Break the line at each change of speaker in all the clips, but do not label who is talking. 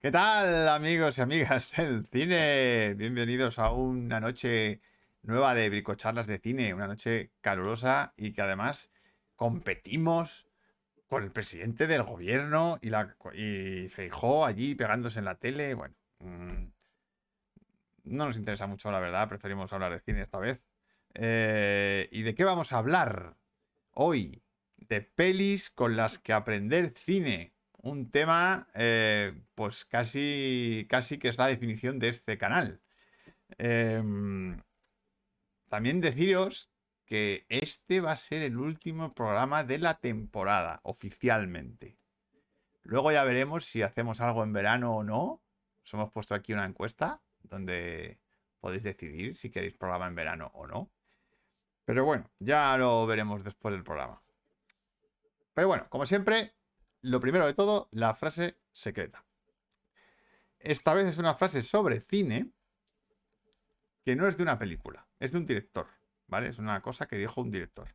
¿Qué tal amigos y amigas del cine? Bienvenidos a una noche nueva de bricocharlas de cine, una noche calurosa y que además competimos con el presidente del gobierno y, la, y Feijó allí pegándose en la tele. Bueno, mmm, no nos interesa mucho la verdad, preferimos hablar de cine esta vez. Eh, ¿Y de qué vamos a hablar hoy? De pelis con las que aprender cine un tema, eh, pues casi, casi que es la definición de este canal. Eh, también deciros que este va a ser el último programa de la temporada, oficialmente. Luego ya veremos si hacemos algo en verano o no. Os hemos puesto aquí una encuesta donde podéis decidir si queréis programa en verano o no. Pero bueno, ya lo veremos después del programa. Pero bueno, como siempre, lo primero de todo, la frase secreta. Esta vez es una frase sobre cine que no es de una película, es de un director, ¿vale? Es una cosa que dijo un director.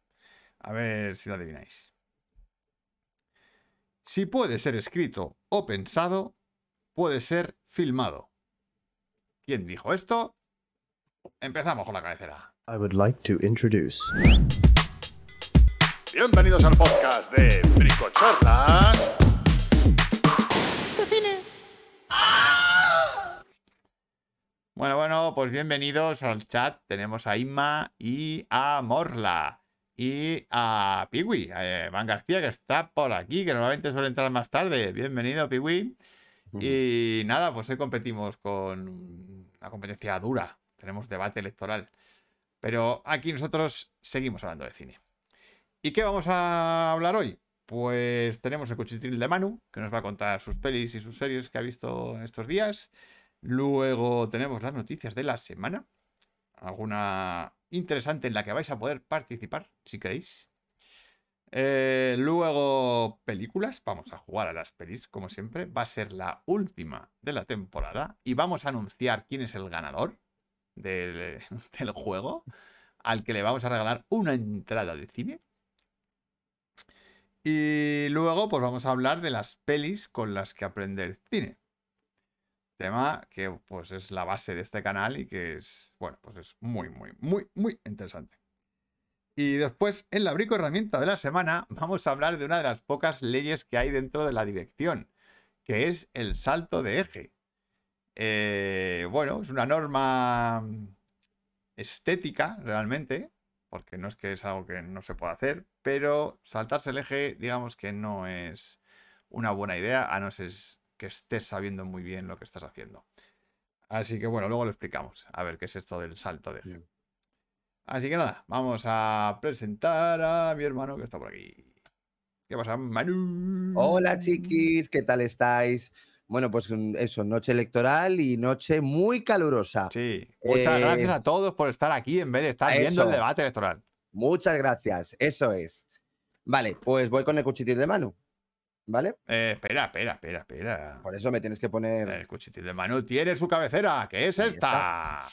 A ver si lo adivináis. Si puede ser escrito o pensado, puede ser filmado. ¿Quién dijo esto? Empezamos con la cabecera.
I would like to introduce.
Bienvenidos al podcast de Bricocharlas.
Bueno, bueno, pues bienvenidos al chat. Tenemos a Inma y a Morla y a Piwi, a Van García, que está por aquí, que normalmente suele entrar más tarde. Bienvenido, Piwi. Y nada, pues hoy competimos con una competencia dura. Tenemos debate electoral. Pero aquí nosotros seguimos hablando de cine. ¿Y qué vamos a hablar hoy? Pues tenemos el cuchitril de Manu, que nos va a contar sus pelis y sus series que ha visto estos días. Luego tenemos las noticias de la semana. Alguna interesante en la que vais a poder participar, si queréis. Eh, luego, películas. Vamos a jugar a las pelis, como siempre. Va a ser la última de la temporada y vamos a anunciar quién es el ganador del, del juego, al que le vamos a regalar una entrada de cine. Y luego, pues vamos a hablar de las pelis con las que aprender cine. Tema que, pues, es la base de este canal y que es, bueno, pues es muy, muy, muy, muy interesante. Y después, en la brico herramienta de la semana, vamos a hablar de una de las pocas leyes que hay dentro de la dirección, que es el salto de eje. Eh, bueno, es una norma mm, estética, realmente, porque no es que es algo que no se pueda hacer, pero saltarse el eje, digamos que no es una buena idea, a no ser que estés sabiendo muy bien lo que estás haciendo. Así que bueno, luego lo explicamos, a ver qué es esto del salto de eje. Así que nada, vamos a presentar a mi hermano que está por aquí. ¿Qué pasa, Manu?
Hola chiquis, ¿qué tal estáis? Bueno, pues un- eso, noche electoral y noche muy calurosa.
Sí, muchas
Eh,
gracias a todos por estar aquí en vez de estar
eso.
viendo el debate electoral.
Muchas gracias, eso es. Vale, pues voy con el cuchitín de mano, ¿vale?
Eh, espera, espera, espera, espera.
Por eso me tienes que poner...
El cuchitín de Manu tiene su cabecera, que es
Ahí
esta.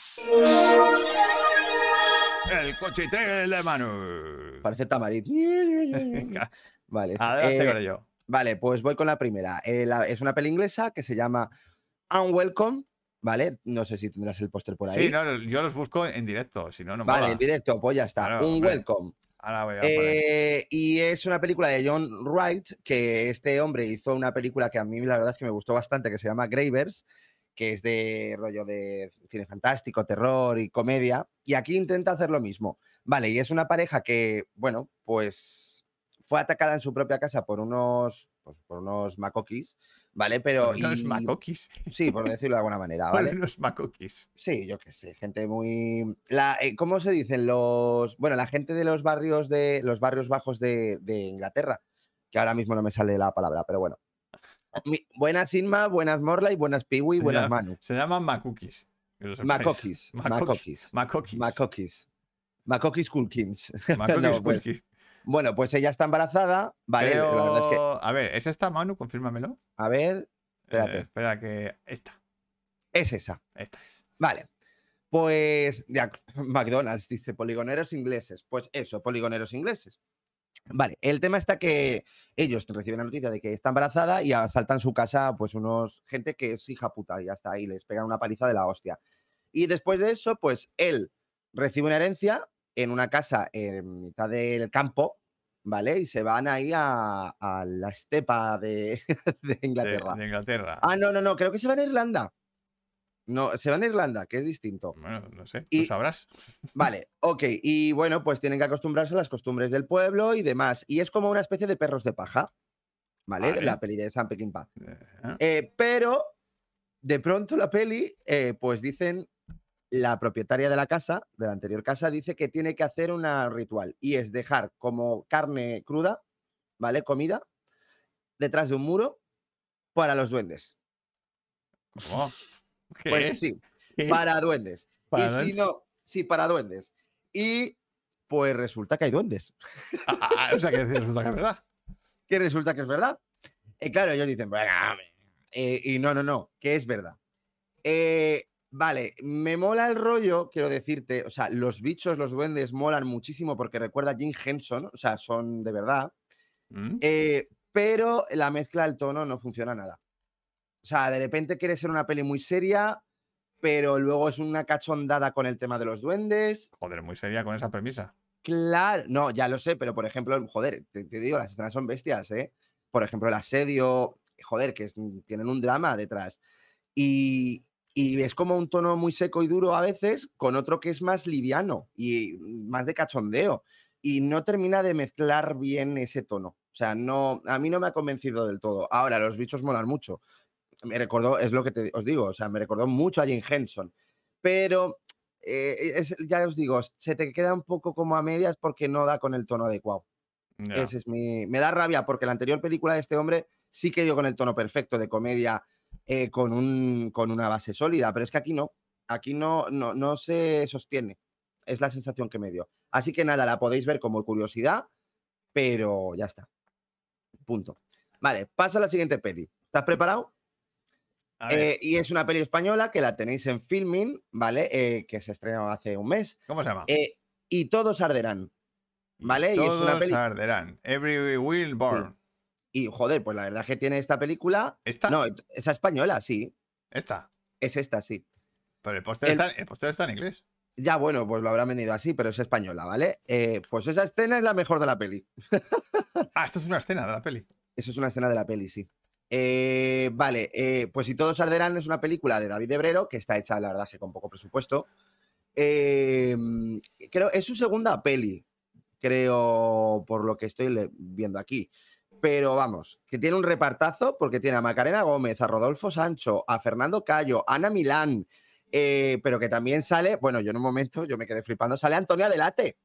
El cuchitín de Manu.
Parece tamariz.
Venga,
Vale,
Adelante
eh,
con ello.
Vale, pues voy con la primera. Eh, la- es una peli inglesa que se llama Unwelcome, ¿vale? No sé si tendrás el póster por ahí.
Sí, no, yo los busco en directo, si no, no me
vale, en directo, pues ya está.
Claro, hombre.
Unwelcome.
Ahora voy a poner.
Eh, y es una película de John Wright, que este hombre hizo una película que a mí la verdad es que me gustó bastante, que se llama Gravers, que es de rollo de cine fantástico, terror y comedia. Y aquí intenta hacer lo mismo. Vale, y es una pareja que, bueno, pues fue atacada en su propia casa por unos, pues, por unos macoquis, ¿vale? Pero...
Por unos
y-
macoquis.
Sí, por decirlo de alguna manera,
Por
¿vale?
unos macoquis.
Sí, yo qué sé, gente muy. La, eh, ¿Cómo se dicen los. Bueno, la gente de los barrios de. los barrios bajos de, de Inglaterra, que ahora mismo no me sale la palabra, pero bueno. Mi- buenas Inma, buenas Morla y buenas Piwi, buenas
Ya.
Manu.
Se llaman macoquis. que lo sepáis.
Macoquis.
Macoqui-
Macoquis.
Macoquis.
Macoquis. Macoquis Culkins.
Macoquis,
No, pues,
Wilkis.
Bueno, pues ella está embarazada. Vale, la verdad es que.
Creo- A ver, ¿es esta, Manu? Confírmamelo.
A ver, Espérate.
Eh, espera que... Esta.
es esa.
Esta es.
Vale. Pues de ac- McDonald's dice poligoneros ingleses. Pues eso, poligoneros ingleses. Vale, el tema está que ellos reciben la noticia de que está embarazada y asaltan su casa, pues unos gente que es hija puta y hasta ahí les pegan una paliza de la hostia. Y después de eso, pues él recibe una herencia en una casa en mitad del campo, ¿vale? Y se van ahí a, a la estepa de, de
de-
Inglaterra.
De, Inglaterra.
Ah, no, no, no, creo que se van a Irlanda. No, se van a Irlanda, que es distinto.
Bueno, no sé, tú
Y-
sabrás.
Vale, ok. Y bueno, pues tienen que acostumbrarse a las costumbres del pueblo y demás. Y es como una especie de perros de paja, ¿vale?
Vale.
La peli de San Peckinpah.
Eh,
Eh, pero de pronto la peli, eh, pues dicen, la propietaria de la casa, de la anterior casa, dice que tiene que hacer un ritual y es dejar como carne cruda, ¿vale? Comida, detrás de un muro para los duendes.
¿Cómo? ¿Qué?
Pues sí,
¿Qué?
para duendes.
Eh, Para
y si
duendes.
no, sí, para duendes. Y pues resulta que hay duendes.
Ah, ah, ah, o sea, que resulta que es verdad.
Que resulta que es verdad. Y claro, ellos dicen, "Bueno, hombre". Eh, y no, no, no, que es verdad. Eh, vale, me mola el rollo, quiero decirte, o sea, los bichos, los duendes molan muchísimo porque recuerda a Jim Henson, o sea, son de verdad,
¿Mm?
eh, pero la mezcla del tono no funciona nada. O sea, de repente quiere ser una peli muy seria, pero luego es una cachondada con el tema de los duendes.
Joder, muy seria con esa premisa.
Claro, no, ya lo sé, pero por ejemplo, joder, te, te digo, las escenas son bestias, ¿eh? Por ejemplo, el asedio, joder, que es- mm, tienen un drama detrás. Y, y es como un tono muy seco y duro a veces, con otro que es más liviano y mm, más de cachondeo. Y no termina de mezclar bien ese tono. O sea, no, a mí no me ha convencido del todo. Ahora, los bichos molan mucho. Me recordó, es lo que te- os digo, o sea, me recordó mucho a Jim Henson. Pero eh, es- ya os digo, se te queda un poco como a medias porque no da con el tono adecuado.
Ya.
Ese es mi, me da rabia porque la anterior película de este hombre sí que dio con el tono perfecto de comedia eh, con, un, con una base sólida, pero es que aquí no, aquí no, no, no se sostiene. Es la sensación que me dio. Así que nada, la podéis ver como curiosidad, pero ya está. Punto. Vale, paso a la siguiente peli. ¿Estás preparado?
A ver,
Eh, y es una peli española que la tenéis en Filming, ¿vale? Eh, que se estrenó hace un mes.
¿Cómo se llama?
Eh, y todos arderán.
Y
vale, y es una
Todos
peli-
arderán. Every will burn.
Y joder, pues la verdad es que tiene esta película.
¿Esta?
No, esa española, sí.
Esta.
Es esta, sí.
Pero el póster
El-
está, el póster está en inglés.
Ya, bueno, pues lo habrán vendido así, pero es española, ¿vale? Eh, pues esa escena es la mejor de la peli.
Ah, esto es una escena de la peli.
Eso es una escena de la peli, sí. Eh, vale, eh, pues si todos arderán es una película de David Ebrero, que está hecha, la verdad, es que con poco presupuesto. Eh, mm, creo, es su segunda peli, creo, por lo que estoy le- viendo aquí. Pero vamos, que tiene un repartazo porque tiene a Macarena Gómez, a Rodolfo Sancho, a Fernando Cayo, a Ana Milán, eh, pero que también sale, bueno, yo en un momento, yo me quedé flipando, sale Antonia Delate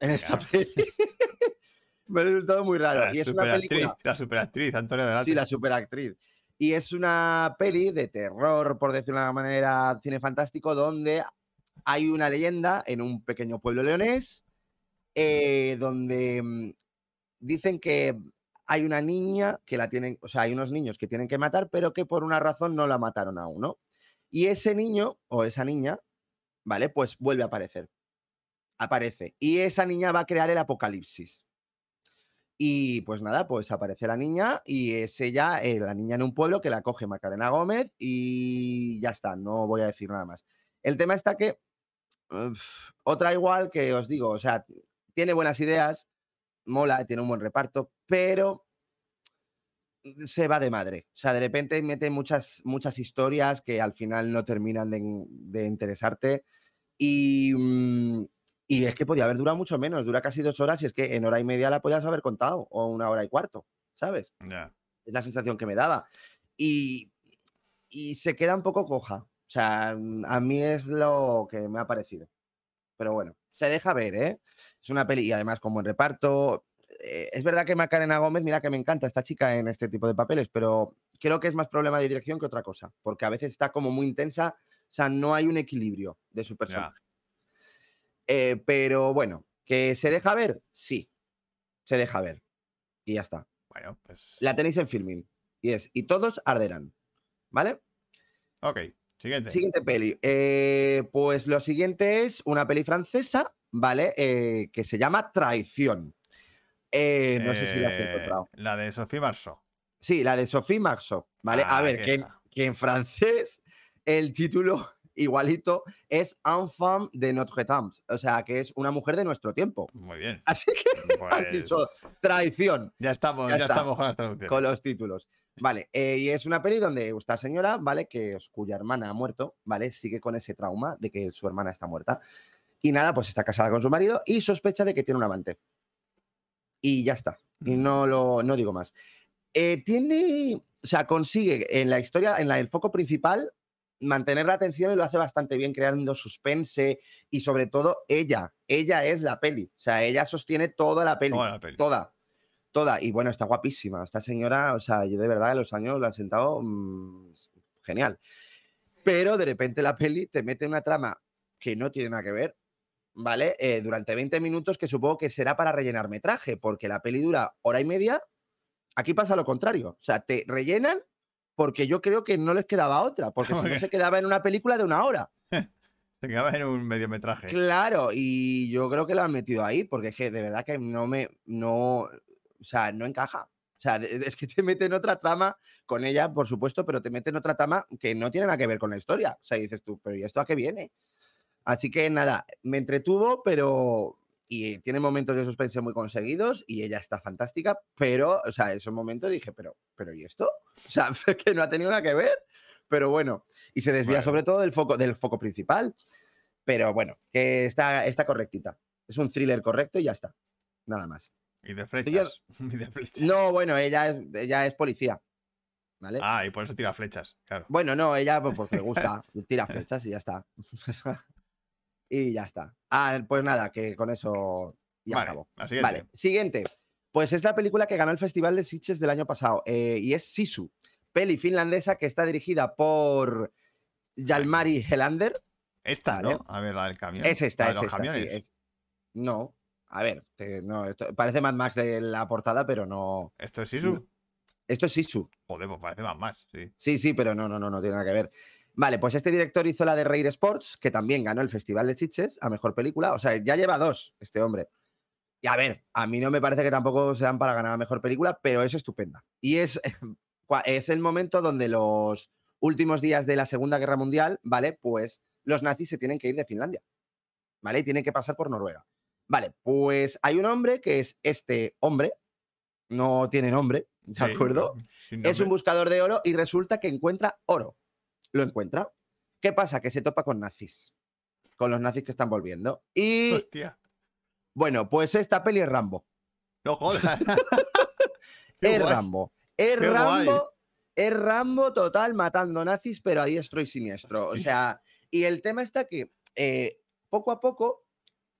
en esta
Ya.
peli. me ha resultado muy raro.
la,
Y es una
Ah, superactriz,
película.
la superactriz, Antonia Delate.
Sí, la superactriz. Y es una peli de terror, por decirlo de una manera, cine fantástico, donde hay una leyenda en un pequeño pueblo leonés, eh, donde mm, dicen que hay una niña que la tienen, o sea, hay unos niños que tienen que matar, pero que por una razón no la mataron aún, ¿no? Y ese niño o esa niña, ¿vale? Pues vuelve a aparecer. Aparece. Y esa niña va a crear el apocalipsis. Y pues nada, pues aparece la niña y es ella, eh, la niña en un pueblo que la coge Macarena Gómez y ya está, no voy a decir nada más. El tema está que, uf, otra igual que os digo, o sea, tiene buenas ideas, mola, tiene un buen reparto, pero se va de madre. O sea, de repente mete muchas, muchas historias que al final no terminan de, in- de interesarte y... mm, y es que podía haber durado mucho menos, dura casi dos horas y es que en hora y media la podías haber contado, o una hora y cuarto, ¿sabes?
Ya.
Es la sensación que me daba. Y, y se queda un poco coja. O sea, mm, a mí es lo que me ha parecido. Pero bueno, se deja ver, ¿eh? Es una peli y además con buen reparto. Eh, es verdad que Macarena Gómez, mira que me encanta esta chica en este tipo de papeles, pero creo que es más problema de dirección que otra cosa, porque a veces está como muy intensa, o sea, no hay un equilibrio de su persona.
ya.
Eh, pero bueno, ¿que se deja ver? Sí, se deja ver. Y ya está.
Bueno, pues.
La tenéis en filming. Y es, y todos arderán. ¿Vale?
Ok, siguiente.
Siguiente peli. Eh, pues lo siguiente es una peli francesa, ¿vale? Eh, que se llama Traición. Eh, no sé si la has
Eh,
encontrado.
La de Sophie Marceau.
Sí, la de Sophie Marceau, ¿vale?
Ah,
a ver,
aquí
que en,
está.
que en francés el título igualito es Un femme de Notre Dame, o sea, que es una mujer de nuestro tiempo.
Muy bien.
Así que
Pues,
han dicho traición
ya estamos, ya,
ya está.
estamos con las traducciones.
con los títulos. Vale, eh, y es una peli donde esta señora, ¿vale? Que es- cuya hermana ha muerto, ¿vale? Sigue con ese trauma de que su hermana está muerta. Y nada, pues está casada con su marido y sospecha de que tiene un amante. Y ya está. Y no lo no digo más. Eh, tiene, o sea, consigue en la historia, en la- el foco principal, mantener la atención y lo hace bastante bien, creando suspense y sobre todo ella. Ella es la peli. O sea, ella sostiene toda la peli.
Toda la peli.
Toda. Toda. Y bueno, está guapísima. Esta señora, o sea, yo de verdad los años la han sentado mm, genial. Pero de repente la peli te mete una trama que no tiene nada que ver, ¿vale? Eh, durante 20 minutos que supongo que será para rellenar metraje, porque la peli dura hora y media. Aquí pasa lo contrario. O sea, te rellenan porque yo creo que no les quedaba otra, porque si
Porque-
no se quedaba en una película de una hora.
Se quedaba en un mediometraje.
Claro, y yo creo que lo han metido ahí, porque es que de verdad que no me, no, o sea, no encaja. O sea, de- es que te meten otra trama con ella, por supuesto, pero te meten otra trama que no tiene nada que ver con la historia. O sea, y dices tú, pero ¿y esto a qué viene? Así que nada, me entretuvo, pero... Y tiene momentos de suspense muy conseguidos y ella está fantástica, pero, o sea, en esos momentos dije, pero, pero ¿y esto? O sea, que no ha tenido nada que ver, pero bueno. Y se desvía
Bueno.
sobre todo del foco, del foco principal, pero bueno, que está, está correctita. Es un thriller correcto y ya está. Nada más.
Y de flechas. Y de flechas.
No, bueno, ella es, ella es policía. ¿Vale?
Ah, y por eso tira flechas, claro.
Bueno, no, ella pues, porque le gusta, tira flechas y ya está. y ya está. Ah, pues nada, que con eso ya
vale,
acabo.
la siguiente.
Vale, siguiente. Pues es la película que ganó el Festival de Sitges del año pasado eh, y es Sisu, peli finlandesa que está dirigida por Jalmari Helander.
Esta,
Vale.
¿no? A ver, la del camión.
Es esta,
La de
es
los
esta, sí,
camiones.
es- No, a ver, te- no, esto, parece Mad Max de la portada, pero no.
Esto es Sisu.
Esto es Sisu.
Joder, pues parece más más, sí.
Sí, sí, pero no, no, no, no tiene nada que ver. Vale, pues este director hizo la de Reir Sports, que también ganó el Festival de Chiches a mejor película. O sea, ya lleva dos este hombre. Y a ver, a mí no me parece que tampoco sean para ganar a mejor película, pero es estupenda. Y es, cua- es el momento donde los últimos días de la Segunda Guerra Mundial, ¿vale? Pues los nazis se tienen que ir de Finlandia, ¿vale? Y tienen que pasar por Noruega. Vale, pues hay un hombre que es este hombre, no tiene nombre, ¿de
Sí,
acuerdo?
sin
Es un
nombre.
buscador de oro y resulta que encuentra oro. Lo encuentra. ¿Qué pasa? Que se topa con nazis. Con los nazis que están volviendo. Y
Hostia.
bueno, pues esta peli es Rambo.
No jodas. Qué
Es
guay.
Rambo. Es
Qué guay.
Rambo. Es Rambo total matando nazis, pero a diestro y siniestro. O
Hostia.
sea, y el tema está que eh, poco a poco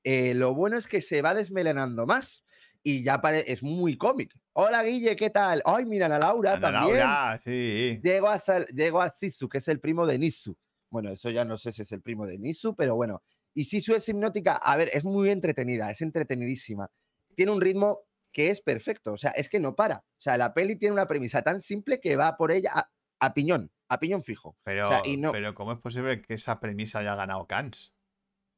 eh, lo bueno es que se va desmelenando más. Y ya pare- es muy cómic. Hola Guille, ¿qué tal? Ay, mira, a Laura
Ana
también.
Laura, sí.
Llego a, Sal- llego a Sisu, que es el primo de Nisu. Bueno, eso ya no sé si es el primo de Nisu, pero bueno. Y Sisu es hipnótica. A ver, es muy entretenida, es entretenidísima. Tiene un ritmo que es perfecto, o sea, es que no para. O sea, la peli tiene una premisa tan simple que va por ella a, a piñón, a piñón fijo.
Pero,
sea, y no-
pero ¿cómo es posible que esa premisa haya ganado Cans?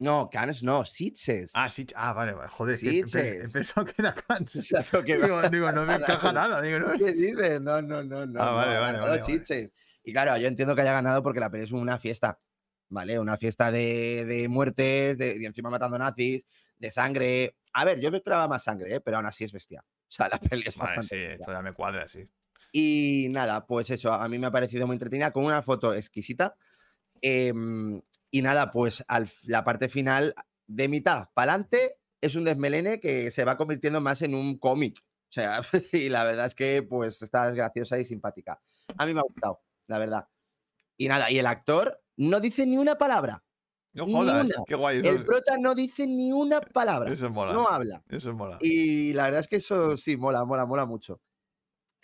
No, Cannes no, Sitches.
Ah, sí. Ah, vale, vale, joder. que
Sí,
he pe-
ches.
he pensado que era
O
Cans.
sea, lo que va-
digo, digo, no me encaja nada. Digo, no.
¿Qué dices? No, no, no, no.
Ah,
no,
vale, vale,
ha ganado
vale, vale.
Sitges. Y claro, yo entiendo que haya ganado porque la peli es una fiesta, ¿vale? Una fiesta de, de muertes, de, y encima matando nazis, de sangre. A ver, yo me esperaba más sangre, ¿eh? pero aún así es bestia. O sea, la peli es
Vale, sí,
bastante. bestia.
esto ya me cuadra, sí.
Y nada, pues eso, a mí me ha parecido muy entretenida, con una foto exquisita. Em, y nada, pues al f- la parte final, de mitad para adelante, es un desmelene que se va convirtiendo más en un cómic. O sea, y la verdad es que pues está graciosa y simpática. A mí me ha gustado, la verdad. Y nada, y el actor no dice ni una palabra.
No
Ni
jodas,
una.
qué guay. Eso,
El prota no dice ni una palabra.
eso mola.
No habla.
eso mola.
Y la verdad es que eso sí, mola, mola, mola mucho.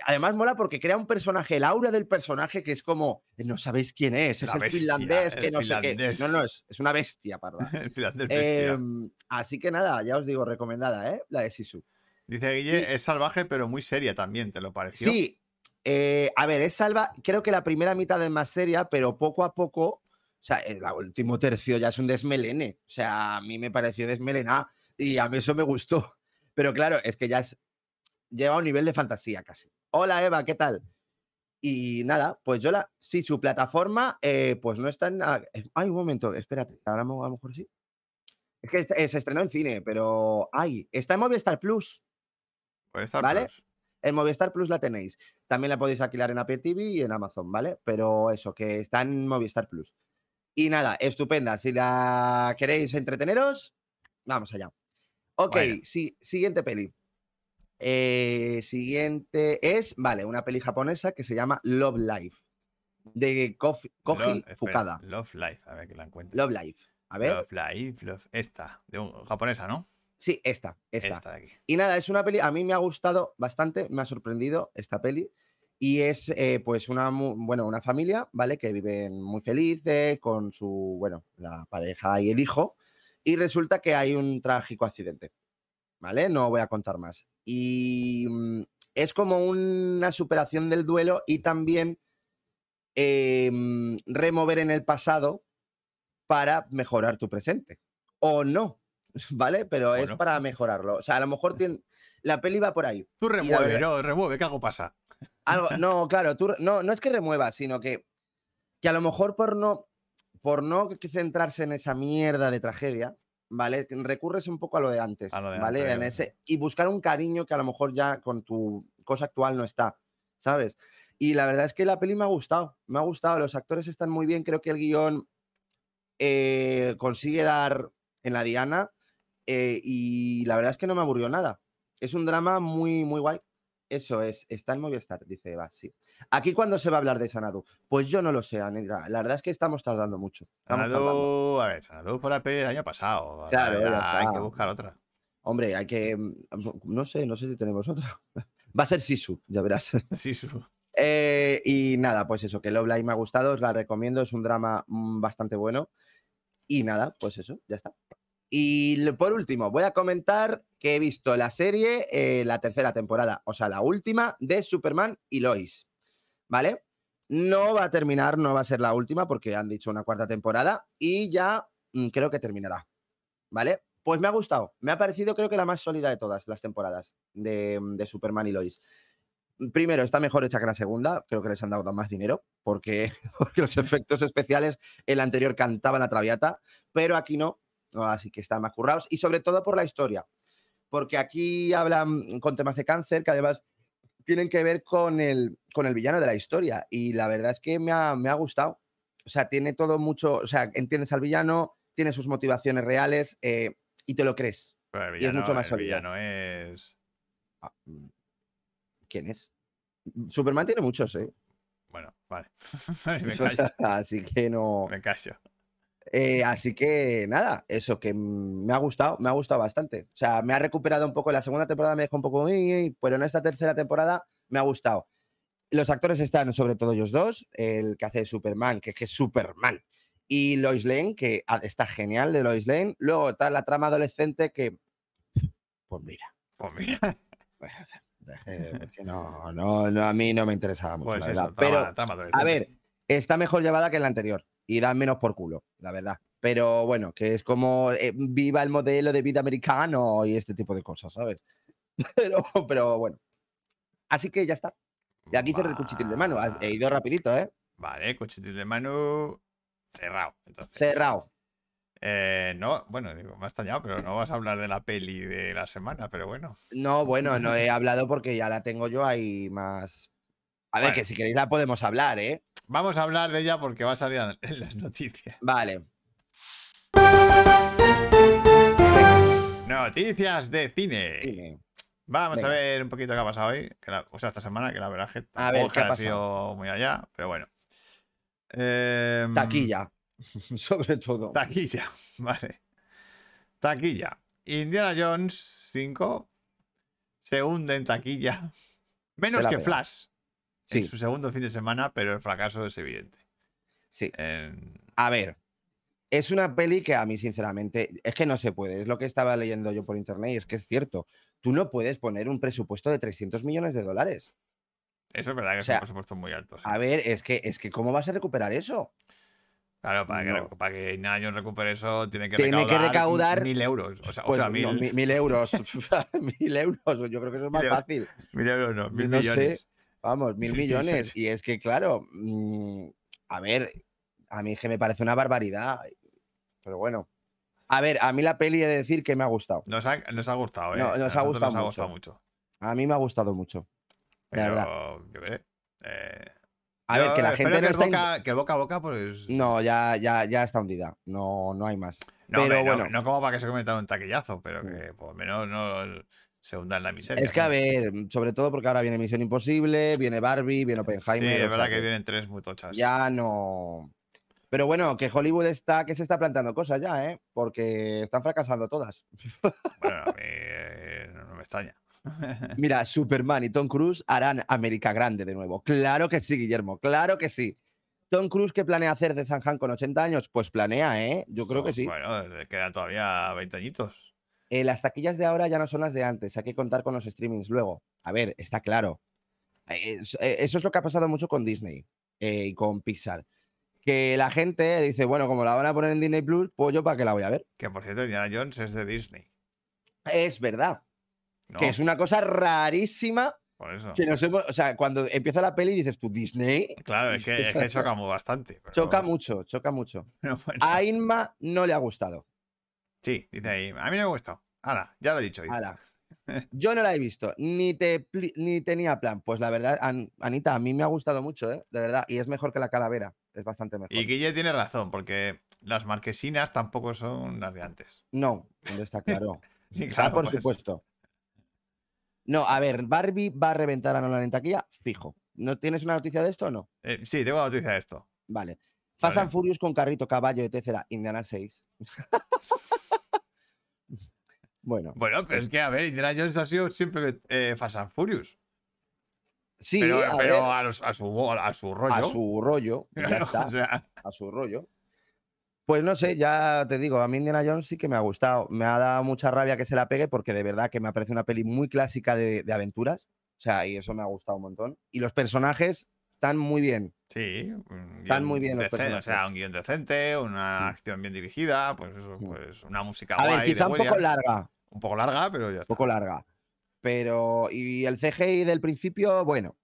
Además, mola porque crea un personaje, el aura del personaje que es como, no sabéis quién es, es
La
el
bestia,
finlandés, que
el
no
finlandés.
sé qué. No, no, es, es una bestia, parda.
El Finlandés bestia.
Em, así que nada, ya os digo, recomendada, ¿eh? La de Sisu.
Dice Guille,
y-
es salvaje, pero muy seria también, ¿te lo pareció?
Sí, eh, a ver, es salva, creo que la primera mitad es más seria, pero poco a poco, o sea, el último tercio ya es un desmelene, o sea, a mí me pareció desmelená y a mí eso me gustó, pero claro, es que ya es lleva a un nivel de fantasía casi. Hola Eva, ¿qué tal? Y nada, pues yo la. Sí, su plataforma, eh, pues no está en. ah, eh, Ay, un momento, espérate, ahora mo- a lo mejor sí. Es que est- eh, se estrenó en cine, pero. Ay, está en Movistar Plus.
Puede estar
Vale.
Pues plus.
En Movistar Plus la tenéis. También la podéis alquilar en Apple TV y en Amazon, ¿vale? Pero eso, que está en Movistar Plus. Y nada, estupenda. Si la queréis entreteneros, vamos allá. Ok,
Bueno.
sí, siguiente peli. Eh, siguiente es, vale, una peli japonesa que se llama Love Life. De Kofi, Koji
Love- espera,
Fukada.
Love Life, a ver que la encuentro.
Love ¿eh? Life. A ver.
Love Life, Love. Esta, de un, japonesa, ¿no?
Sí, esta, esta.
de aquí.
Y nada, es una peli, a mí me ha gustado bastante, me ha sorprendido esta peli. Y es eh, pues una, mu- bueno, una familia, ¿vale? Que viven muy felices con su, bueno, la pareja y el hijo. Y resulta que hay un trágico accidente, ¿vale? No voy a contar más. Y mm, es como una superación del duelo y también eh, mm, remover en el pasado para mejorar tu presente. O no, ¿vale? Pero es
no.
para mejorarlo. O sea, a lo mejor tiene- la peli va por ahí.
Tú remueve,
verdad-
no, remueve, que algo pasa.
Algo, no, claro, tú, re- no, no es que remuevas, sino que, que a lo mejor por no, por no que- centrarse en esa mierda de tragedia, ¿vale? Recurres un poco a lo de antes,
A lo de
¿vale?
antes,
En
yo-
ese, y buscar un cariño que a lo mejor ya con tu cosa actual no está, ¿sabes? Y la verdad es que la peli me ha gustado, me ha gustado, los actores están muy bien, creo que el guión eh, consigue dar en la diana eh, y la verdad es que no me aburrió nada. Es un drama muy, muy guay. Eso es, está en Movistar, dice Eva, sí. ¿Aquí cuándo se va a hablar de Sanadu? Pues yo no lo sé, Anita. La verdad es que estamos tardando mucho. Estamos tardando.
Sanadu, a ver, Sanadu fue la peli del año pasado. ahora
Claro, ya
Hay
está.
que buscar otra.
Hombre, hay que... mm, No sé, no sé si tenemos otra. Va a ser Sisu, ya verás.
Sí, su-
Eh, y nada, pues eso, que Love Live me ha gustado, os la recomiendo, es un drama mm, bastante bueno. Y nada, pues eso, ya está. Y lo- por último, voy a comentar que he visto la serie, eh, la tercera temporada, o sea, la última de Superman y Lois, ¿vale? No va a terminar, no va a ser la última porque han dicho una cuarta temporada y ya mm, creo que terminará, ¿vale? Pues me ha gustado, me ha parecido creo que la más sólida de todas las temporadas de, mm, de Superman y Lois. Primero, está mejor hecha que la segunda, creo que les han dado más dinero porque, porque los efectos especiales, el anterior cantaban la traviata, pero aquí no, así que están más currados y sobre todo por la historia, porque aquí hablan con temas de cáncer que además tienen que ver con el, con el villano de la historia y la verdad es que me ha, me ha gustado. O sea, tiene todo mucho, o sea, entiendes al villano, tiene sus motivaciones reales eh, y te lo crees.
pero pues el
Y es mucho
villano-
más
el
sólida.
villano es.
Ah, mm, ¿Quién es? Superman tiene muchos, ¿eh?
Bueno, vale. me,
Eso, o
callo,
sea, así que no.
me callo.
Eh, así que nada, eso que mm, me ha gustado, me ha gustado bastante. O sea, me ha recuperado un poco. La segunda temporada me dejó un poco, "Ey, ey", pero en esta tercera temporada me ha gustado. Los actores están, sobre todo ellos dos, el que hace de Superman, que es que es Superman, y Lois Lane, que ah, está genial de Lois Lane. Luego está la trama adolescente que, pues mira,
Pues mira,
eh, porque no, no, no, a mí no me interesaba mucho,
pues
la
eso,
verdad.
trama-
Pero
trama
a
adolescente.
ver, está mejor llevada que la anterior y dan menos por culo, la verdad. Pero bueno, que es como eh, viva el modelo de vida americano y este tipo de cosas, ¿sabes? Pero, pero bueno. Así que ya está. Y aquí cerré el cuchitil de mano. He ido rapidito, ¿eh?
Vale, cuchitil de mano cerrado. Entonces.
Cerrado.
Eh, no, bueno, digo, me ha extrañado, pero no vas a hablar de la peli de la semana, pero bueno.
No, bueno, no he hablado porque ya la tengo yo ahí más. A ver,
Bueno.
que si queréis la podemos hablar, ¿eh?
Vamos a hablar de ella porque va a salir en las noticias.
Vale.
Noticias de cine.
dime.
Vamos
Venga.
a ver un poquito qué ha pasado hoy, que la- o sea, esta semana, que la verdad es que
A ver,
tampoco
¿qué ha
ha sido muy allá, pero bueno. Em,
Taquilla. Sobre todo.
Taquilla, vale. Taquilla. Indiana Jones 5 se hunde en taquilla. Menos
la
que
pela.
Flash en
Sí,
su segundo fin de semana, pero el fracaso es evidente.
sí.
En-
A ver, es una peli que a mí, sinceramente, es que no se puede. Es lo que estaba leyendo yo por internet y es que es cierto. Tú no puedes poner un presupuesto de 300 millones de dólares.
Eso es verdad que
sea,
es un presupuesto muy alto. sí.
A ver, es que, es que ¿cómo vas a recuperar eso?
Claro, para que,
No.
para que Indiana Jones recupere eso, tiene que
Tiene que
recaudar,
recaudar-
mil euros. O sea, o
Pues,
sea, mil,
no, mi- mil euros. mil euros. Yo creo que eso es más
Mil euros.
fácil.
mil euros, no, mil
no sé.
millones.
Vamos, mil
Sí,
millones.
sí.
Y es que, claro, mm, a ver, a mí es que me parece una barbaridad. Pero bueno. A ver, a mí la peli he de decir que me ha gustado.
Nos ha, nos ha gustado, ¿eh?
No,
A
nos ha
nosotros
gustado
nos ha
mucho.
gustado mucho.
A mí me ha gustado mucho. La
Pero,
verdad.
yo qué sé. Eh,
A
yo
ver, que la
espero
gente no
que el
está. in-
boca, que el boca a boca, pues.
No, ya, ya, ya está hundida. No, no hay más.
No, hombre,
pero
no-
bueno.
no como para que se cometan un taquillazo, pero
Mm.
que por lo menos no se hunda en la miseria.
Es que, a
¿no?
ver, mm, sobre todo porque ahora viene Misión Imposible, viene Barbie, viene Oppenheimer.
Sí,
o
es verdad
sea
que
que
vienen tres muy tochas.
Ya no. Pero bueno, que Hollywood está, que se está plantando cosas ya, ¿eh? Porque están fracasando todas.
Bueno, a mí eh, no me extraña.
Mira, Superman y Tom Cruise harán América Grande de nuevo. Claro que sí, Guillermo, claro que sí. Tom Cruise, ¿qué planea hacer de Zanjan con 80 años? Pues planea, ¿eh? Yo creo que
Son-
sí.
Bueno, le quedan todavía 20 añitos.
Eh, las taquillas de ahora ya no son las de antes, hay que contar con los streamings luego. A ver, está claro. Eh, es- eh, eso es lo que ha pasado mucho con Disney eh, y con Pixar. Que la gente dice, bueno, como la van a poner en Disney Plus, pues yo para qué la voy a ver.
Que por cierto, Indiana Jones es de Disney.
Es verdad,
No,
que es una cosa rarísima
por eso.
que nos hemos. O sea, cuando empieza la peli dices tú, Disney.
Claro, es que, es que chocamos bastante. pero-
Choca mucho, choca mucho.
pero bueno.
A Inma no le ha gustado.
Sí, dice ahí. A mí no me gustó. Ahora, ya lo he dicho. dice.
Ala. Yo no la he visto, ni, te, pli- ni tenía plan. Pues la verdad, An- Anita, a mí me ha gustado mucho, ¿eh? De verdad. Y es mejor que la calavera. Es bastante mejor.
Y Guille tiene razón, porque las marquesinas tampoco son las de antes.
No, no está claro.
Y
Ah, por
pues,
supuesto. No, a ver, Barbie va a reventar a Nolan en taquilla, fijo. ¿No tienes una noticia de esto o no?
eh, sí, tengo la noticia de esto.
Vale. Fast
Vale.
and Furious con carrito, caballo, etcétera. Indiana 6. bueno,
Bueno, pero es que, a ver, Indiana Jones ha sido siempre eh, Fast and Furious.
sí,
pero pero
a ver,
a, los- a su, a su rollo.
a su rollo, y ya está.
o sea,
a su rollo. Pues no sé, ya te digo, a mí Indiana Jones sí que me ha gustado. Me ha dado mucha rabia que se la pegue porque de verdad que me parece una peli muy clásica de, de aventuras. O sea, y eso me ha gustado un montón. Y los personajes están muy bien.
sí. un
Están muy
guión
bien los
decente, O sea,
personajes.
un guión decente, una
Mm.
acción bien dirigida, pues eso,
Mm.
pues una música
A
guay.
ver,
de
quizá un poco
Williams.
larga, un
Un poco larga, pero ya está.
poco larga. Pero, y el CGI del principio, bueno,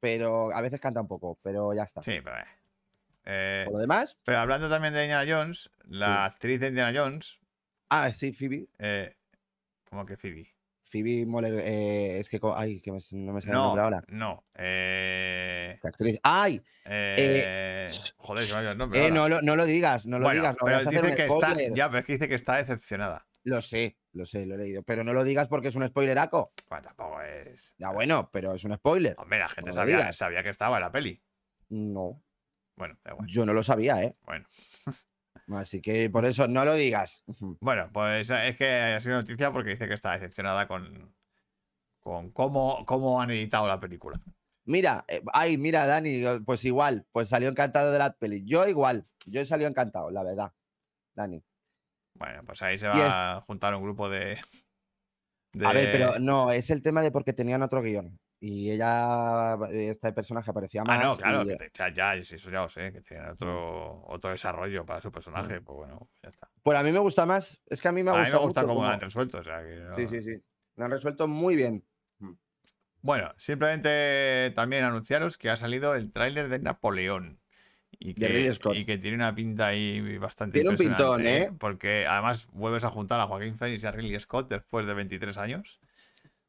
pero a veces canta un poco, pero ya está.
Sí, pero. eh. Eh,
Por lo demás,
pero hablando también de Indiana Jones, la actriz de Indiana Jones,
ah, sí, Phoebe.
eh, como que Phoebe.
Phoebe Moller, eh, es que, co- ay, que me s- no me sale el
No,
nombre ahora.
no. Eh,
¿Qué actriz? ¡Ay!
eh, joder, se me ha ido el nombre.
Eh,
ahora.
no, lo, no lo digas, no lo
Bueno,
digas. No
pero
vayas a hacer
dice
un
que está,
spoiler.
ya, pero es que dice que está decepcionada.
Lo sé, lo sé, lo he leído. Pero no lo digas porque es un spoileraco.
Bueno, tampoco es.
Ya bueno, pero es un spoiler.
Hombre, la gente
No lo
sabía,
digas.
sabía que estaba en la peli.
No,
Bueno, da igual.
yo no lo sabía, ¿eh?
Bueno.
Así que por eso no lo digas. Ujú.
Bueno, pues eh, es que ha sido noticia porque dice que está decepcionada con, con cómo, cómo han editado la película.
Mira, eh, ay, mira, Dani, yo- pues igual, pues salió encantado de la peli. Yo igual, yo he salido encantado, la verdad, Dani.
Bueno, pues ahí se
Y es-
va a juntar un grupo de.
A ver, pero
de-
no, es el tema de porque tenían otro guión. Y ella, eh, este personaje aparecía
Ah,
más.
no, claro,
y- eh,
que te- ya, ya, eso ya lo sé, que tenían otro, otro desarrollo para su personaje, pues bueno, ya está.
Pues a mí me gusta más. Es que a mí Mm. me
a
ha
mí me
gustado
gusta
mucho
cómo lo
cómo-
han resuelto, o sea que no-
Sí, sí, sí. Lo han resuelto muy bien.
Bueno, simplemente también anunciaros que ha salido el tráiler de Napoleón. Y
De
que,
Ridley Scott.
y que tiene una pinta ahí bastante
Tiene un pintón,
impresionante,
¿eh?
Porque además vuelves a juntar a Joaquín Phoenix y a Ridley Scott después de 23 años.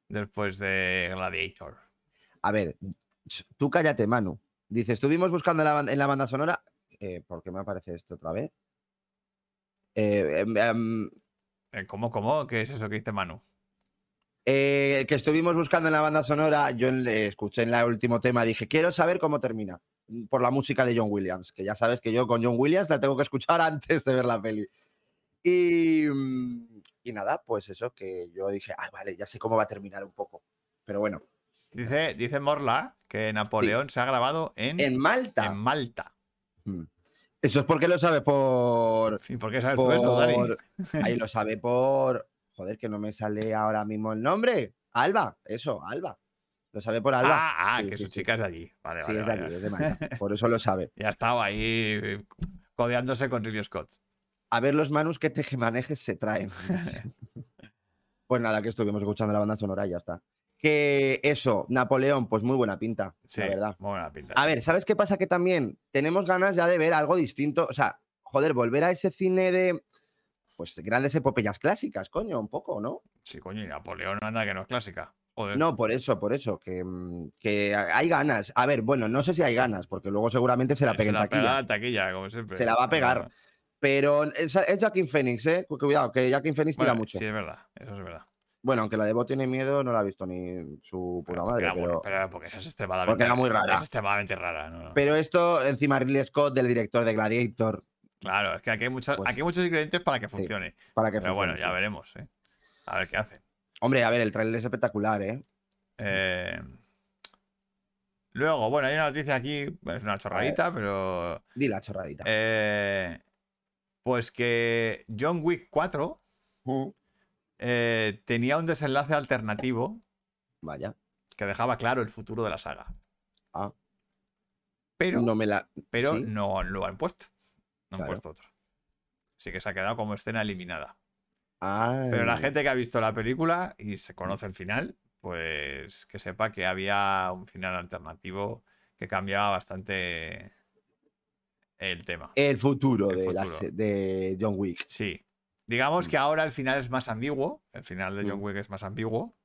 Después de Gladiator.
A ver, ch, tú cállate, Manu. Dice, estuvimos buscando en la, ban- en la banda sonora. Eh, ¿Por qué me aparece esto otra vez? Eh, em, em,
Eh, ¿Cómo, cómo? ¿Qué es eso que dice Manu?
eh, que estuvimos buscando en la banda sonora. Yo en- eh, escuché en el último tema, dije, quiero saber cómo termina. mm, Por la música de John Williams, que ya sabes que yo con John Williams la tengo que escuchar antes de ver la peli. Y, mm, y nada, pues eso que yo dije, ah, vale, ya sé cómo va a terminar un poco. Pero bueno,
Dice, dice Morla que Napoleón se ha grabado en,
en Malta.
en Malta.
Mm. Eso es porque lo sabe por.
¿Y por qué sabes tú eso, Dani?
por- Ahí lo sabe por. Joder, que no me sale ahora mismo el nombre. Alba, eso, Alba. Lo sabe por Alba.
Ah, ah,
Sí,
que
sí,
su
sí.
chica es de allí. Vale,
sí,
vale,
es de
vale,
allí,
vale.
es de Malta. Por eso lo sabe.
Ya estaba ahí eh, codeándose con Ridley Scott.
A ver los manus que tejemanejes se traen. pues nada, que estuvimos escuchando la banda sonora y ya está. Que eso, Napoleón, pues muy buena pinta,
Sí,
la verdad. Ah.
muy buena pinta.
A ver, ¿sabes qué pasa? Que también tenemos ganas ya de ver algo distinto. O sea, joder, volver a ese cine de. Pues grandes epopeyas clásicas, coño, un poco, ¿no?
Sí, coño, y Napoleón anda que no es clásica. Joder.
No, por eso, por eso, que, mm, que ha- hay ganas. A ver, bueno, no sé si hay ganas, porque luego seguramente se la
se
peguen
la
taquilla.
pega la taquilla, como siempre.
Se la va a pegar. Pero es, es Joaquin Phoenix, ¿eh? Cu- Cuidado, que Joaquin Phoenix tira
Bueno,
mucho.
Sí, es verdad. Eso es verdad.
Bueno, aunque la de Bo tiene miedo, no la ha visto ni su puta
Pero porque
madre.
era
pero...
bueno, pero porque esa es extremadamente
Porque era muy rara.
Es extremadamente rara. ¿no? no.
pero esto, encima, Ridley Scott, del director de Gladiator,
claro, es que aquí hay, muchos,
Pues-
aquí hay muchos ingredientes para que
sí,
funcione.
para que
pero bueno,
funcione,
ya
sí. Mm.
veremos. ¿eh? A ver qué hacen.
Hombre, a ver, el tráiler es espectacular, ¿eh?
Eh, Luego, bueno, hay una noticia aquí, bueno, es una chorradita, pero
Di la chorradita.
Eh, pues que John Wick 4
Mm.
eh, tenía un desenlace alternativo
Vaya.
que dejaba claro el futuro de la saga.
Ah.
Pero,
no me la.
pero
sí.
no lo han puesto. No han
Claro.
puesto otro. Así que se ha quedado como escena eliminada. Pero la
Ay.
gente que ha visto la película y se
Mm.
conoce el final, pues que sepa que había un final alternativo que cambiaba bastante el tema.
El futuro,
El
de, la
futuro.
se- de John Wick.
Sí. Digamos que ahora el final es más ambiguo. El final de John
Mm.
Wick es más ambiguo,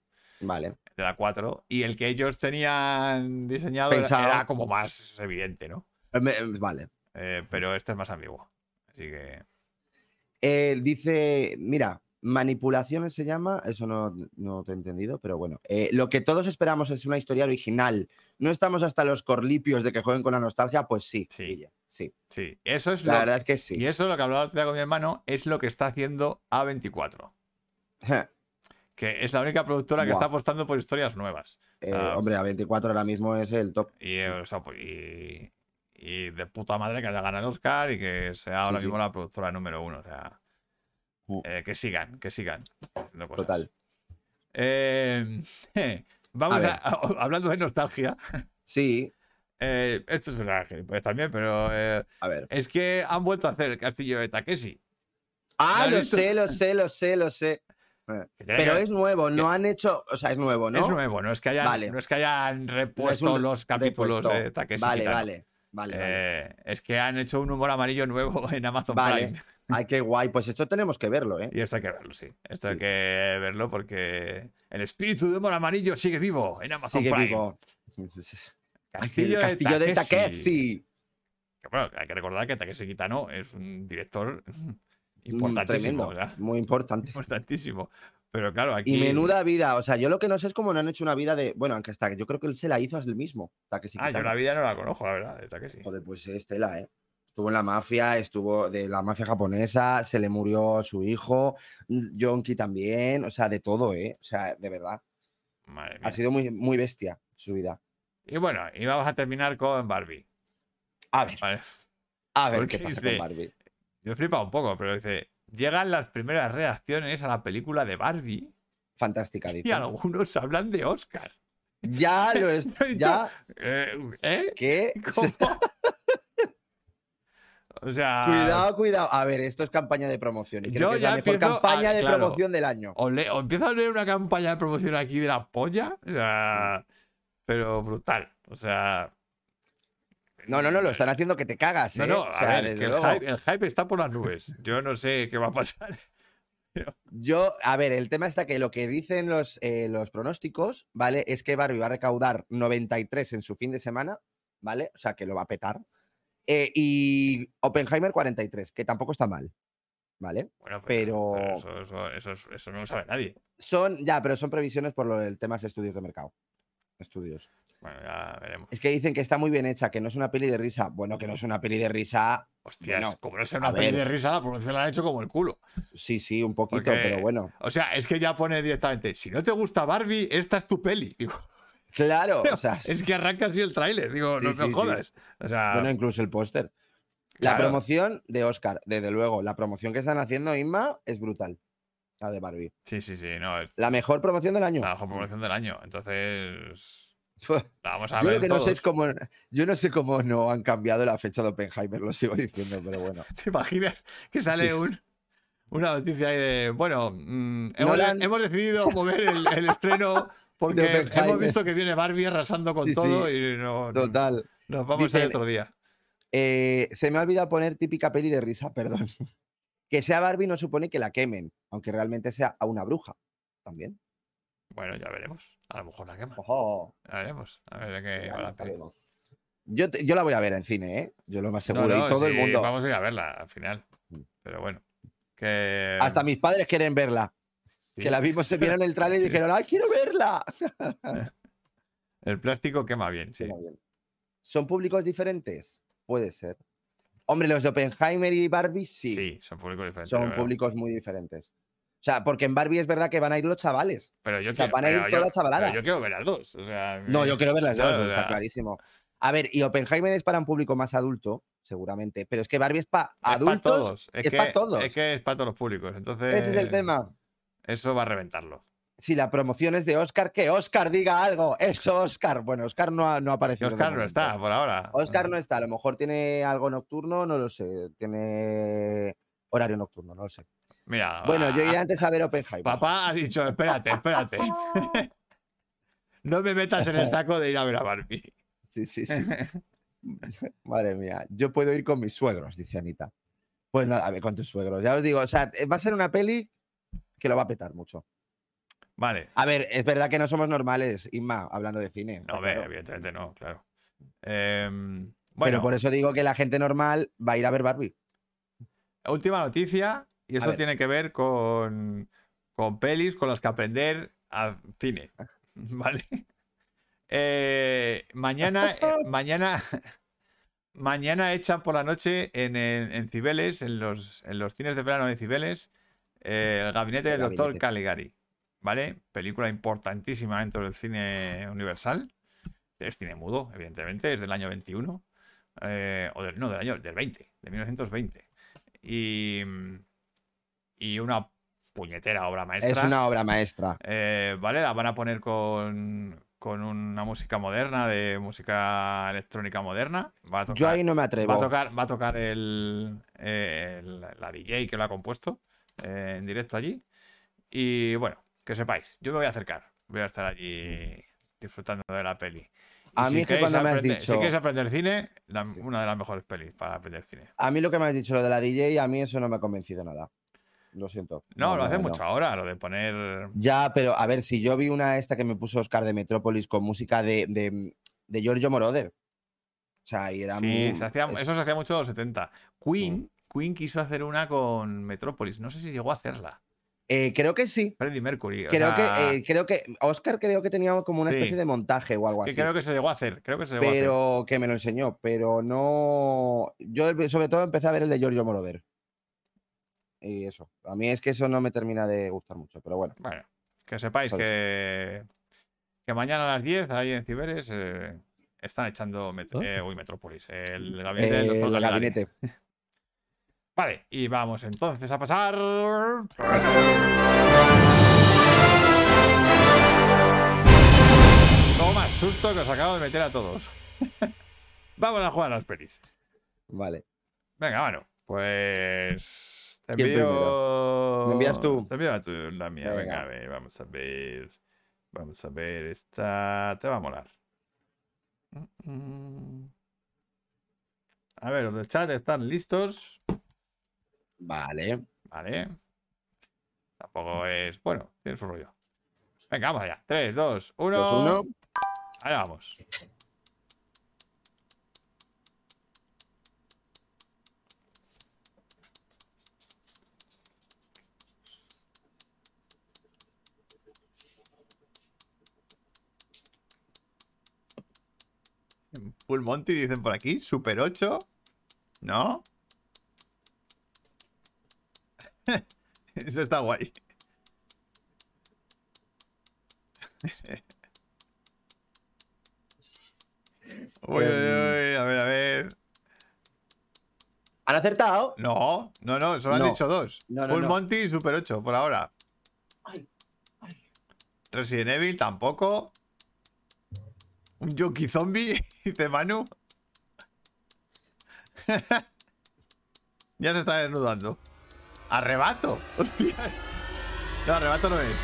Vale.
de la 4. Y el que ellos tenían diseñado era-
Pensado.
era como más evidente, ¿no?
Eh, me- eh, Vale.
Eh, pero este es más ambiguo. Así que.
Eh, dice, mira, manipulaciones se llama, eso no, no te he entendido, pero bueno. Eh, lo que todos esperamos es una historia original. No estamos hasta los corlipios de que jueguen con la nostalgia, pues sí.
Sí.
Guille, sí.
Sí. Eso es
La
lo.
verdad es que
Y
sí.
eso lo que hablaba el otro día con mi hermano es lo que está haciendo A24.
Eh,
Que es la única productora que
Buah.
está apostando por historias nuevas.
Eh,
Ah.
hombre, a 24 ahora mismo es el top.
Y, eh, o sea, pues, y- y de puta madre que haya ganado el Oscar y que sea ahora
Sí, sí.
mismo la productora número uno. O sea,
Mm.
eh, que sigan, que sigan haciendo cosas.
Total.
Eh, vamos
ver.
a, a- hablando de nostalgia.
Sí,
eh, esto es una gilipollez también, pero eh,
a ver.
es que han vuelto a hacer el castillo de Takeshi.
Ah,
has
lo
visto?
sé, lo sé, lo sé, lo sé.
que tenía
Pero
que-
es nuevo, no han hecho. O sea, es nuevo, ¿no?
es nuevo, no es que hayan,
Vale.
no es que hayan repuesto
un
los capítulos
repuesto.
de Takeshi.
Vale,
Kitano.
vale, vale, vale.
Eh, es que han hecho un humor amarillo nuevo en Amazon
Vale.
Prime.
Ay, qué guay. Pues esto tenemos que verlo, ¿eh?
Y esto hay que verlo, sí. Esto hay
Sí.
que verlo porque el espíritu de humor amarillo sigue vivo en Amazon
Sigue
Prime.
vivo.
Castillo,
el castillo de
Takeshi.
Takeshi.
Que, bueno, hay que recordar que Takeshi Kitano es un director
Mm,
importantísimo,
Tremendo.
¿verdad?
Muy importante.
Importantísimo. Pero claro, aquí. Ah,
Y menuda vida. O sea, yo lo que no sé es cómo no han hecho una vida de. Bueno, aunque hasta yo creo que él se la hizo a él mismo. Takeshi
Ah, yo
Kitano.
la vida no la conozco, la verdad, de Takeshi.
Joder, pues es tela, ¿eh? Estuvo en la mafia, estuvo de la mafia japonesa, se le murió su hijo, Yonki también, o sea, de todo, ¿eh? O sea, de verdad.
Madre mía.
Ha sido muy, muy bestia su vida.
Y bueno, y vamos a terminar con Barbie.
A ver,
Vale.
a ver
¿por
qué
qué
pasa
dice?
con Barbie.
Yo he flipado un poco, pero dice: llegan las primeras reacciones a la película de Barbie
Fantástica, dice.
y algunos hablan de Oscar.
Ya lo es.
Yo he dicho,
Ya,
Eh, ¿eh?
¿qué?
¿Cómo? o sea,
Cuidado, cuidado. A ver, esto es campaña de promoción. Y creo
Yo
que es la
ya
mejor
empiezo a-
campaña de
claro.
promoción del año.
o, le- o empiezo a leer una campaña de promoción aquí de la polla, o sea, pero brutal. O sea,
No, no, no, lo están haciendo que te cagas.
No,
¿eh?
no,
O
a
sea,
ver,
desde
que el
luego.
hype, el hype está por las nubes. Yo no sé qué va a pasar.
Yo, a ver, el tema está que lo que dicen los, eh, los pronósticos, ¿vale? Es que Barbie va a recaudar 93 en su fin de semana, ¿vale? O sea, que lo va a petar. Eh, y Oppenheimer 43, que tampoco está mal, ¿vale?
Bueno, pues,
Pero-
eso, eso- eso es- eso no lo sabe nadie.
Son, ya, pero son previsiones por lo del tema de estudios de mercado. Estudios.
Bueno, ya veremos.
Es que dicen que está muy bien hecha, que no es una peli de risa. Bueno, que no es una peli de risa,
Hostias,
Bueno,
como no sea una
a
peli
ver.
de risa, la producción la han hecho como el culo.
sí, sí, un poquito,
Porque-
pero bueno.
O sea, es que ya pone directamente: si no te gusta Barbie, esta es tu peli. Digo,
Claro, o sea,
es que arranca así el tráiler. Digo,
Sí,
no
sí,
me
sí.
jodas. O sea,
bueno, incluso el póster. La
Claro.
promoción de Oscar, desde luego. La promoción que están haciendo Inma es brutal. La de Barbie.
Sí, sí, sí, no, es
La mejor promoción del año.
Ah, la mejor promoción del año. Entonces, Vamos a
yo
ver.
lo que no sé
todos.
es cómo, yo no sé cómo no han cambiado la fecha de Oppenheimer, lo sigo diciendo, pero bueno.
¿Te imaginas que sale
Sí.
un, una noticia ahí de, bueno, mm, hemos,
Nolan-
hemos decidido mover el, el estreno
De
porque
Oppenheimer.
hemos visto que viene Barbie arrasando con
Sí, sí.
todo y no,
Total.
nos vamos a ir
Dicen-
otro día.
Eh, se me ha olvidado poner típica peli de risa, perdón. Que sea Barbie no supone que la quemen, aunque realmente sea a una bruja. También.
Bueno, ya veremos. A lo mejor la quema.
Ojo,
Ya veremos. A ver de qué
ya
va la
lo
peli.
sabemos. yo, te- yo la voy a ver en cine, ¿eh? Yo lo más
No,
seguro.
no,
y todo el
sí,
mundo.
Vamos a ir a verla al final.
Mm.
Pero bueno. Que,
Hasta mis padres quieren verla.
sí,
Que la vimos, se vieron el tráiler y dijeron, ¡ay, quiero verla!
El plástico quema bien, sí.
Suena bien. ¿Son públicos diferentes? Puede ser. Hombre, los de Oppenheimer y Barbie
Sí,
sí,
son públicos diferentes.
son
pero-
públicos muy diferentes. O sea, porque en Barbie es verdad que van a ir los chavales.
Pero yo
o sea,
quiero,
van a ir
pero
toda
yo-
la chavalada.
pero yo quiero ver las dos. o sea,
No, yo quiero ver las dos,
claro, o
está
sea,
clarísimo. A ver, y Oppenheimer es para un público más adulto, seguramente, pero es que Barbie es para
Es
adultos.
para todos. Es,
es
que,
pa' todos.
Es que es para todos los públicos. Entonces,
Ese es el tema.
Eso va a reventarlo.
Si la promoción es de Oscar, que Oscar diga algo. Es Oscar. Bueno, Oscar no ha, no ha
Que
aparecido. de
Oscar no
momento.
está por ahora.
Oscar no está. A lo mejor tiene algo nocturno, no lo sé. Tiene horario nocturno, no lo sé.
Mira.
Bueno, yo
ah,
iré antes a ver Oppenheimer.
Papá ha dicho, espérate, espérate. no me metas en el saco de ir a ver a Barbie.
Sí, sí, sí. Madre mía, yo puedo ir con mis suegros, dice Anita. Pues nada, a ver, con tus suegros. Ya os digo, o sea, eh, va a ser una peli que lo va a petar mucho.
Vale.
A ver, es verdad que no somos normales, Inma, hablando de cine. está
No, ve,
claro.
evidentemente no, claro. Em,
Pero
bueno,
por eso digo que la gente normal va a ir a ver Barbie.
última noticia, y
A
eso
ver.
tiene que ver con, con pelis con las que aprender a cine. ¿Vale? Eh, mañana, eh, mañana, mañana echan por la noche en, el- en Cibeles, en los, en los cines de verano de Cibeles, eh, el gabinete
El
del doctor
gabinete.
Caligari. ¿Vale? Película importantísima dentro del cine universal. Es cine mudo, evidentemente, es del año 21. eh, o del, no, del año del 20, de 1920. Y, y una puñetera obra maestra.
Es una obra maestra.
Eh, vale, la van a poner con, con una música moderna, de música electrónica moderna. Va a tocar,
Yo ahí no me
va a
atrevo.
tocar, va a tocar el, el- la DJ que lo ha compuesto eh, en directo allí. Y bueno, que sepáis, yo me voy a acercar. Voy a estar allí disfrutando de la peli. Y
A mí es que
queréis
cuando me has
aprender- si
dicho-
queréis aprender cine, la-
Sí.
una de las mejores pelis para aprender cine.
A mí lo que me has dicho, lo de la DJ, a mí eso no me ha convencido nada. Lo siento.
No, lo hacen
no.
mucho ahora, lo de poner.
Ya, pero a ver, si yo vi una esta que me puso Oscar de Metrópolis con música de, de, de Giorgio Moroder. O sea, y era
Sí,
muy-
se hacía-
es- Mm.
eso se hacía mucho en los 70. Queen, Queen quiso hacer una con Metrópolis. No sé si llegó a hacerla.
Eh, creo que sí.
Freddie Mercury. o
Creo
sea,
que, eh, creo que. Oscar creo que tenía como una
Sí.
especie de montaje o algo
que
así.
creo que se llegó a hacer. Creo que se llegó a hacer.
pero que me lo enseñó. Pero no. Yo el- sobre todo empecé a ver el de Giorgio Moroder. Y eso. A mí es que eso no me termina de gustar mucho, pero bueno.
Bueno, que sepáis
Pues-
que, que mañana a las 10, ahí en Ciberes, eh, están echando Met- eh, uy, Metrópolis. El gabinete del
Eh,
doctor
el
Caligari.
gabinete.
Vale, y vamos entonces a pasar. Toma susto que os acabo de meter a todos. vamos a jugar a las pelis.
Vale.
Venga, bueno, pues. Te
¿Quién
envío.
¿Me envías tú?
Te envío tú la mía. Venga.
Venga.
a ver, vamos a ver. Vamos a ver, esta te va a molar. Mm, mm. A ver, los del chat están listos.
Vale.
Vale. Tampoco es. Bueno, tiene su rollo. Venga, vamos allá. 3, 2, 1.
Dos, uno.
Allá vamos. Full Monty dicen por aquí, Super 8. ¿No? Eso está guay. Uy, uy, uy, a ver, a ver.
¿Han acertado?
No, no, no, solo han
No.
dicho dos.
No, no,
Full
no.
Monty y Super 8 por ahora. Resident Evil tampoco. Un yonki zombie, dice Manu. ya se está desnudando. Arrebato, hostias. No, arrebato no es.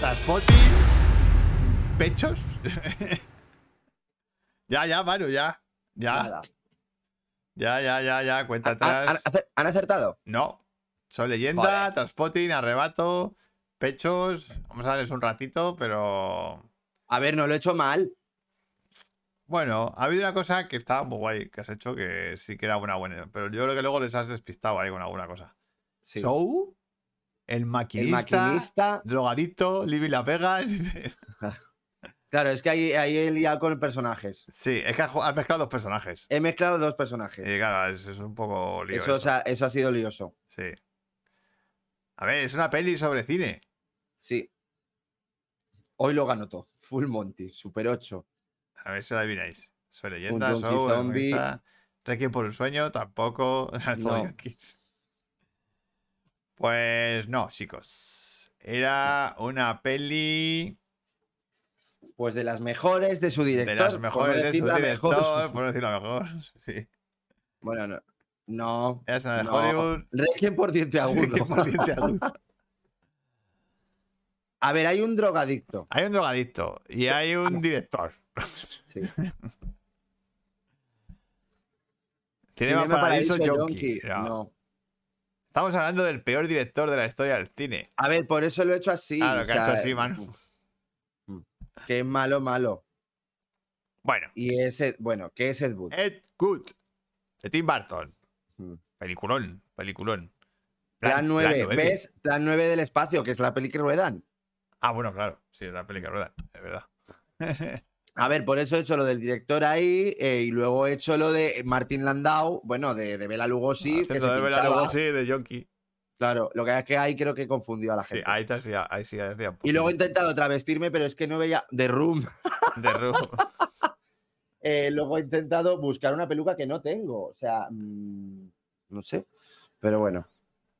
Transpoti. Pechos. ya, ya, Manu, ya. Ya,
Nada.
ya, ya, ya, ya. Cuenta
¿Han,
atrás.
acer- han acertado?
No. Son leyenda,
ah, Joder.
transpotting, arrebato, pechos. Vamos a darles un ratito, pero.
A ver, no lo he hecho mal.
Bueno, ha habido una cosa que estaba muy guay que has hecho que sí que era una buena. Pero yo creo que luego les has despistado ahí con alguna cosa.
Sí.
Show, el
el
maquinista,
maquinista.
drogadicto, Living Las Vegas.
Claro, es que ahí, ahí he liado con personajes.
sí, es que has ju- has mezclado dos personajes.
He mezclado dos personajes.
Y claro, es, es un poco Eh, lío.
eso,
eso.
o sea, eso ha sido lioso.
Sí. A ver, es una peli sobre cine.
Sí. Hoy lo ganó todo. Full Monty, Super 8.
A ver si lo adivináis. Soy leyenda,
yonki
soy
zombie.
Requiem por un sueño, tampoco. Todo
No.
yonkis. Pues no, chicos. Era una peli
Pues de las mejores de su
de
director.
las
por no
mejores de
decir
su
la
director,
mejor.
por no decir la mejor. Sí.
Bueno, no. No.
Era una de
No.
Hollywood.
Requiem por diente
Requiem por
agudo.
diente agudo.
A ver, hay un drogadicto.
Hay un drogadicto y hay un director.
Sí.
Cinema
Cinema
Paradiso
Paradiso
Yonki.
Yonki,
No.
no.
Estamos hablando del peor director de la historia del cine.
A ver, por eso lo he hecho así.
Claro,
o
que ha hecho
sea,
así, Manu.
Que es malo, malo.
Bueno,
Y ese, bueno, que es Ed Wood.
Ed Good de Tim Burton.
Mm.
Peliculón, peliculón.
Plan 9,
nueve.
¿ves? Plan 9 del espacio, que es la peli que ruedan.
Ah, bueno, claro. Sí, es la peli que rueda, es verdad.
A ver, por eso he hecho lo del director ahí eh, y luego he hecho lo de Martín Landau, bueno, de, de Bela Lugosi, que se
Haciendo Ah, de Bela
pinchaba.
Lugosi y de Yonki.
Claro, lo que es que ahí creo que confundió a la
Sí,
gente.
ahí, te has liado, ahí sí has liado un
y luego he
poquito.
intentado travestirme, pero es que no veía The Room.
De Ru-
Eh, luego he intentado buscar una peluca que no tengo, o sea, mm, no sé, pero bueno.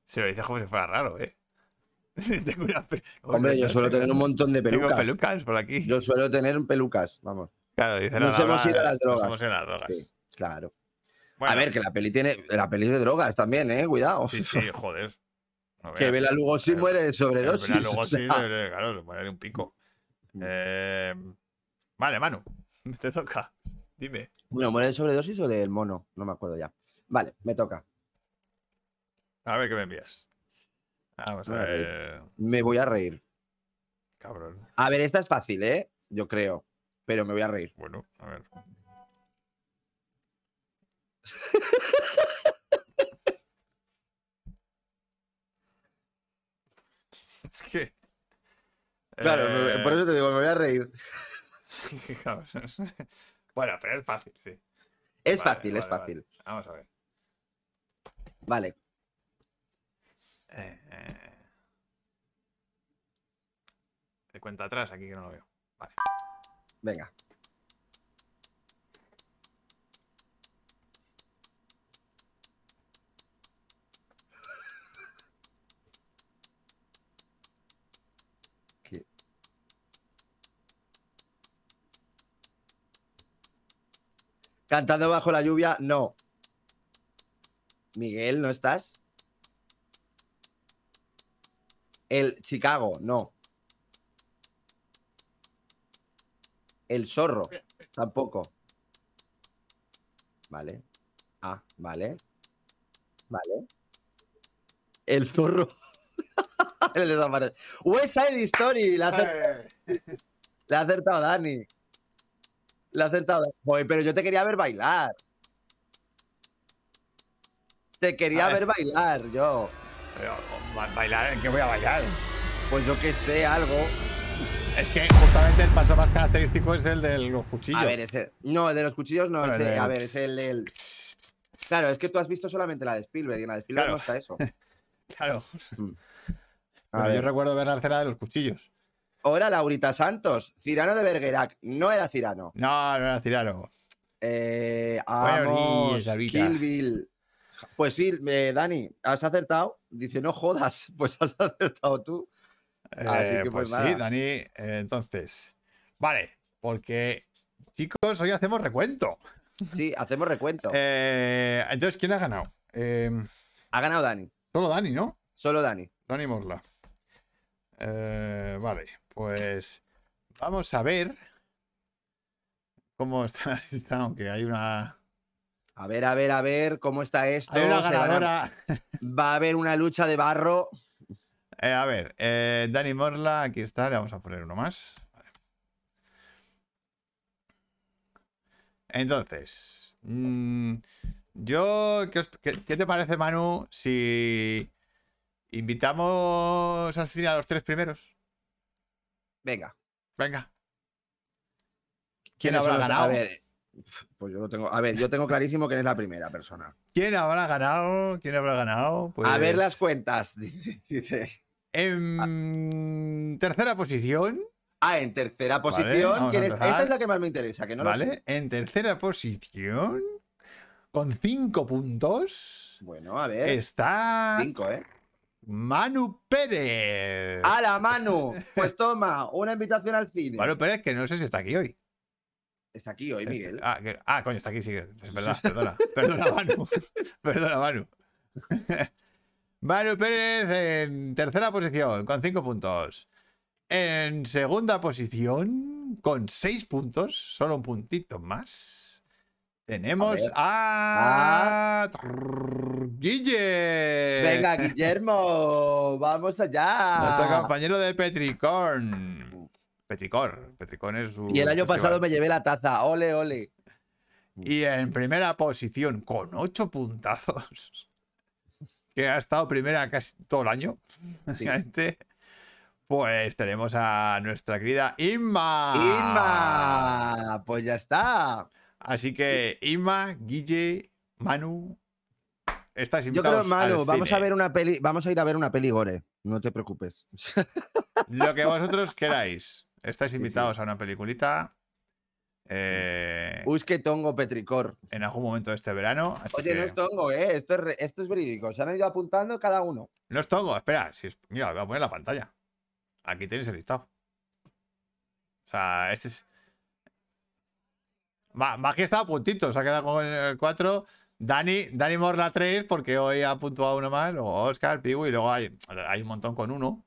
Se lo dices como si fuera raro, ¿eh? Tengo una pe-
Hombre, yo
Tengo-
suelo tener un montón de
Tengo
pelucas.
pelucas por aquí.
Yo suelo tener pelucas, vamos.
Claro, dicen
Nos hemos ido a las drogas.
Nos hemos ido a las drogas.
Sí, claro.
Bueno,
A ver, que la peli tiene, la peli es de drogas también, eh, cuidado.
Sí, sí, joder. No
Que
veas.
Bela Lugosi
Pero-
muere de
Pero
sobredosis.
Bela Lugosi,
o sea,
eh, claro, se muere de un pico.
Mm.
Eh, vale, Manu, te toca. Dime.
Bueno, ¿muere de sobredosis o del mono? No me acuerdo ya. Vale, me toca.
A ver qué me envías. Vamos a
Vale.
ver.
Me voy a reír.
Cabrón.
A ver, esta es fácil, ¿eh? Yo creo. Pero me voy a reír.
Bueno, a ver. es que.
Claro, me-
eh,
por eso te digo, me voy a reír.
qué cabrón. bueno, pero es fácil, sí.
Es
Vale,
fácil, es
vale,
fácil.
vale. Vamos a ver.
Vale.
Eh, eh. De cuenta atrás, aquí que no lo veo.
venga. ¿Qué? Cantando bajo la lluvia, no. Miguel, ¿no estás? El Chicago, no. El zorro. Tampoco. Vale. Ah, vale. Vale. El zorro. El desaparece. West Side Story. La, acer-
Eh.
la ha acertado Dani. La ha acertado. Joder, pero yo te quería ver bailar. Te quería
A ver.
ver bailar yo.
Pero, o, ba- bailar, ¿en qué voy a bailar?
Pues yo que sé, algo.
Es que justamente el paso más característico es el de los cuchillos.
A ver, ese. No, el de los cuchillos no
Bueno, el
sé.
del-
A ver, es el del. Claro, es que tú has visto solamente la de Spielberg y en la de Spielberg
Claro.
no está eso.
Claro.
A
Bueno, yo
ver.
recuerdo ver la escena de los cuchillos.
Ahora Laurita Santos, Cirano de Bergerac, no era Cirano.
No, no era Cirano.
Eh,
Bueno,
vamos,
Liz, Laurita.
Kill Bill. Pues sí, eh, Dani, has acertado. Dice, no jodas, pues has acertado tú. Así
Eh,
que,
pues
pues,
sí,
nada.
Dani. eh, entonces, Vale, porque chicos, hoy hacemos recuento.
Sí, hacemos recuento.
Eh, entonces, ¿quién ha ganado? Eh,
Ha ganado Dani.
solo Dani, ¿no?
Solo Dani.
Dani Morla. Eh, vale, pues vamos a ver cómo está la lista, aunque hay una,
A ver, a ver, a ver cómo está esto.
hay una
Se van a-
ganadora.
Va a haber una lucha de barro.
Eh, a ver, eh, Dani Morla, aquí está, le vamos a poner uno más. Vale. Entonces, mm, yo, ¿qué, os- qué- qué te parece, Manu, si invitamos al cine a los tres primeros?
Venga.
Venga. ¿Quién
¿quiénes
habrá
son los-
ganado?
A ver. Pues yo lo tengo. A ver, yo tengo clarísimo quién es la primera persona.
¿Quién habrá ganado? ¿Quién habrá ganado? Pues,
A ver las cuentas. dice- dice.
En tercera posición,
Ah, en tercera posición.
vamos a
¿quién es?
empezar.
Esta es la que más me interesa, que no lo sé.
¿vale? En tercera posición, con cinco puntos,
Bueno, a ver.
está
Cinco, Ah, ¿eh?
Manu Pérez.
¡A la mano! Pues toma, una invitación al cine.
Manu Pérez, que no sé si está aquí hoy.
Está aquí hoy,
Este-
Eh, Miguel.
ah, que- ah, coño, está aquí, sí. que- Es verdad, perdona. Perdona, Manu. perdona, Manu. Manu Pérez en tercera posición, con cinco puntos. En segunda posición, con seis puntos, solo un puntito más. Tenemos a, Trrr, Guille.
Ah. Venga, Guillermo, vamos
Nuestro
allá.
compañero de Petricorn. Petricor. Petricor es un
Y el año
festival.
pasado me llevé la taza. Ole, ole.
Y en primera posición, con ocho puntazos, que ha estado primera casi todo el año, básicamente, pues tenemos a nuestra querida Inma. Ah.
Inma, pues ya está.
Así que Inma, Guille, Manu, estás
Yo creo,
invitados
Manu,
al
vamos a
cine.
ver una peli, vamos a ir a ver una peli gore. No te preocupes.
Lo que vosotros queráis. Estáis
sí.
invitados a una peliculita. eh,
Uy, que tongo Petricor.
en algún momento de este verano. así
Oye, no
que-
es tongo, ¿eh? Esto es, re- esto es verídico. Se han ido apuntando cada uno.
No es todo, espera. si es- Mira, voy a poner la pantalla. Aquí tenéis el listado. O sea, este es. Ma- Magi estaba a puntitos, ha quedado con 4. Dani, Dani Morla 3, porque hoy ha puntuado uno más. Luego Oscar, Pigu, y luego hay, hay un montón con uno.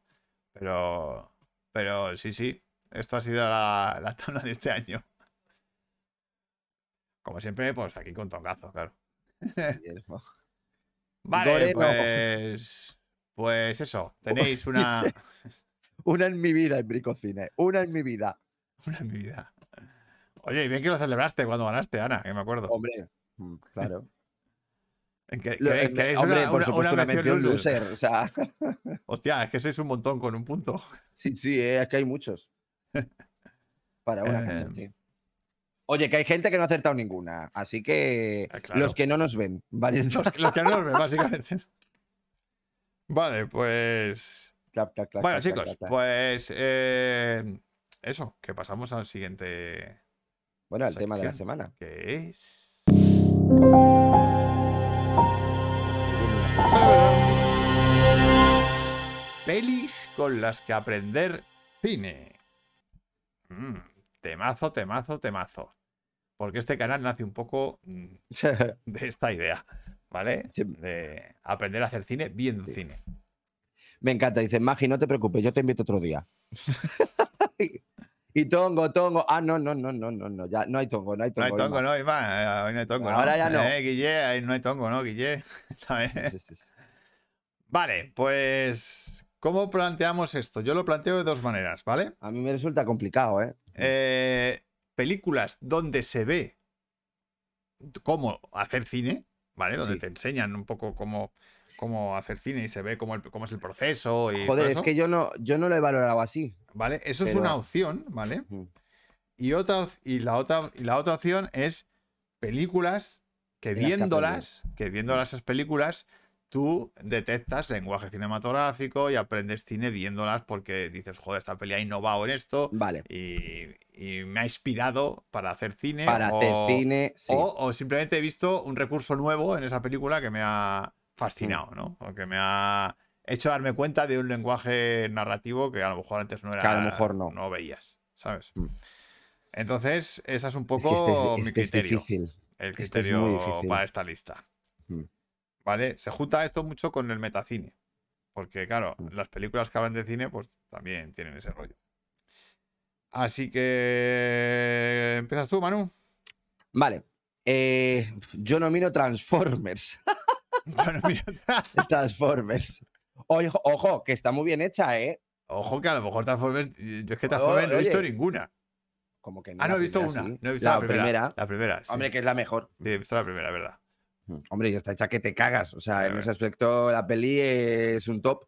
Pero. Pero sí, sí. Esto ha sido la, la tabla de este año. Como siempre, pues aquí con tongazo, claro.
Guillermo.
Vale,
Gore no.
pues. Pues eso, tenéis una.
Una en mi vida en Bricocine. Una en mi vida.
Una en mi vida. Oye, y bien que lo celebraste cuando ganaste, Ana, que me acuerdo.
Hombre. Mm, Claro.
Que- que-
Lo-
que
eh, me-
eres
hombre,
una-
por
una-
supuesto,
una
una
mención
mención
loser.
loser, O sea,
Hostia, es que sois un montón con un punto.
sí, sí, eh, es que hay muchos. Para una canción,
Em.
sí. Oye, que hay gente que no ha acertado ninguna. Así que
Ah, claro.
los que no nos ven, vayan.
Los, los que no nos ven, básicamente. Vale, pues.
Clap, clap, clap,
Bueno,
clap, clap,
chicos,
clap, clap.
pues. eh, eso, que pasamos al siguiente.
Bueno, el tema de la
sección,
semana.
Que es. Pelis con las que aprender cine. Mm, temazo, temazo, temazo. Porque este canal nace un poco mm, de esta idea, ¿vale?
Sí.
De aprender a hacer cine viendo
Sí.
cine.
Me encanta. Dice, Magi, no te preocupes, yo te invito otro día. y tongo, tongo. Ah, no, no, no, no, no, no. Ya no hay tongo, no hay
No
tongo.
hay tongo,
Inma.
¿no, Iván? Eh, Hoy no hay tongo, ¿no?
Ahora ya no.
Eh, Guille, ahí no hay tongo, ¿no, Guille? ¿Sabes?
Sí, sí, sí.
Vale, pues... ¿Cómo planteamos esto? Yo lo planteo de dos maneras, ¿vale?
A mí me resulta complicado, ¿eh?
Eh, películas donde se ve cómo hacer cine, ¿vale? Donde
Sí.
te enseñan un poco cómo, cómo hacer cine y se ve cómo, el- cómo es el proceso y todo
Joder, es
eso,
que yo no, yo no lo he valorado así.
¿vale? Eso es
pero-
una opción, ¿vale?
Ujú.
Y, otra, op- y, la otra, y la otra opción es películas que
En las que
viéndolas, que viéndolas esas películas, tú detectas lenguaje cinematográfico y aprendes cine viéndolas porque dices, joder, esta peli ha innovado en esto,
Vale.
y, y me ha inspirado para hacer cine.
Para
Eh, o,
hacer cine, sí.
O, o simplemente he visto un recurso nuevo en esa película que me ha
Mm.
fascinado, ¿no? O que me ha hecho darme cuenta de un lenguaje narrativo que a lo mejor antes no era.
Que a lo mejor no.
No veías, ¿sabes?
Mm.
Entonces, esa es un
Es que este-
poco
este
mi
es
criterio.
difícil.
el
que este es muy
criterio
difícil.
para esta lista.
Mm.
¿Vale? Se junta esto mucho con el metacine. Porque, claro,
Mm.
las películas que hablan de cine, pues también tienen ese rollo. Así que. ¿Empiezas tú, Manu?
Vale. Eh, yo nomino Transformers.
Bueno, mira,
Transformers. Ojo, ojo, que está muy bien hecha, ¿eh?
Ojo que a lo mejor Transformers. eh, Yo es que Transformers no he visto
oye.
ninguna.
Como que
Ah, no he
la
visto
primera
una.
sí.
No he visto
la,
la, primera.
primera.
La primera. Sí.
Hombre, que es la mejor.
Sí, he visto la primera, ¿verdad? Mm.
Hombre, y está hecha que te cagas. O sea,
Ya
en
ves.
ese aspecto la peli es un top.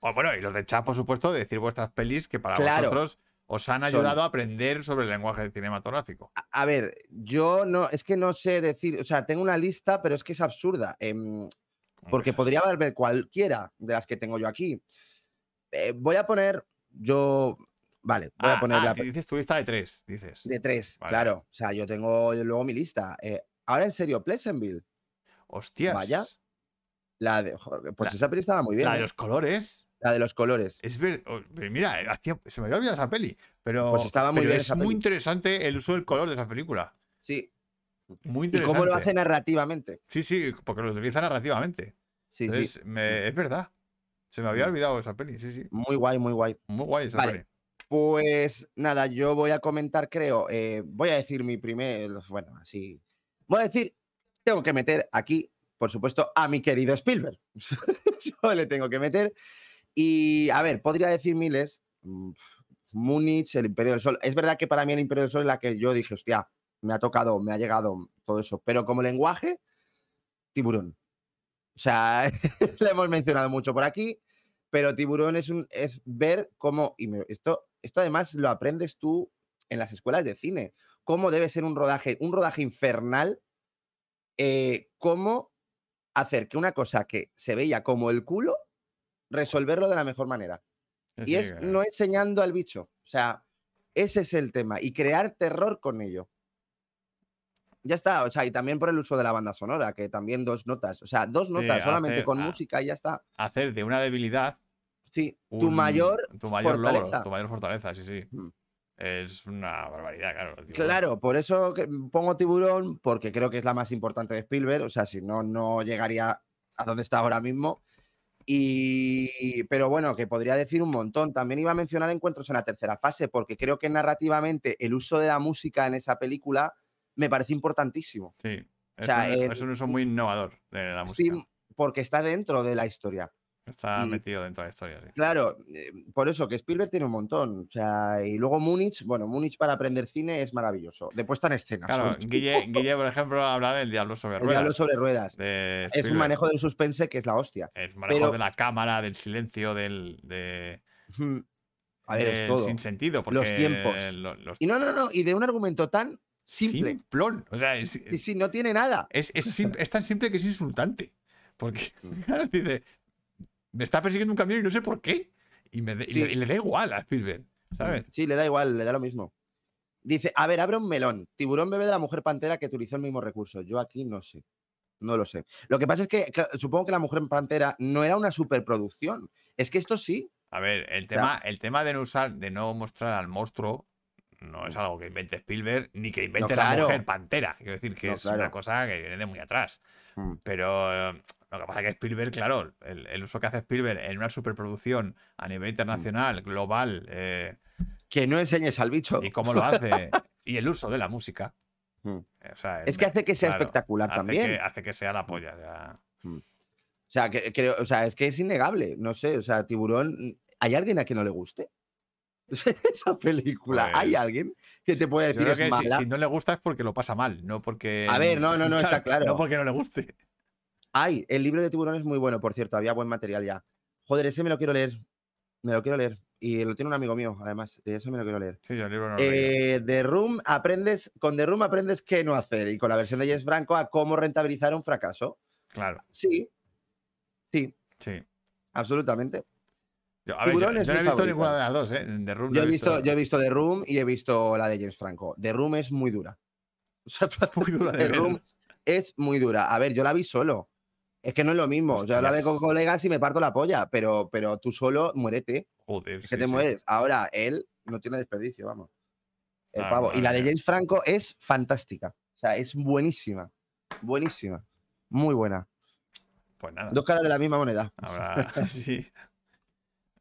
O, bueno, y los de chat, por supuesto, decir vuestras pelis que para
Claro.
vosotros os han
Son- Ah,
ayudado a aprender sobre el lenguaje cinematográfico.
A- A ver, yo no, es que no sé decir, o sea, tengo una lista, pero es que es absurda, em,
Mm.
porque
Hombre,
podría haberme cualquiera de las que tengo yo aquí. Eh, voy a poner, yo, vale, voy
Ah,
a poner
ah,
la
que dices tu lista de tres, dices.
de tres,
Vale.
claro, o sea, yo tengo luego mi lista. Eh, ahora en serio, Pleasantville,
Hostias.
Vaya, la de, joder, pues
La-
esa peli estaba muy bien,
La
¿eh?
de los colores.
La de los colores.
Es ver- o- pero Mira, eh, hacía- se me había olvidado esa peli. Pero,
Pues estaba muy
pero
bien
es
esa
muy
peli.
interesante el uso del color de esa película.
Sí,
Muy
y
interesante.
cómo lo hace narrativamente.
Sí, sí, porque lo utiliza narrativamente.
Sí, sí, Mm.
Entonces, me- es verdad. Se me había olvidado esa peli, sí, sí.
muy guay, muy guay.
Muy guay esa
Vale.
peli.
Pues nada, yo voy a comentar, creo, eh, voy a decir mi primer, bueno, así, voy a decir, tengo que meter aquí, por supuesto, a mi querido Spielberg. yo le tengo que meter. Y, a ver, podría decir miles, mm, Múnich, el Imperio del Sol. Es verdad que para mí el Imperio del Sol es la que yo dije, hostia, me ha tocado, me ha llegado todo eso, pero como lenguaje, tiburón. O sea, lo hemos mencionado mucho por aquí pero tiburón es, un, es ver cómo, y me- esto, esto además lo aprendes tú en las escuelas de cine, cómo debe ser un rodaje, un rodaje infernal, eh, cómo hacer que una cosa que se veía como el culo, resolverlo de la mejor manera.
Sí, eh.
Y
sí,
es
que-
no enseñando al bicho, o sea, ese es el tema, y crear terror con ello. Ya está, o sea, y también por el uso de la banda sonora, que también dos notas, o sea, dos notas solamente
hacer-
con
ah.
música y ya está.
Hacer de una debilidad
Sí, tu
un-
mayor
tu mayor logro,
fortaleza.
tu mayor fortaleza, sí, sí.
Mm.
Es una barbaridad, claro. digo,
Claro, por eso que pongo Tiburón, porque creo que es la más importante de Spielberg. O sea, si no, no llegaría a donde está ahora mismo. Y, pero bueno, que podría decir un montón. También iba a mencionar Encuentros en la tercera fase, porque creo que narrativamente el uso de la música en esa película me parece importantísimo.
Sí. Es,
sea,
un,
el-
es un uso muy innovador de la
Sí, mm,
música.
porque está dentro de la historia.
Está
y-
metido dentro de la historia, sí.
Claro, eh, por eso que Spielberg tiene un montón. O sea, y luego Múnich, bueno, Múnich para aprender cine es maravilloso. De puesta en escena.
Claro,
sobre todo.
Guille, Guille, por ejemplo, habla del Diablo sobre
El
ruedas.
diablo sobre ruedas.
de
Es un
Spielberg.
manejo del suspense que es la hostia.
El manejo
pero-
de la cámara, del silencio, del, de,
A ver, es
del
todo.
sinsentido. Porque
Los tiempos.
lo- los-
Y no, no, no, y de un argumento tan. simple.
Simplón. O sea, es,
Sí, sí, no tiene nada.
es- es sim- es tan simple que es insultante. Porque, claro, dice, me está persiguiendo un camión y no sé por qué. Y, me de- y
Sí.
le, y le da igual a Spielberg, ¿sabes?
Sí, le da igual, le da lo mismo. Dice, a ver, abre un melón. Tiburón bebé de la mujer pantera que utilizó el mismo recurso. Yo aquí no sé. No lo sé. Lo que pasa es que cla- supongo que la mujer pantera no era una superproducción. Es que esto sí.
A ver, el
O sea-
tema, el tema de no usar, de no mostrar al monstruo, no es algo que invente Spielberg, ni que invente la
claro.
mujer pantera. Quiero decir que
No,
es una
claro.
cosa que viene de muy atrás.
Mm.
Pero eh, lo que pasa es que Spielberg, claro, el, el uso que hace Spielberg en una superproducción a
Mm.
nivel internacional, global, eh,
Que no enseñes al bicho.
y cómo lo hace, y el uso de la música.
Mm.
eh, o sea,
Es que hace que sea
claro,
espectacular
hace
también.
que- hace que sea la polla. ya.
O sea, que, creo- o sea, es que es innegable. No sé, o sea, Tiburón, mm, ¿hay alguien a quien no le guste? Esa película, ¿hay
Pues,
alguien que te pueda
Yo
decir
creo
es
que si-
mala?
si, no le gusta es porque lo pasa mal, no porque.
A ver, no, no, no, está claro.
No porque no le guste.
Ay, el libro de Tiburón es muy bueno, por cierto, había buen material ya. Joder, ese me lo quiero leer. Me lo quiero leer. Y lo tiene un amigo mío, además. y Ese me lo quiero leer.
Sí, yo el libro no lo he leído.
Eh, The Room aprendes, con The Room aprendes qué no hacer. Y con la versión de Jess Franco a cómo rentabilizar un fracaso.
Claro,
Sí. Sí,
sí.
absolutamente.
Yo, a ver, yo,
Tiburón es
yo no he
mi
visto
favorita.
ninguna de las dos, ¿eh? De Room no
Yo he visto, yo he
nada.
visto The Room y he visto la de James Franco. The Room es muy dura. O sea,
Muy dura de
The
ver.
Room es muy dura. A ver, yo la vi solo. Es que no es lo mismo. Yo la veo con
Hostias.
colegas y me parto la polla, pero, pero tú solo muérete.
Joder,
Es que
sí,
te
sí.
mueres. Ahora él no tiene desperdicio, vamos. el
Ah,
pavo. Y la de
madre.
James Franco es fantástica. O sea, es buenísima. Buenísima. Muy buena.
Pues nada.
Dos caras de la misma moneda.
Habrá. sí.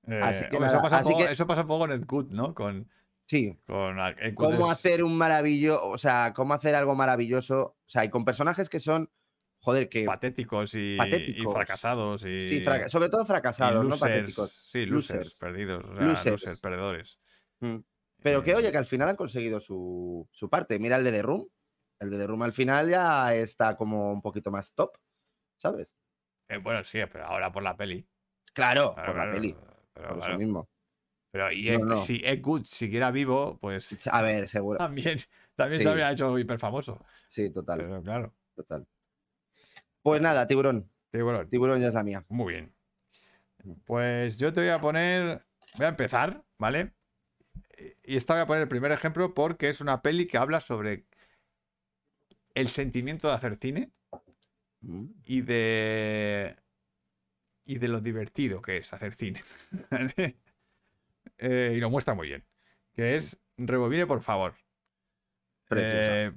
Eh,
Así que
hombre, eso,
nada,
pasa un
así
poco,
que-
eso pasa un poco en Ed Good, ¿no? Con,
Sí.
con a- Ed Good
¿Cómo
es-
hacer un maravilloso, o sea, cómo hacer algo maravilloso? O sea, y con personajes que son, joder, que...
patéticos y, y
Patéticos.
fracasados y,
sí, fraca- sobre todo
y
fracasados, no
eh, losers,
patéticos.
Sí, losers,
Losers.
perdidos, o sea, losers.
Losers.
perdedores.
Mm. Pero que
Eh,
oye, que al final han conseguido su, su parte. Mira el de The Room. El de The Room al final ya está como un poquito más top, ¿sabes?
eh, bueno, sí, pero ahora por la peli.
Claro,
Claro,
por la
claro,
peli.
pero
Por eso
claro.
mismo.
Pero y
No,
Ed-
no.
si Ed Good siguiera vivo, pues
A ver, seguro.
también, también
Sí.
se habría hecho hiperfamoso.
Sí, total,
Pero claro.
total. Pues nada, tiburón.
Sí, bueno,
Tiburón ya es la mía.
Muy bien.
Mm.
Pues yo te voy a poner. Voy a empezar, ¿vale? Y esta voy a poner el primer ejemplo porque es una peli que habla sobre el sentimiento de hacer cine
Mm.
y de. y de lo divertido que es hacer cine. ¿vale? Eh, y lo muestra muy bien. Que es Rebobine, por favor.
Preciosa.
Eh,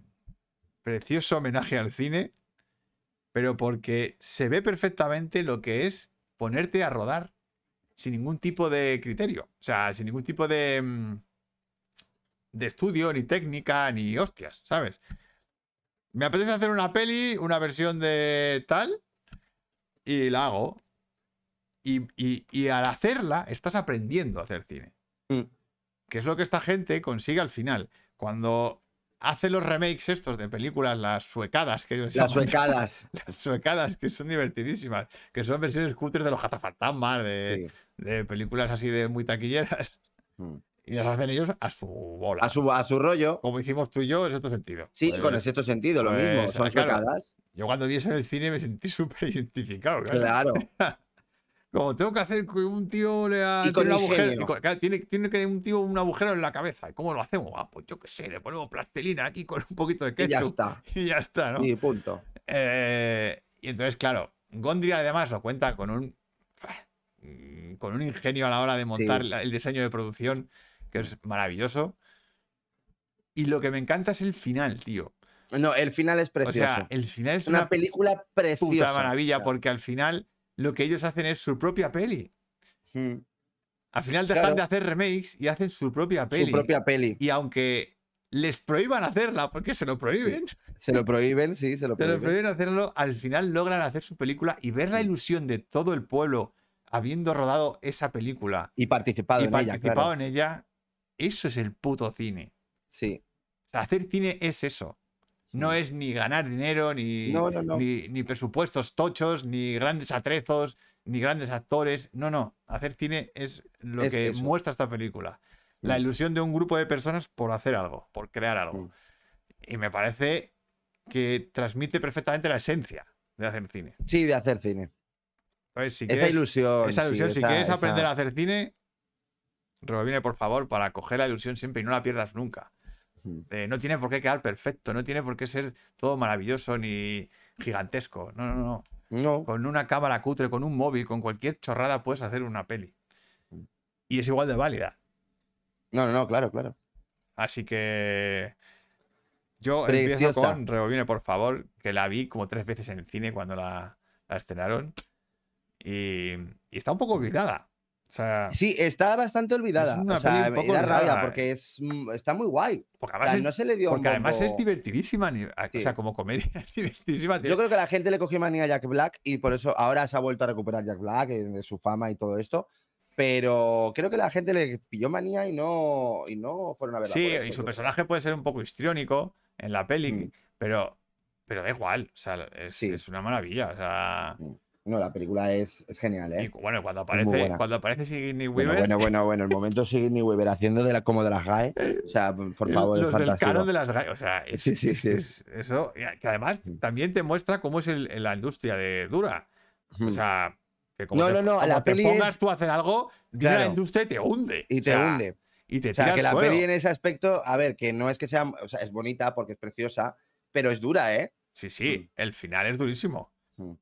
precioso homenaje al cine, pero porque se ve perfectamente lo que es ponerte a rodar sin ningún tipo de criterio. O sea, sin ningún tipo de. mm, de estudio, ni técnica, ni hostias, ¿sabes? Me apetece hacer una peli, una versión de tal, y la hago. Y, y- y al hacerla, estás aprendiendo a hacer cine.
Mm.
Que es lo que esta gente consigue al final. Cuando hace los remakes estos de películas, las suecadas, que ellos
Las
llaman,
suecadas.
las suecadas, que son divertidísimas, que son versiones cutres de los cazafantasmas, de,
sí.
de películas así de muy taquilleras,
Mm.
y las hacen ellos a su bola.
A su, a su rollo.
Como hicimos tú y yo, en cierto sentido.
Sí,
Pues,
con el sexto sentido, lo mismo.
pues,
Son
claro.
suecadas.
Yo cuando vi eso en el cine me sentí súper identificado. claro.
Claro.
Como tengo que hacer que un tío le ha-
Y con
tiene un agujero.
ingenio.
y con- claro, tiene, tiene que un tío un agujero en la cabeza. ¿Y ¿Cómo lo hacemos? Ah, pues yo qué sé, le ponemos plastilina aquí con un poquito de
Y
ketchup.
ya está.
Y ya está, ¿no?
Y punto.
Eh, y entonces, claro, Gondry además lo cuenta con un mm, con un ingenio a la hora de montar
Sí.
la- el diseño de producción, que es maravilloso. Y lo que me encanta es el final, tío.
No, el final es
O
precioso.
sea, el final es
una,
una,
película
puta
preciosa.
maravilla,
O sea,
porque al final lo que ellos hacen es su propia peli.
mm,
Al final dejan
Claro.
de hacer remakes y hacen su propia peli.
Su propia peli.
Y aunque les prohíban hacerla, porque se lo prohíben,
Se lo prohíben, sí, se lo
Pero
prohíben.
prefieren hacerlo, al final logran hacer su película y ver la
Mm.
ilusión de todo el pueblo habiendo rodado esa película
Y participado
y
en
participado
ella, claro.
en ella, eso es el puto cine.
Sí.
O sea, hacer cine es eso. No es ni ganar dinero, ni,
Mm. No, no, no.
ni, ni presupuestos tochos, ni grandes atrezos, ni grandes actores. No, no. Hacer cine es lo
Es
que
eso.
muestra esta película. La
Mm.
ilusión de un grupo de personas por hacer algo, por crear algo.
Mm.
Y me parece que transmite perfectamente la esencia de hacer cine.
Sí, de hacer cine.
Entonces, si
Esa
quieres-
ilusión.
esa
sí,
ilusión, si
esa-
quieres aprender
esa-
a hacer cine, rebobine por favor para coger la ilusión siempre y no la pierdas nunca.
Mm.
Eh, no tiene por qué quedar perfecto, no tiene por qué ser todo maravilloso ni gigantesco. No, no, no.
No.
Con una cámara cutre, con un móvil, con cualquier chorrada puedes hacer una peli.
Mm.
Y es igual de válida.
no, no, no, claro, claro.
Así que yo empiezo
Preciosa.
con Rebobine, por favor, que la vi como tres veces en el cine cuando la, la estrenaron. Y, y está un poco olvidada. O sea,
Sí, está bastante olvidada.
Es una
o sea,
peli un
me
poco
da
olvidada,
rabia
eh.
porque es, mm, está muy guay.
porque
O
además
sea,
es
no se le dio un
Porque además es
bombo.
divertidísima. ni- a- O
Sí.
sea, como comedia es divertidísima.
Yo creo que la gente le cogió manía a Jack Black y por eso ahora se ha vuelto a recuperar Jack Black eh, de su fama y todo esto. Pero creo que la gente le pilló manía y no, y no fueron a verla.
sí,
por eso,
y su
yo-
personaje puede ser un poco histriónico en la peli,
Mm.
pero, pero da igual. O sea, es,
Sí.
es una maravilla. O sea,
Mm. No, la película es, es genial,
y
¿eh?
cu- bueno, cuando
muy
aparece,
buena.
cuando aparece Sigourney
Bueno,
Weaver,
bueno, bueno, bueno, el momento Sidney Weaver haciendo de la, como de las GAE. O sea, por
el-
favor, es
los del
fantástico.
canon de las gallas. O sea, es,
Sí, sí, Mm. sí.
es- eso. y a- Que además también te muestra cómo es el- la industria de dura. O
Mm.
sea, que como
No,
te,
no, no, a
como
la
te
peli
pongas
es-
tú a hacer algo, viene la
Claro.
industria y te hunde.
y
o
te
sea,
hunde.
Y te
O sea,
tira
que
al
la
suelo.
peli en ese aspecto, a ver, que no es que sea, o sea, es bonita porque es preciosa, pero es dura, ¿eh?
Sí, sí, el final es durísimo.
Mm.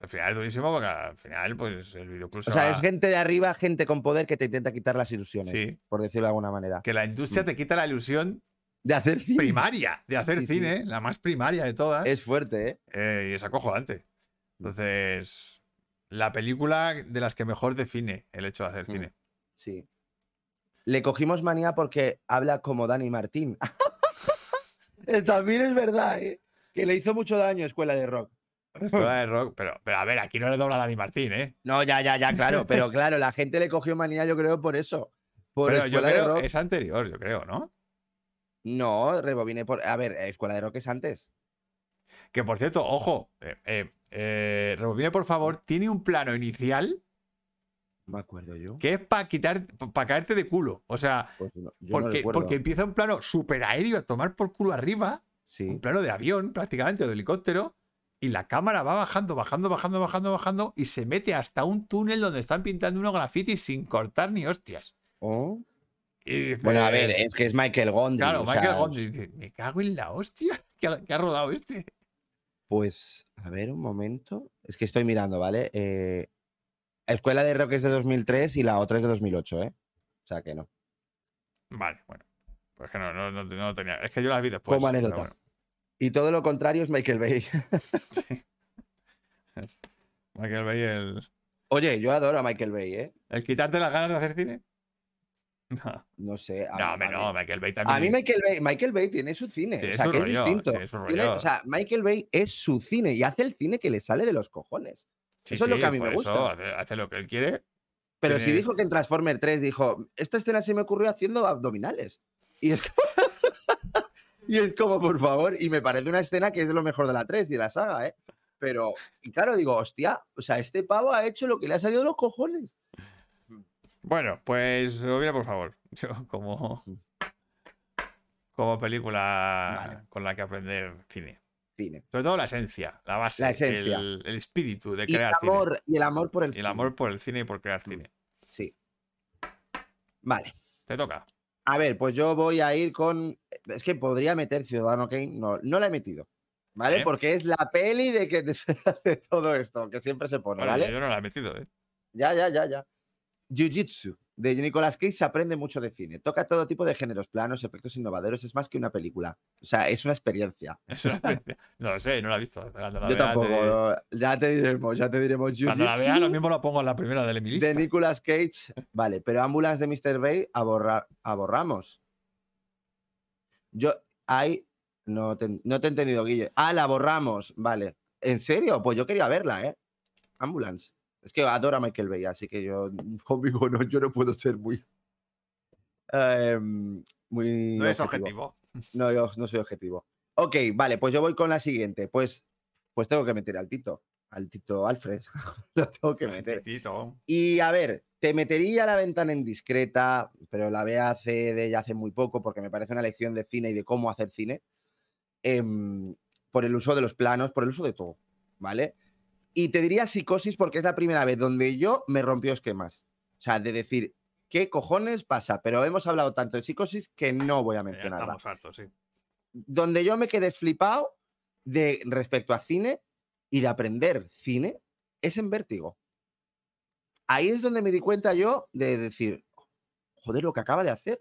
El final es durísimo porque al final, pues, el videoclub se
O sea,
va-
es gente de arriba, gente con poder que te intenta quitar las ilusiones,
Sí,
por decirlo de alguna manera.
que la industria
Mm.
te quita la ilusión
De hacer cine.
primaria de hacer
Sí, sí.
cine, la más primaria de todas,
Es Mm. fuerte, ¿eh?
eh, y es acojonante. Entonces, la película de las que mejor define el hecho de hacer
Mm.
cine.
Sí. Le cogimos manía porque habla como Dani Martín. Eh, También es verdad, ¿eh? Que le hizo mucho daño Escuela de Rock.
Escuela de rock, pero, pero a ver, aquí no le dobla a Dani Martín, ¿eh?
No, ya, ya, ya, claro. Pero claro, la gente le cogió manía, yo creo, por eso. Por
Pero yo
Escuela de
creo
Rock.
es anterior, yo creo, ¿no?
No, rebobine por. A ver, Escuela de Rock es antes.
Que por cierto, ojo, eh, eh, eh, rebobine, por favor, tiene un plano inicial
No me acuerdo yo.
que es para quitar, para caerte de culo. O sea,
Pues no, yo no
porque,
recuerdo.
porque empieza un plano super aéreo a tomar por culo arriba, un
Sí.
plano de avión prácticamente, o de helicóptero, y la cámara va bajando, bajando, bajando, bajando, bajando, y se mete hasta un túnel donde están pintando unos grafitis sin cortar ni hostias.
Oh.
Y dices,
Bueno, a ver, es que es Michael Gondry.
Claro,
o
Michael
sea,
Gondry dice, me cago en la hostia que ha, que ha rodado este.
Pues, a ver, un momento. Es que estoy mirando, ¿vale? Eh, Escuela de Rock es de 2003 y la otra es de 2008, ¿eh? O sea que no.
Vale, bueno. Pues que no, no, no, no tenía. Es que yo las vi después.
Como
pero
anécdota.
bueno.
Y todo lo contrario es Michael Bay.
Michael Bay, el,
Oye, yo adoro a Michael Bay, ¿eh?
el quitarte las ganas de hacer cine. No,
No sé. a-
no,
a
hombre,
mí-
no, Michael Bay también.
A mí Michael Bay, Michael Bay tiene su cine,
Tiene
o sea,
su
que
rollo,
es distinto.
tiene su
Tiene-
rollo.
o sea, Michael Bay es su cine y hace el cine que le sale de los cojones.
Sí,
eso es lo
sí,
que a mí
por
me
eso,
gusta.
hace, hace lo que él quiere.
Pero si
Tiene-
dijo que en Transformer 3 dijo, esta escena se me ocurrió haciendo abdominales. Y es, y es como, por favor, y me parece una escena que es de lo mejor de la 3 y de la saga, ¿eh? Pero, y claro, digo, hostia, o sea, este pavo ha hecho lo que le ha salido de los cojones.
Bueno, pues lo mira, por favor. Yo, como. Como película
Vale.
con la que aprender cine.
Cine.
Sobre todo la esencia, la base,
La esencia.
El, el espíritu de
Y el
crear
amor, y el amor por el
cine. Y el
cine. Mm.
amor por el cine y por crear cine.
Sí. Vale.
Te toca.
A ver, pues yo voy a ir con. Es que podría meter Ciudadano Kane, no, no la he metido. ¿Vale?
Vale.
Porque es la peli de que de todo esto, que siempre se pone,
Bueno,
¿vale?
Yo no la he metido, ¿eh?
Ya, ya, ya, ya. Jiu-Jitsu, de Nicolas Cage, se aprende mucho de cine. Toca todo tipo de géneros planos, efectos innovadores. Es más que una película. O sea, es una experiencia.
Es una experiencia. no lo sé, no la he visto. Cuando la
Yo
vea,
tampoco.
te-
Ya te diremos, ya te diremos.
Cuando la vea, lo
Jiu-Jitsu
mismo la pongo en la primera de mi lista.
de Nicolas Cage. Vale, pero Ambulance de Mr. Bay aborra- aborramos. Yo, ahí, no te, no te he entendido, Guille. Ah, la borramos. Vale. ¿En serio? Pues yo quería verla, ¿eh? Ambulance. Es que adoro a Michael Bay, así que yo conmigo no, yo no puedo ser muy. em, muy
No es
objetivo.
objetivo.
No, yo no soy objetivo. Ok, vale, pues yo voy con la siguiente. Pues, pues tengo que meter al Tito, al Tito Alfred. Lo tengo que meter.
Tito.
Y a ver, te metería la ventana indiscreta, pero la veo hace de ya hace muy poco porque me parece una lección de cine y de cómo hacer cine. em, por el uso de los planos, por el uso de todo, ¿vale? Y te diría psicosis porque es la primera vez donde yo me rompió esquemas. O sea, de decir, ¿qué cojones pasa? Pero hemos hablado tanto de psicosis que no voy a
Ya
mencionarla
estamos hartos, sí.
donde yo me quedé flipado de respecto a cine y de aprender cine es en Vértigo. Ahí es donde me di cuenta yo de decir, joder, lo que acaba de hacer.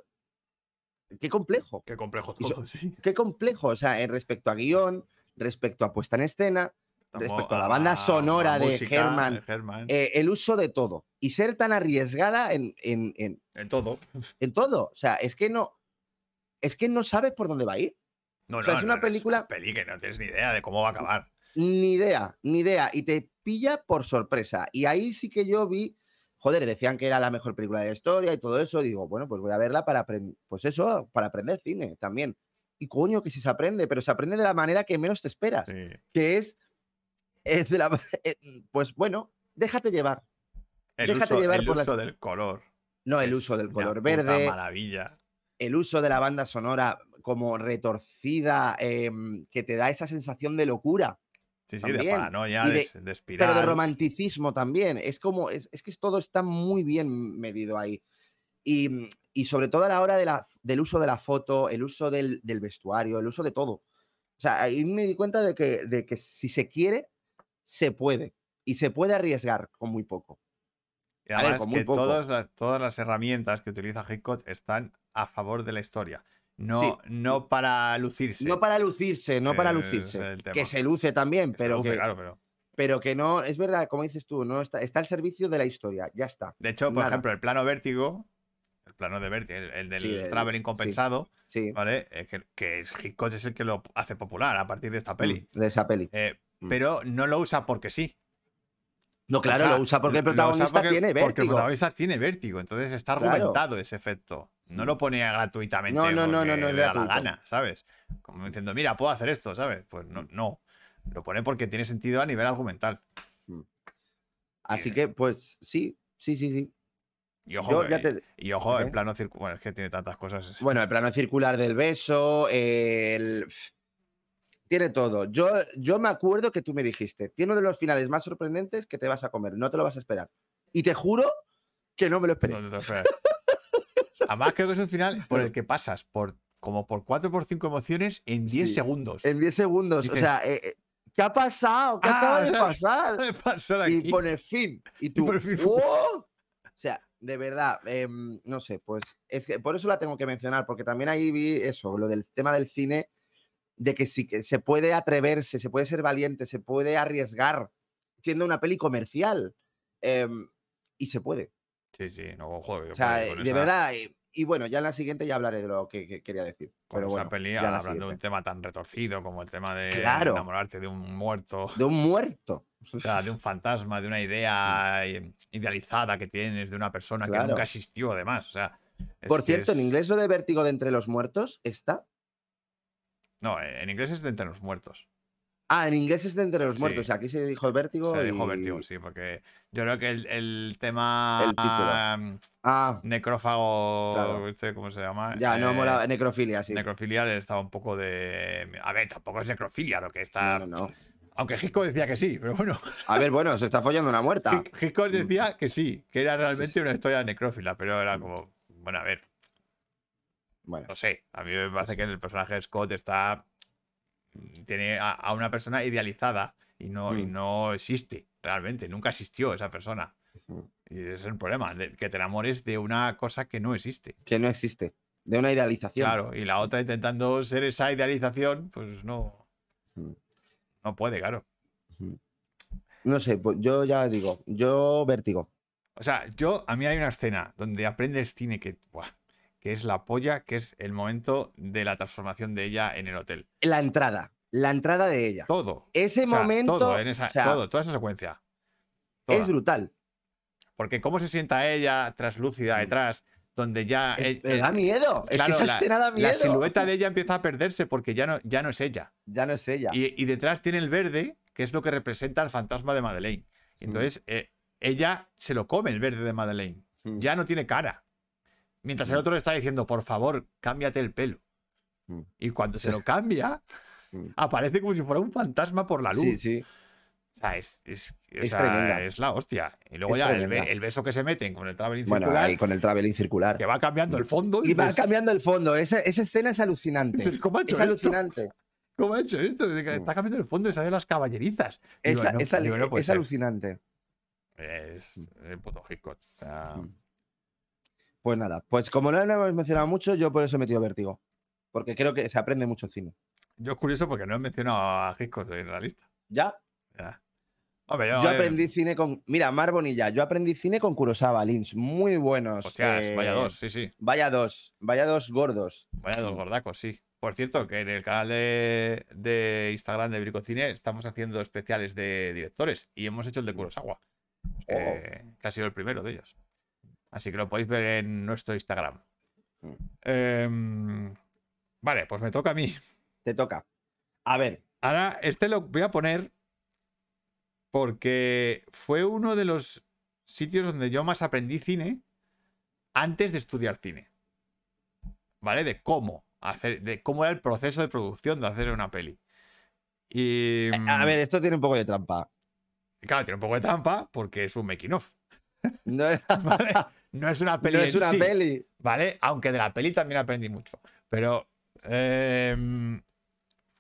Qué complejo,
Qué complejo
Y so-
todo, sí.
qué complejo, o sea, en respecto a guión, respecto a puesta en escena,
Estamos
Respecto a la banda sonora de Herman,
de Herman,
eh, el uso de todo y ser tan arriesgada en, en- en-
en todo.
en todo. O sea, es que no, es que no sabes por dónde va a ir.
No,
o sea, es una película-
peli que no tienes ni idea de cómo va a acabar.
Ni idea, ni idea. Y te pilla por sorpresa. Y ahí sí que yo vi, joder, decían que era la mejor película de la historia y todo eso. Y digo, bueno, pues voy a verla para aprender, pues eso, para aprender cine también. Y coño, que si se aprende, pero se aprende de la manera que menos te esperas,
Sí.
que es, es de la, ma- eh, pues bueno, déjate llevar.
El
Déjate
uso,
llevar
el
por las-
uso del color.
No el
es
uso del
una
color
puta
verde,
maravilla.
el uso de la banda sonora como retorcida, em, que te da esa sensación de locura.
Sí, sí, de
También.
paranoia,
Y
de,
de-
de, espiral.
pero de romanticismo también. Es como, es, es que es- todo está muy bien medido ahí. Y, mm, y sobre todo a la hora de la- del uso de la foto, el uso del, del vestuario, el uso de todo. O sea, ahí me di cuenta de que, de que si se quiere, se puede. Y se puede arriesgar con muy poco.
Y
ver,
además
con muy
que
poco.
todas las, todas las herramientas que utiliza Hitchcock están a favor de la historia. No,
Sí.
no para lucirse.
No para lucirse, no para
Eh,
lucirse.
ese es el tema.
que se luce también,
Se
pero,
luce,
que,
claro, pero.
pero que no, es verdad, como dices tú, no está, está al servicio de la historia, ya está.
De hecho, por
nada.
ejemplo, el plano vértigo, el plano de vértigo, el, el del
Sí, el-
traveling
sí.
compensado,
Sí.
¿vale? Eh, que, que es- Hitchcock es el que lo hace popular a partir de esta peli.
De esa peli.
Eh,
Mm.
pero no lo usa porque sí.
No, claro,
O sea,
lo usa porque el
lo usa
protagonista
porque-
tiene
Porque el
vértigo.
protagonista tiene vértigo, entonces está
Claro. Mm.
argumentado ese efecto. No lo ponía gratuitamente.
No, no, no,
porque
no, no es
le da la
gratuito.
gana, ¿sabes? Como diciendo, mira, puedo hacer esto, ¿sabes? Pues no, no. Lo pone porque tiene sentido a nivel argumental.
Así que, pues sí, sí, sí, sí.
Y ojo,
Yo ya
eh,
te-
y ojo el
Ok.
plano circular. Bueno, es que tiene tantas cosas.
Bueno, el plano circular del beso, el... Tiene todo. Yo, yo me acuerdo que tú me dijiste, tiene uno de los finales más sorprendentes que te vas a comer, no te lo vas a esperar. Y te juro que no me lo esperé.
No te lo esperas. Además, creo que es un final por el que pasas por como por 4 por 5 emociones en 10
Sí.
segundos.
En 10 segundos.
Dices-
o sea, eh, eh, ¿qué ha pasado? ¿Qué
Ah,
acaba
o
de
sea,
pasar?
Puede pasar aquí.
Y pone fin. Y tú.
pone fin.
"Oh". O sea, de verdad, em, no sé, pues es que por eso la tengo que mencionar, porque también ahí vi eso, lo del tema del cine, de que sí que se puede atreverse, se puede ser valiente, se puede arriesgar, siendo una peli comercial. em, y se puede.
Sí, sí, no juego.
O sea, eh, de verdad. eh, Y bueno, ya en la siguiente ya hablaré de lo que, que quería decir.
con
Pero
esa
bueno,
peli,
ya la
hablando de un
siguiente.
tema tan retorcido como el tema de
Claro.
enamorarte de un muerto, o
de un muerto.
sea, de un fantasma, de una idea eh, idealizada que tienes, de una persona que
Claro.
nunca existió, además. O sea, es
Por
que
cierto, en
es-
inglés lo de vértigo de entre los muertos está.
No, en inglés es de entre los muertos.
Ah, en inglés es de entre los
Sí.
muertos. y Aquí se dijo vértigo.
Se dijo
y-
vértigo, sí, porque yo creo que el, el tema
El título.
mm,
Ah,
necrófago,
Claro.
este, ¿cómo se llama?
ya, no
Eh,
mola. Necrofilia, sí.
Necrofilia estaba un poco de. A ver, tampoco es necrofilia lo que está.
No, no, no.
Aunque Hitchcock decía que sí, pero bueno.
A ver, bueno, se está follando una muerta.
Hick- Hitchcock decía que sí, que era realmente
Mm. sí. Mm.
una historia necrófila, pero era como, bueno, a ver,
Bueno,
no sé. A mí me parece que el personaje de Scott está. mm, Tiene a, a una persona idealizada y no, y
Mm.
no existe realmente, nunca existió esa persona.
Mm.
Y ese es el problema, de- que te enamores de una cosa que no existe.
que no existe. De una idealización.
Claro, y la otra intentando ser esa idealización, pues no.
Mm.
No puede, claro.
No sé, pues yo ya digo, yo vértigo.
O sea, yo, a mí hay una escena donde aprendes cine que, buah, que es la polla, que es el momento de la transformación de ella en el hotel.
La entrada. La entrada de ella.
Todo.
Ese
O sea,
momento
Todo, en esa,
o sea,
todo, toda esa secuencia. Toda.
es brutal.
Porque cómo se sienta ella traslúcida detrás, donde ya. el-
Me
el-
da miedo. es que
Ah, eh, claro,
esa
la-
escena da miedo.
La silueta de ella empieza a perderse porque ya no, ya no es ella.
Ya no es ella.
Y, y detrás tiene el verde, que es lo que representa al fantasma de Madeleine.
Mm.
Y Entonces, eh, ella se lo come el verde de Madeleine.
Mm.
Ya no tiene cara. Mientras el
Mm.
otro le está diciendo, por favor, cámbiate el pelo.
Mm.
Y cuando se lo cambia,
Mm.
aparece como si fuera un fantasma por la luz.
Sí, sí.
O sea, es, es, o
Es
sea,
tremenda.
es la hostia. Y luego
Es
ya el, be-
tremenda.
el beso que se meten con el traveling
Bueno,
circular,
ahí con el traveling circular.
que va cambiando el fondo. Y,
Y va
dices,
cambiando el fondo. Esa, esa escena es alucinante.
"Pero ¿Cómo ha hecho
Es
esto?
alucinante. Mm.
¿Cómo ha hecho esto? Está cambiando el fondo y se hace las caballerizas. Digo,
Esa-
"No,
esa-
digo, no puede
es
ser".
alucinante.
Es
Mm.
el puto Hitchcock. o sea,
Pues nada, pues como no lo hemos mencionado mucho, yo por eso he metido vértigo. Porque creo que se aprende mucho cine.
yo es curioso porque no he mencionado a Hitchcock en la lista.
Ya,
Ya. Hombre, yo,
yo
eh,
aprendí cine con. Mira, Mar Bonilla, yo aprendí cine con Kurosawa, Lynch. Muy buenos.
Hostias, vaya
eh,
dos, sí, sí.
Vaya dos, vaya dos gordos.
Vaya dos gordacos, sí. Por cierto, que en el canal de, de Instagram de Bricocine estamos haciendo especiales de directores y hemos hecho el de Kurosawa, eh,
Oh.
que ha sido el primero de ellos. Así que lo podéis ver en nuestro Instagram.
Mm.
Em, vale, pues me toca a mí.
Te toca. A ver,
Ahora, este lo voy a poner porque fue uno de los sitios donde yo más aprendí cine antes de estudiar cine. ¿Vale? De cómo hacer, de cómo era el proceso de producción de hacer una peli. Y
Eh,
mm,
a ver, esto tiene un poco de trampa.
claro, tiene un poco de trampa porque es un making of,
No,
¿vale? No es una peli
no es
en
una
sí,
peli.
¿vale? Aunque de la peli también aprendí mucho. Pero em,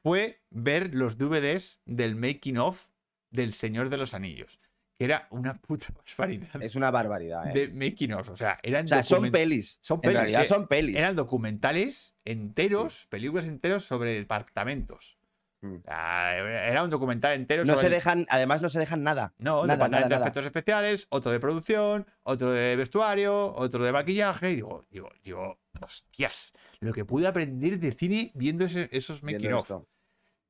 fue ver los DVDs del making of del Señor de los Anillos. que era una puta barbaridad
Es una barbaridad, ¿eh?
de making ofs. O sea, eran
O sea, son
document-
pelis.
son
en
pelis,
realidad
eh.
son pelis.
eran documentales enteros, películas enteros sobre departamentos.
Mm.
O sea, era un documental entero
No
sobre
se dejan, además no se dejan nada.
No,
Nada,
departamento
nada,
de
nada.
efectos especiales, otro de producción, otro de vestuario, otro de maquillaje. Y digo, digo, digo, hostias, lo que pude aprender de cine viendo ese- esos
viendo
making of.
esto.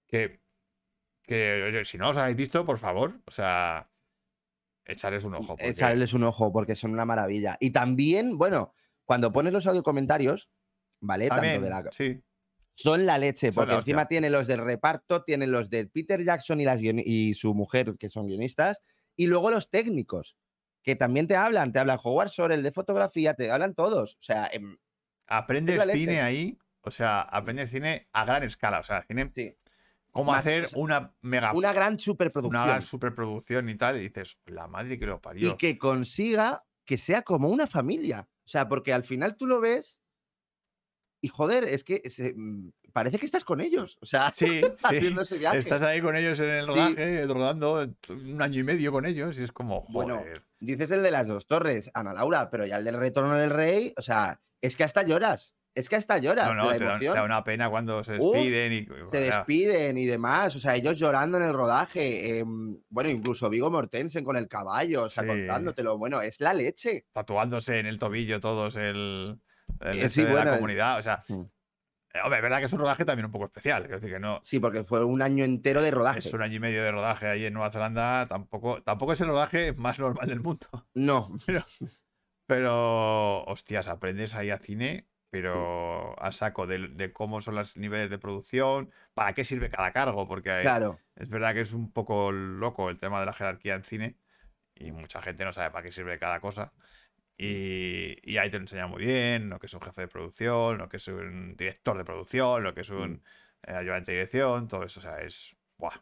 Que, que, oye, si no os habéis visto, por favor, o sea, echarles un ojo. porque-
Echarles un ojo porque son una maravilla. Y también, bueno, cuando pones los audio comentarios, ¿vale?
También,
Tanto de la,
sí.
son la leche,
Son
porque
la
encima
hostia.
tiene los del reparto, tiene los de Peter Jackson y, las guion- y su mujer, que son guionistas, y luego los técnicos, que también te hablan, te hablan Howard Shore, el de fotografía, te hablan todos. O sea, em,
Aprendes
la leche.
cine ahí, o sea, aprendes cine a gran escala, o sea, cine,
Sí.
cómo
Más-
hacer una mega, una,
una gran superproducción.
Ah, gran superproducción y tal, y dices, la madre que lo parió.
y que consiga que sea como una familia. O sea, porque al final tú lo ves y joder, es que se- mm, parece que estás con ellos. O sea,
Sí, sí.
haciendo ese viaje.
Estás ahí con ellos en el
Sí.
rodaje, rodando t- un año y medio con ellos y es como,
Bueno,
joder.
Dices el de las dos torres, Ana Laura, pero ya el del retorno del rey, o sea, es que hasta lloras. Es que hasta lloras.
no, no,
de la
te da, te
emoción.
da una pena cuando se
Uf,
despiden y
Se
o sea,
despiden y demás, o sea, ellos llorando en el rodaje. em, bueno, incluso Vigo Mortensen con el caballo, o sea,
Sí.
contándotelo. Bueno, es la leche.
tatuándose en el tobillo todos el, el
Eh,
este
sí,
de
bueno,
la
el-
comunidad. O sea,
Mm.
eh, hombre, es verdad que es un rodaje también un poco especial. Quiero decir que no.
Sí, porque fue un año entero de rodaje.
Es un año y medio de rodaje ahí en Nueva Zelanda. Tampoco, tampoco es el rodaje más normal del mundo.
No,
Pero, hostias, aprendes ahí a cine,
Mm.
pero a saco de, de cómo son los niveles de producción, para qué sirve cada cargo, porque hay-
claro.
es verdad que es un poco loco el tema de la jerarquía en cine y mucha gente no sabe para qué sirve cada cosa. Y, y ahí te lo enseñan muy bien, lo que es un jefe de producción, lo que es un director de producción, lo que es un eh, ayudante de dirección, todo eso, o sea, es... Buah.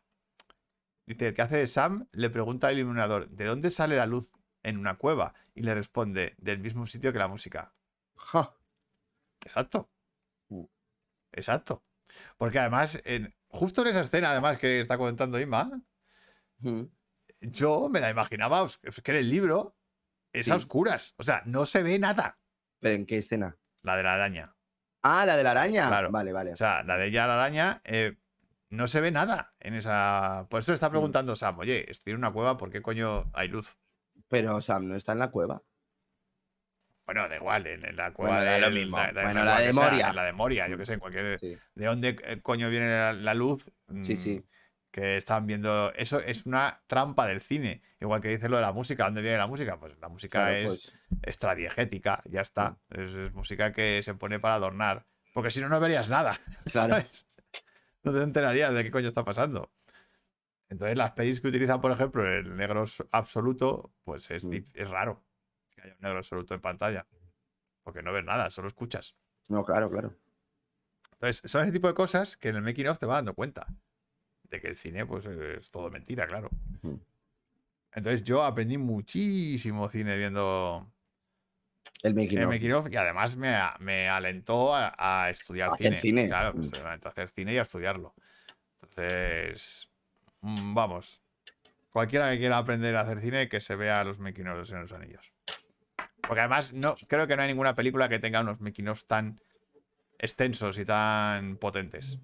Dice, el que hace de Sam le pregunta al iluminador, ¿de dónde sale la luz en una cueva? Y le responde, del mismo sitio que la música.
Ja.
Exacto.
Mm.
Exacto. Porque además, en- justo en esa escena, además, que está comentando Ima,
Mm.
yo me la imaginaba, os- es que en el libro es a
Sí.
oscuras. O sea, no se ve nada.
¿Pero en qué escena?
La de la araña.
Ah, la de la araña.
Claro.
Vale, vale.
O sea, la de ella, la araña, eh, no se ve nada en esa. Por eso
Mm.
le está preguntando Sam, oye, estoy en una cueva, ¿por qué coño hay luz?
Pero Sam no está en la cueva.
Bueno, da igual, en, en la cueva
Bueno, da
de
lo mismo. Bueno,
en
la
cueva
de
que sea,
Moria.
en la de Moria, yo qué sé, en cualquier.
Sí,
¿De dónde eh, coño viene la, la luz?
sí.
Mm,
sí.
que están viendo. Eso es una trampa del cine. Igual que dice lo de la música. ¿Dónde viene la música? Pues la música
Claro,
es
pues,
extradiegética, ya está.
Mm.
Es, es música que se pone para adornar. Porque si no, no verías nada.
claro.
¿sabes? No te enterarías de qué coño está pasando. Entonces, las pelis que utilizan, por ejemplo, el negro s- absoluto, pues es,
Mm.
dif- es raro que haya un negro absoluto en pantalla. Porque no ves nada, solo escuchas.
No, claro, claro.
Entonces, son ese tipo de cosas que en el making of te vas dando cuenta. De que el cine, pues, es todo mentira, claro.
Mm.
Entonces, yo aprendí muchísimo cine viendo
El making
el
of.
making of Eh, y además me, a- me alentó a, a estudiar
A hacer
cine.
cine.
Claro, pues,
Mm.
me alentó a hacer cine y a estudiarlo. Entonces, mm, vamos. Cualquiera que quiera aprender a hacer cine, que se vea los making ofs en los anillos. Porque además, no, creo que no hay ninguna película que tenga unos making ofs tan extensos y tan potentes.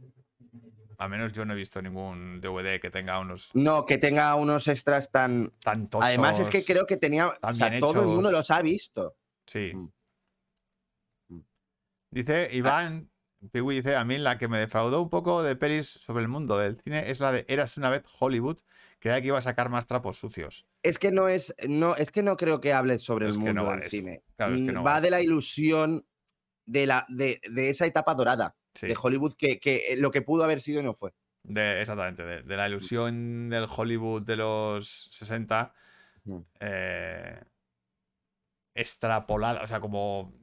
A menos yo no he visto ningún DVD que tenga unos
No, que tenga unos extras tan.
tan tochos.
Además, es que creo que tenía. O
tan
sea,
bien
todo el mundo
hechos.
los ha visto.
Sí.
Mm. Mm.
Dice Iván, Piwi dice, a mí la que me defraudó un poco de pelis sobre el mundo del cine es la de Eras una vez Hollywood, creía que iba a sacar más trapos sucios.
Es que no es. No, es que no creo que hable sobre
Es
el
que no
mundo
va
del
de eso.
cine.
Claro, es que
Mm,
no
va
va
de la ilusión de, la, de, de esa etapa dorada
Sí,
de Hollywood que, que eh, lo que pudo haber sido no fue.
de- exactamente, de, de la
Mm.
ilusión del Hollywood de los 60
Mm.
eh, extrapolada, o sea, como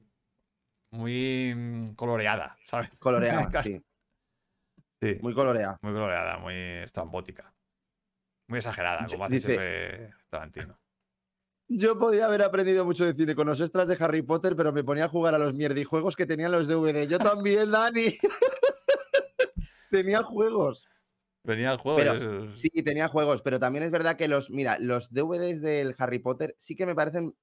muy mm, coloreada, ¿sabes?
Coloreada, sí.
Sí.
Muy coloreada.
Muy coloreada, muy estrambótica. Muy exagerada,
Yo-
como hace
dice-
siempre Tarantino.
Yo podía haber aprendido mucho de cine con los extras de Harry Potter, pero me ponía a jugar a los mierdijuegos que tenían los DVD. Yo también, Dani. Tenía juegos.
Venía el juego.
Pero,
eso es-
Sí, tenía juegos, pero también es verdad que los, mira, los DVDs del Harry Potter sí que me parecen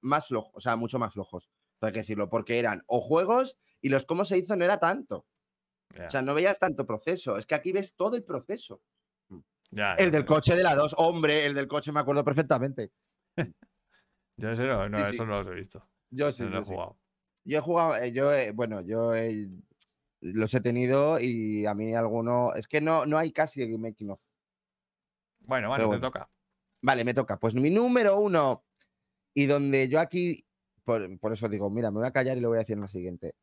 más flojos, o sea, mucho más flojos, hay que decirlo, porque eran o juegos y los cómo se hizo no era tanto.
ya,
O sea, no veías tanto proceso. Es que aquí ves todo el proceso.
ya,
El
ya,
del
ya.
coche de la 2, hombre, el del coche me acuerdo perfectamente.
Yo eso no, no,
Sí, sí.
eso no los he visto.
Yo sí,
no
yo
los he
sí.
jugado.
Yo he jugado, eh, yo, eh, bueno, yo eh, los he tenido y a mí alguno, es que no, no hay casi making of.
Bueno, bueno,
Pero
te
bueno.
toca.
Vale, me toca. Pues mi número uno, y donde yo aquí, por, por eso digo, mira, me voy a callar y lo voy a decir en la siguiente.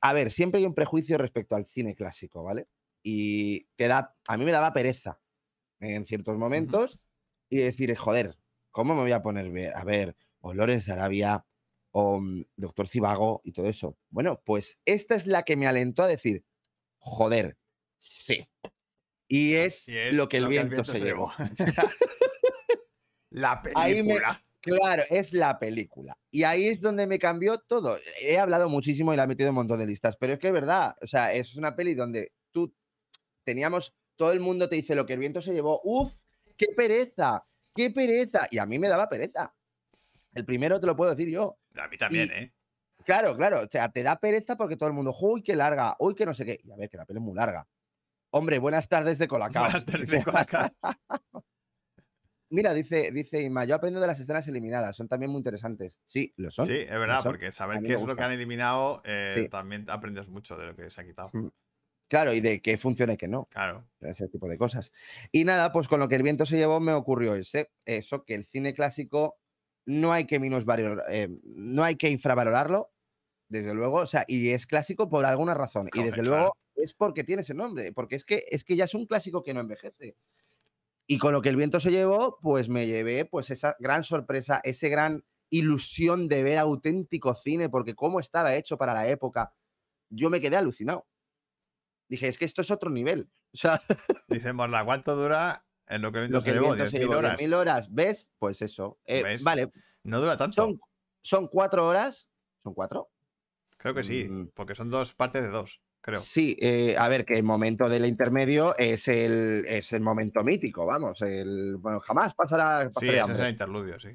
A ver, siempre hay un prejuicio respecto al cine clásico, ¿vale? Y te da, a mí me daba pereza en ciertos momentos y decir, joder, ¿cómo me voy a poner ver- a ver o Lorenz Arabia o mm, Doctor Cibago y todo eso? Bueno, pues esta es la que me alentó a decir, joder, sí. Y es,
Y es
lo que el viento, se, llevó.
La
Ahí me-
película.
Claro, es la película. Y ahí es donde me cambió todo. He hablado muchísimo y la he metido en un montón de listas, pero es que es verdad. O sea, es una peli donde tú teníamos, todo el mundo te dice lo que el viento se llevó. Uf, qué pereza, qué pereza. Y a mí me daba pereza. El primero te lo puedo decir yo.
A mí también,
y-
¿eh?
Claro, claro. O sea, te da pereza porque todo el mundo, uy, qué larga, uy, que no sé qué. Y a ver, que la peli es muy larga. Hombre, buenas tardes de Colacao.
Buenas tardes, Colacao.
Mira, dice, dice Inma, yo aprendo de las escenas eliminadas, son también muy interesantes. Sí, lo son.
Sí, es verdad,
son.
porque
A
saber
mí
qué
me
es lo que
gusta.
han eliminado eh,
Sí.
también aprendes mucho de lo que se ha quitado.
Claro, y de qué funciona y qué no,
Claro.
ese tipo de cosas. Y nada, pues con lo que el viento se llevó me ocurrió ese, eso, que el cine clásico no hay que minusvalor- eh, no hay que infravalorarlo, desde luego, o sea, y es clásico por alguna razón. Y
Joder,
desde
claro.
luego es porque tiene ese nombre, porque es que, es que ya es un clásico que no envejece. Y con lo que el viento se llevó, pues me llevé pues esa gran sorpresa, ese gran ilusión de ver auténtico cine, porque cómo estaba hecho para la época, yo me quedé alucinado. Dije, es que esto es otro nivel. O sea,
Dice Morla, ¿cuánto dura en lo que el viento
lo que
se
el
llevó?
viento se
10.000
llevó,
horas.
10.000 horas. ¿Ves? Pues eso. Eh,
¿Ves?
Vale,
No dura tanto.
son, son cuatro horas. ¿Son cuatro?
Creo que sí,
Mm.
porque son dos partes de dos, creo.
Sí, eh, a ver, que el momento del intermedio es el, es el momento mítico, vamos. El, bueno, jamás pasará.
Sí,
pasaré
ese es
hambre.
el interludio, sí.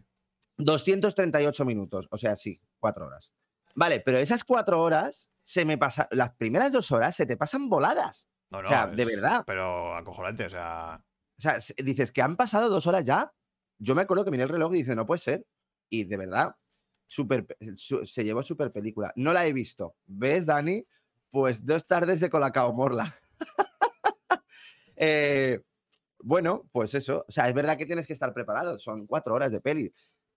238 minutos, o sea, sí, cuatro horas. Vale, pero esas cuatro horas se me pasa, las primeras dos horas se te pasan voladas.
No, no,
sea, de
es-
verdad.
Pero acojonante, o sea.
O sea, se- dices que han pasado dos horas ya. Yo me acuerdo que miré el reloj y dice, no puede ser. Y de verdad, super, se llevó super película. No la he visto. ¿Ves, Dani? Pues dos tardes de Colacao Morla. Eh, bueno, pues eso. O sea, es verdad que tienes que estar preparado. Son cuatro horas de peli.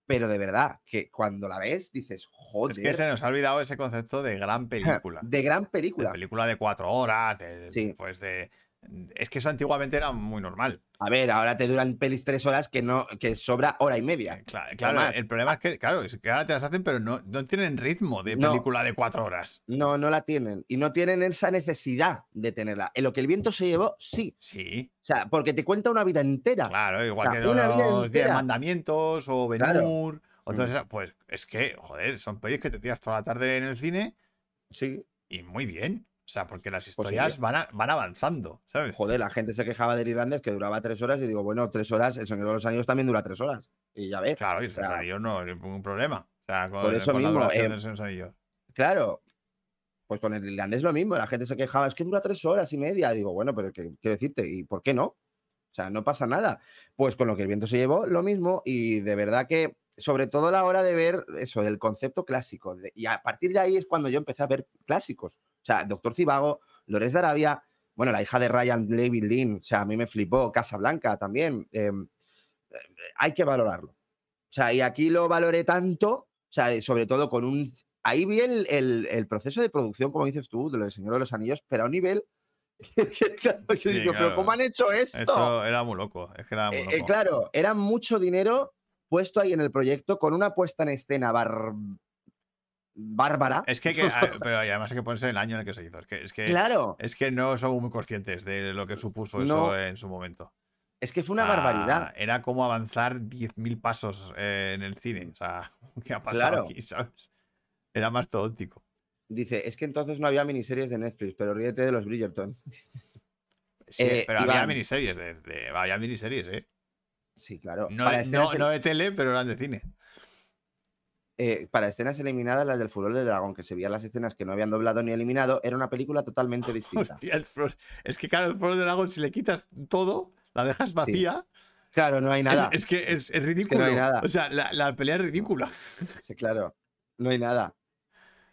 Pero de verdad, que cuando la ves, dices, joder,
Es que se nos ha olvidado ese concepto de gran película.
de gran
de
película.
película de cuatro horas, de-
Sí.
pues de... Es que eso antiguamente era muy normal.
A ver, ahora te duran pelis tres horas que no, que sobra hora y media.
Eh, Cla- Claro, el problema es que, claro, es que ahora te las hacen, pero no, no tienen ritmo de
No.
película de cuatro horas.
No, no la tienen. Y no tienen esa necesidad de tenerla. En lo que el viento se llevó, sí.
Sí,
O sea, porque te cuenta una vida entera.
claro, igual
sea,
que
Ah. una vida
los Diez
entera.
Mandamientos o Ben
Claro. Mm.
Hur, o todas esas- pues es que, joder, son pelis que te tiras toda la tarde en el cine
Sí.
y muy bien. O sea, porque las
Pues sí,
historias van, a- van avanzando, ¿sabes?
Joder, la gente se quejaba del irlandés que duraba tres horas. Y digo, bueno, tres horas, el Señor de los Anillos también dura tres horas. Y ya ves.
Claro, y eso,
o sea,
yo no, ningún problema. O sea, con,
por eso
con la
mismo,
duración
eh,
de los Señores Anillos.
Claro. Pues con el irlandés lo mismo. La gente se quejaba, es que dura tres horas y media. Digo, bueno, pero que, quiero decirte, ¿y por qué no? O sea, no pasa nada. Pues con lo que el viento se llevó, lo mismo. Y de verdad que, sobre todo a la hora de ver eso, del concepto clásico. de- y a partir de ahí es cuando yo empecé a ver clásicos. O sea, Doctor Cibago, Lores de Arabia, bueno, la hija de Ryan David Lynn. O sea, a mí me flipó. Casa Blanca también. eh, eh, hay que valorarlo. O sea, y aquí lo valoré tanto. O sea, y sobre todo con un ahí vi el, el- el proceso de producción, como dices tú, de lo del Señor de los Anillos, pero a un nivel que, que, claro, yo
Sí,
digo,
claro.
pero ¿cómo han hecho esto?
Esto era muy loco, es que era muy
Eh,
loco.
eh, claro, era mucho dinero puesto ahí en el proyecto con una puesta en escena bar- bárbara.
Es que, hay que- ah, pero y además hay que ponerse el año en el que se hizo. Es que, es que,
Claro,
es que no somos muy conscientes de lo que supuso
No.
eso en su momento.
es que fue una
Ah,
barbaridad.
Era como avanzar 10.000 pasos eh, en el cine. O sea, ¿qué ha pasado
Claro.
aquí, sabes? Era más caótico.
Dice, es que entonces no había miniseries de Netflix, pero ríete de los Bridgerton.
Sí,
Eh,
pero había
Iván.
miniseries, de, de- había miniseries, ¿eh?
Sí, claro.
No,
para,
de,
escenas
no-
el-
no de tele, pero eran de cine.
eh, para escenas eliminadas, las del furor del dragón, que se veían las escenas que no habían doblado ni eliminado, era una película totalmente distinta.
Hostia, el Fro- es que claro, el Frodo Dragon, si le quitas todo, la dejas vacía.
Claro, no hay
es-
nada.
Es, que es, es
hay
ridículo.
nada.
O sea, la, la pelea es ridícula.
Sí, claro, no hay nada.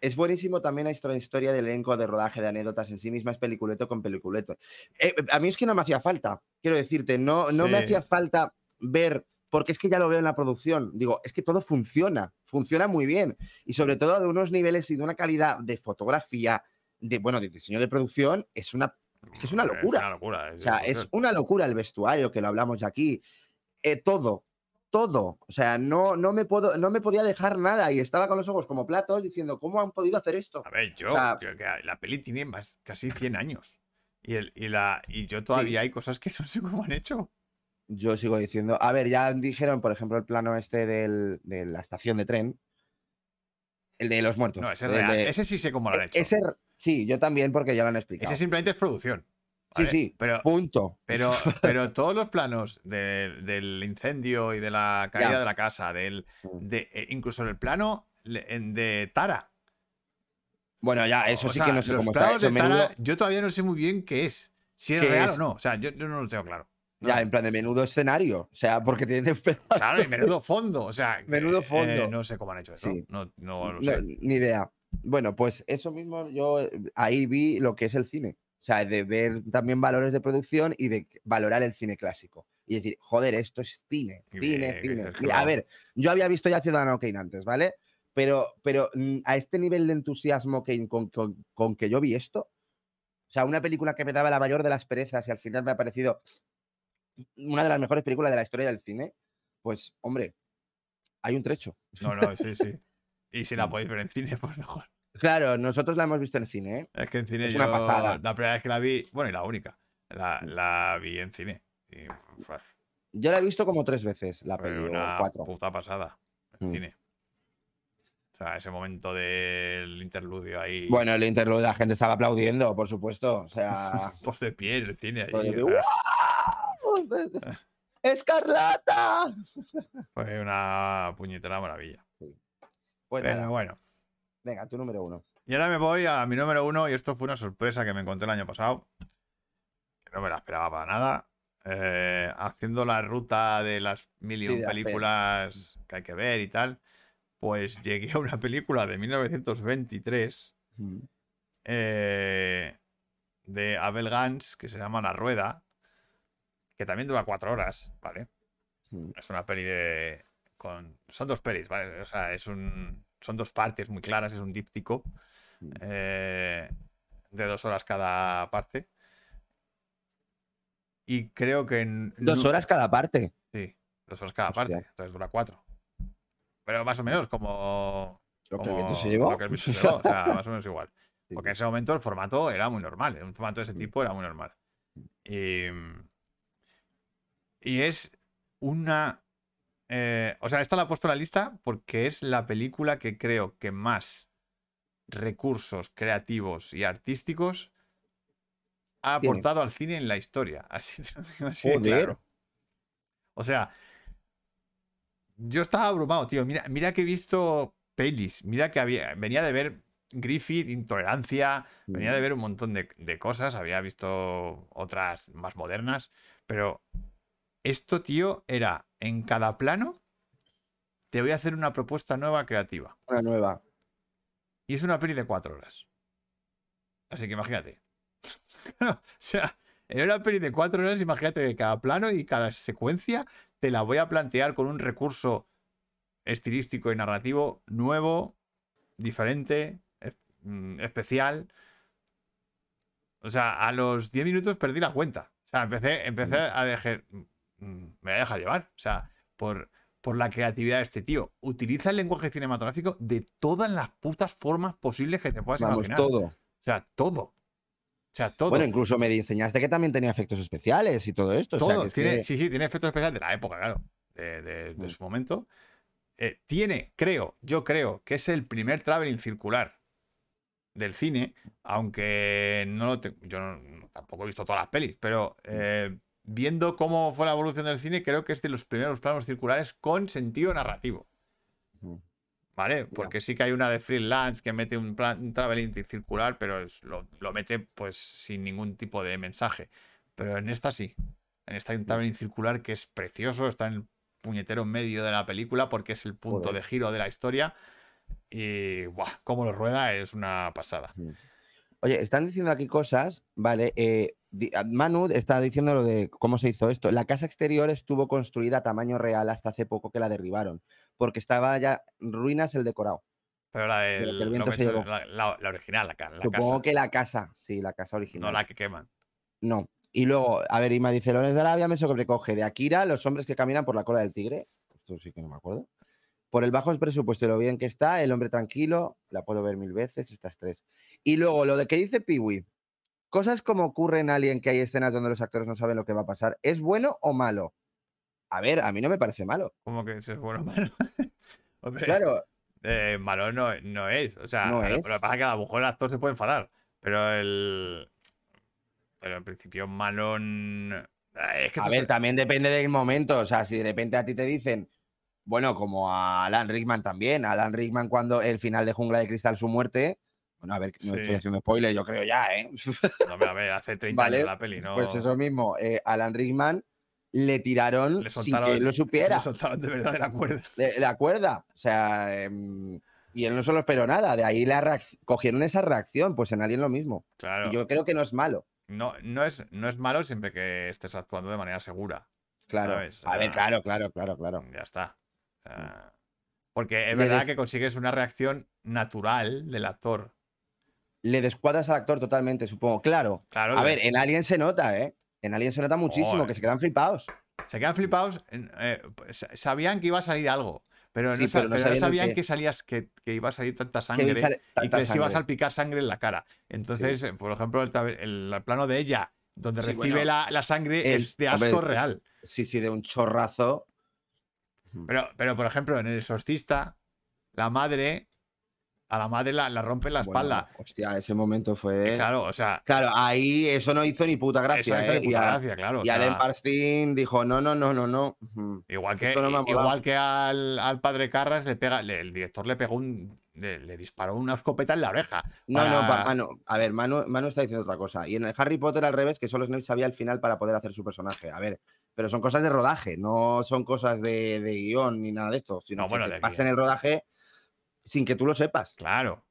Es buenísimo también la histo- historia del elenco de rodaje, de anécdotas en sí misma, es peliculeto con peliculeto. Eh, a mí es que no me hacía falta, quiero decirte, no, no me
Sí.
hacía falta ver, porque es que ya lo veo en la producción, digo, es que todo funciona, funciona muy bien, y sobre todo de unos niveles y de una calidad de fotografía, de, bueno, de diseño de producción, es una, es que es una locura.
Es una locura.
O sea, es una locura el vestuario que lo hablamos ya aquí. Eh, todo, todo. O sea, no, no, me puedo, no me podía dejar nada y estaba con los ojos como platos diciendo, ¿cómo han podido hacer esto?
A ver, yo,
O sea-
yo- que la peli tiene más, casi 100 años. Y, el, y, la, y yo todavía hay cosas que no sé cómo han hecho.
Yo sigo diciendo, a ver, ya dijeron, por ejemplo, el plano este del- de la estación de tren, el de los muertos.
No, ese es
el
real.
de-
Ese sí sé cómo lo han hecho.
eh, e-, ese- sí, yo también porque ya lo han explicado.
Ese simplemente es producción.
Sí,
¿vale?
sí.
Pero,
Punto.
pero, pero todos los planos del- del incendio y de la caída
Ya. Mm.
de la casa, del, de, eh, incluso el plano le- en- de Tara.
Bueno, ya, eso
O
sí
sea,
que no sé
los
cómo está
planos
hecho.
de
menudo-
Tara, yo todavía no sé muy bien qué es. Si es
¿Qué
real o
es?
no. O sea, yo, yo no lo tengo claro. No,
Ya, en plan de menudo escenario. O sea, porque tiene
Claro, y menudo fondo. O sea, que,
Menudo
eh,
fondo.
no sé cómo han hecho eso.
Sí.
No, no lo
No,
sé.
ni idea. Bueno, pues eso mismo yo eh, ahí vi lo que es el cine. O sea, de ver también valores de producción y de valorar el cine clásico. Y decir, joder, esto es cine,
Y
cine,
ve-
cine.
es que
Mira, a
vamos.
ver, yo había visto ya Ciudadano Kane antes, ¿vale? Pero, pero mm, a este nivel de entusiasmo que, con, con- con que yo vi esto, o sea, una película que me daba la mayor de las perezas y al final me ha parecido una de las mejores películas de la historia del cine, pues, hombre, hay un trecho.
No, no, sí, sí. Y si la podéis ver en cine, pues mejor.
Claro, nosotros la hemos visto en cine, ¿eh?
Es que en cine
Es una
yo-
pasada.
La primera vez que la vi, bueno, y la única, la, la vi en cine. Y fue,
Yo la he visto como tres veces, la
fue
peli, o
una
cuatro.
puta pasada en
Mm.
cine. O sea, ese momento del interludio ahí.
Bueno, el interludio, la gente estaba aplaudiendo, por supuesto. O sea,
Todos de pie en el cine.
todo
allí,
Pues de,
o sea,
"¡Guau! ¡Escarlata!
fue una puñetera maravilla.
Pues nada,
Pero bueno.
venga, tu número uno.
Y ahora me voy a mi número uno, y esto fue una sorpresa que me encontré el año pasado. Que no me la esperaba para nada. Eh, haciendo la ruta de las mil y
Sí,
un
de las pelis.
películas que hay que ver y tal, pues llegué a una película de 1923
Mm.
eh, de Abel Gans que se llama La Rueda, que también dura cuatro horas, ¿vale?
Mm.
Es una peli de. Con, son dos pelis, ¿vale? O sea, es un, son dos partes muy claras, es un díptico
Mm.
eh, de dos horas cada parte. Y creo que. en-
Dos
nu-
horas cada parte.
Sí, dos horas cada
Hostia.
parte, entonces dura cuatro. Pero más o menos como
Lo que el
como
viento se llevó.
lo que el viento se llevó, o sea, más o menos igual.
Sí. Mm.
Porque en ese momento el formato era muy normal, un formato de ese tipo era muy normal. Y, y es una... eh, o sea, esta la he puesto en la lista porque es la película que creo que más recursos creativos y artísticos ha
Tiene.
aportado al cine en la historia. Así, te lo digo así de
Joder.
claro. O sea, yo estaba abrumado, tío. Mira, mira que he visto pelis. Mira que había, venía de ver Griffith, Intolerancia. Venía de ver un montón de, de cosas. Había visto otras más modernas. Pero esto, tío, era en cada plano. Te voy a hacer una propuesta nueva creativa.
Una nueva.
Y es una peli de cuatro horas. Así que imagínate. o sea, en una peli de cuatro horas, imagínate que cada plano y cada secuencia te la voy a plantear con un recurso estilístico y narrativo nuevo, diferente, es- mm, especial. O sea, a los 10 minutos perdí la cuenta. O sea, empecé, empecé a dejar. mm, Me voy a dejar llevar. O sea, por, por la creatividad de este tío. Utiliza el lenguaje cinematográfico de todas las putas formas posibles que te puedas
Vamos,
imaginar.
todo.
O sea, todo. O sea, todo.
Bueno, incluso me enseñaste que también tenía efectos especiales y todo esto. o sea,
Todo.
que es
tiene,
que-
Sí, sí, tiene efectos especiales de la época, claro. De, de- de
Mm.
su momento. Eh, tiene, creo, yo creo que es el primer traveling circular. del cine, aunque no lo te- yo no- tampoco he visto todas las pelis, pero
Mm.
eh, viendo cómo fue la evolución del cine, creo que es de los primeros planos circulares con sentido narrativo.
Ujú.
¿Vale? Porque sí que hay una de Freelance que mete un, plan, un traveling circular, pero es- lo, lo mete pues sin ningún tipo de mensaje. Pero en esta sí. En esta hay un traveling circular que es precioso, está en el puñetero medio de la película porque es el punto
Joder.
de giro de la historia. Y ¡buah! cómo lo rueda es una pasada.
Oye, están diciendo aquí cosas, ¿vale? eh, di- a- Manu está diciendo lo de cómo se hizo esto. La casa exterior estuvo construida a tamaño real hasta hace poco que la derribaron, porque estaba ya en ruinas el decorado.
Pero la,
De la que el
del- lo
viento
que
se
es
llevó.
la, la- la original, la, ca- la
Supongo
casa,
que la casa, sí, la casa
no
original.
la que queman.
No. Y luego, a ver, Ima dice, Lorenz de Arabia me sobrecoge de Akira, los hombres que caminan por la cola del tigre. Esto sí que no me acuerdo. Por el bajo presupuesto y lo bien que está, el hombre tranquilo, la puedo ver mil veces, estas tres. Y luego, lo de que dice Piwi, cosas como ocurre en Alien, que hay escenas donde los actores no saben lo que va a pasar, ¿es bueno o malo? A ver, a mí no me parece malo.
¿Cómo que eso es bueno o malo? Hombre,
Claro,
eh, malo no, no es. O sea,
No
lo-
es.
lo que pasa es que a lo mejor el actor se puede enfadar. Pero el. Pero en principio, malo. n- Ah, Es que
a
esto
ver,
es-
también depende del momento. O sea, si de repente a ti te dicen, bueno, como a Alan Rickman también, Alan Rickman cuando el final de Jungla de Cristal, su muerte. Bueno, a ver, no
Sí.
estoy haciendo spoiler, yo creo ya, ¿eh?
no, hombre, a ver, hace 30
Vale,
años la peli, ¿no?
Pues eso mismo, eh, Alan Rickman le tiraron
Le
sin que
soltaron-
lo supiera
Le soltaron de verdad de la cuerda.
de, de la cuerda. O sea, em, y él no se lo esperó nada. De ahí la reac- cogieron esa reacción, pues en Alien lo mismo.
Claro.
Y yo creo que no es malo.
No, no, es, no es malo siempre que estés actuando de manera segura.
Claro.
¿Sabes?
A ver,
Ah.
claro, claro, claro, claro.
Ya está. Ah, porque es
Le
verdad
des-
que consigues una reacción natural del actor.
Le descuadras al actor totalmente, supongo. Claro,
Claro.
A
le-
ver, en Alien se nota, ¿eh? En Alien se nota muchísimo, que
Joder.
se quedan flipados.
se quedan flipados. en- eh, sa- sabían que iba a salir algo, pero no,
Sí,
sa-
pero no
pero no
sabían
sabían
qué.
que salías que, que iba a salir tanta
Que
sangre
sale
y
tanta
que les iba a
sangre.
salpicar sangre en la cara. Entonces, eh, por ejemplo, el, tabe- el- el plano de ella, donde
Sí,
recibe
bueno,
la, la sangre,
el- eh,
es de
a ver,
asco real.
Sí, sí, de un chorrazo.
Pero, pero, por ejemplo, en el exorcista, la madre, a la madre la, la rompe la
Bueno,
espalda.
hostia, ese momento fue.
Claro,
Claro.
o sea,
ahí eso no hizo ni puta
eso
gracia.
no está
¿eh?
de puta
y a-
gracia, claro. o
y Alan
sea,
Parstin dijo: no, no, no, no, no. Mm. Ujú.
Igual que,
Esto no me ha molado.
igual que al, al padre Carras, le pega, le- el director le pegó un. Le, le disparó una escopeta en la oreja.
No, no,
para-
pa- Manu. A ver, Manu, Manu está diciendo otra cosa. Y en el Harry Potter al revés, que solo Snape sabía el final para poder hacer su personaje. A ver, pero son cosas de rodaje, no son cosas de, de guión ni nada de esto. Sino
No,
que
bueno,
te
de
pasen el rodaje sin que tú lo sepas.
Claro.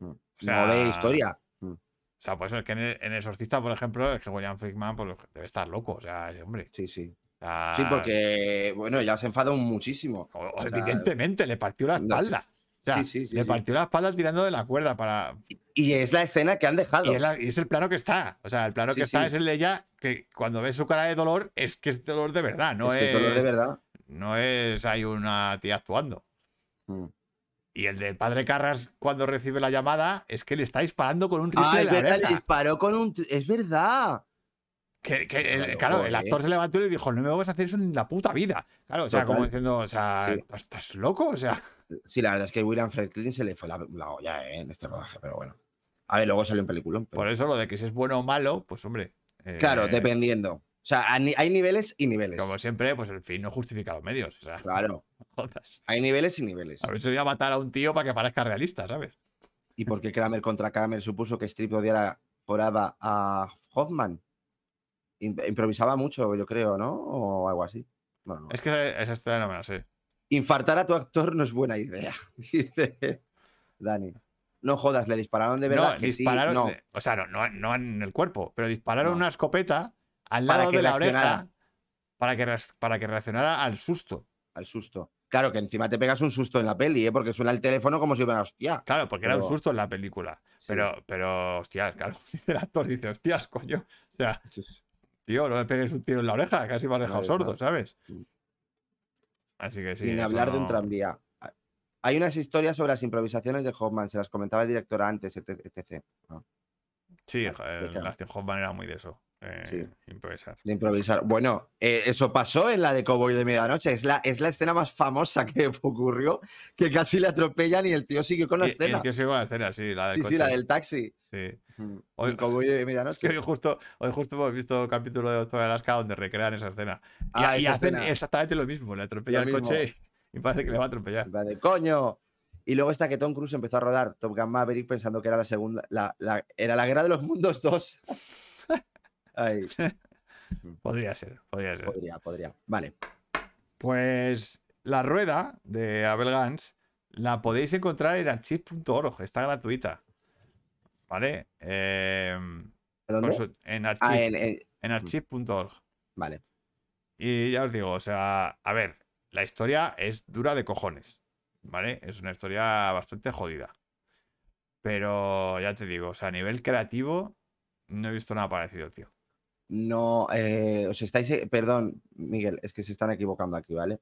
Mm.
sea,
no de historia.
O sea, pues es que en el, en el Exorcista, por ejemplo, es que William Frickman pues, debe estar loco. O sea, ese hombre.
Sí, sí.
o sea,
Sí, porque, bueno, ya se enfadó muchísimo.
o- o
sea,
evidentemente, le partió la
no,
espalda. O sea,
sí, sí, sí,
le
sí.
partió la espalda tirando de la cuerda para.
Y es la escena que han dejado.
Y es, la- y es el plano que está. O sea, el plano
Sí,
que está
sí.
es el de ella, que cuando ves su cara de dolor, es que es dolor de verdad, no
Es
es.
que todo lo de verdad.
No es hay una tía actuando.
Mm.
Y el del padre Carras, cuando recibe la llamada, es que le está disparando con un rifle
Ah,
en
es
la
verdad, le
oreja.
disparó con un. tri- Es verdad.
Que, que
Está
el-
loco,
claro, el
¿eh?
actor se levantó y le dijo, no me vas a hacer eso en la puta vida. Claro, o sea, como
Total.
diciendo, o sea, "Pues
Sí.
estás loco, o sea.
Sí, la verdad es que William Franklin se le fue la, la olla eh, en este rodaje, pero bueno. A ver, luego salió en película.
Por eso lo de que si es bueno o malo, pues hombre. eh,
Claro, dependiendo. O sea, a ni- hay niveles y niveles.
Como siempre, pues el fin no justifica los medios. O sea,
Claro,
jodas.
hay niveles y niveles.
A ver si voy a matar a un tío para que parezca realista, ¿sabes?
¿Y por qué Kramer contra Kramer supuso que Strip odiara por Ada a Hoffman? Im- improvisaba mucho, yo creo, ¿no? O algo así. Bueno, no.
Es que esa, esa historia no me la sé.
Infartar a tu actor no es buena idea, dice Dani. No jodas, le dispararon de verdad.
no,
que
dispararon.
sí, no.
O sea, no, no, no en el cuerpo, pero dispararon
No.
una escopeta al
Para
lado
que
de la oreja
reaccionara.
para que, reas- para que reaccionara al susto.
al susto. Claro, que encima te pegas un susto en la peli, ¿eh? porque suena el teléfono como si hubiera, hostia.
Claro, porque era un
Pero-
susto en la película.
Sí.
Pero, pero, hostias, claro, dice el actor, dice, hostias, coño. O sea,
Sí, sí.
tío, no me pegues un tiro en la oreja, casi me has dejado
Claro,
sordo,
claro.
¿sabes?
Sí.
Así que sí.
Mm. Sin
eso
hablar de
no-
un tranvía. Ah, Hay unas historias sobre las improvisaciones de Hoffman, se las comentaba el director antes, etc. etc.
Sí,
Vale,
joder,
explícame.
Dustin Hoffman era muy de eso. eh,
Ah, Sí.
improvisar.
De improvisar. Bueno, eh, eso pasó en la de Cowboy de Medianoche. Es la, es la escena más famosa que ocurrió, que casi le atropellan y el tío siguió con la
Y- y
escena.
El tío sigue con la escena, sí, la del
sí,
coche.
sí, la del taxi.
sí.
Mm,
Hoy-
el Cowboy de
Es que
Medianoche.
hoy justo, hoy justo hemos visto un capítulo de Doctor Alaska donde recrean esa escena. Y,
Ah,
y
esa
hacen
escena.
exactamente lo mismo, le atropella
Lo
el
mismo.
coche y parece que le va a atropellar.
Va de coño. Y luego está que Tom Cruise empezó a rodar Top Gun Maverick pensando que era la segunda, la, la- era la guerra de los mundos 2. Ay,
Podría ser, podría ser.
podría, podría. Vale.
Pues la rueda de Abel Gans la podéis encontrar en archive.org, está gratuita. ¿Vale? Eh,
¿A dónde?
consu- en archive-
Ah, en- en-
en archive.org.
vale.
Y ya os digo, o sea, a ver, la historia es dura de cojones, ¿vale? Es una historia bastante jodida. Pero ya te digo, o sea, a nivel creativo no he visto nada parecido, tío.
No, eh, os estáis. eh, Perdón, Miguel, es que se están equivocando aquí, ¿vale?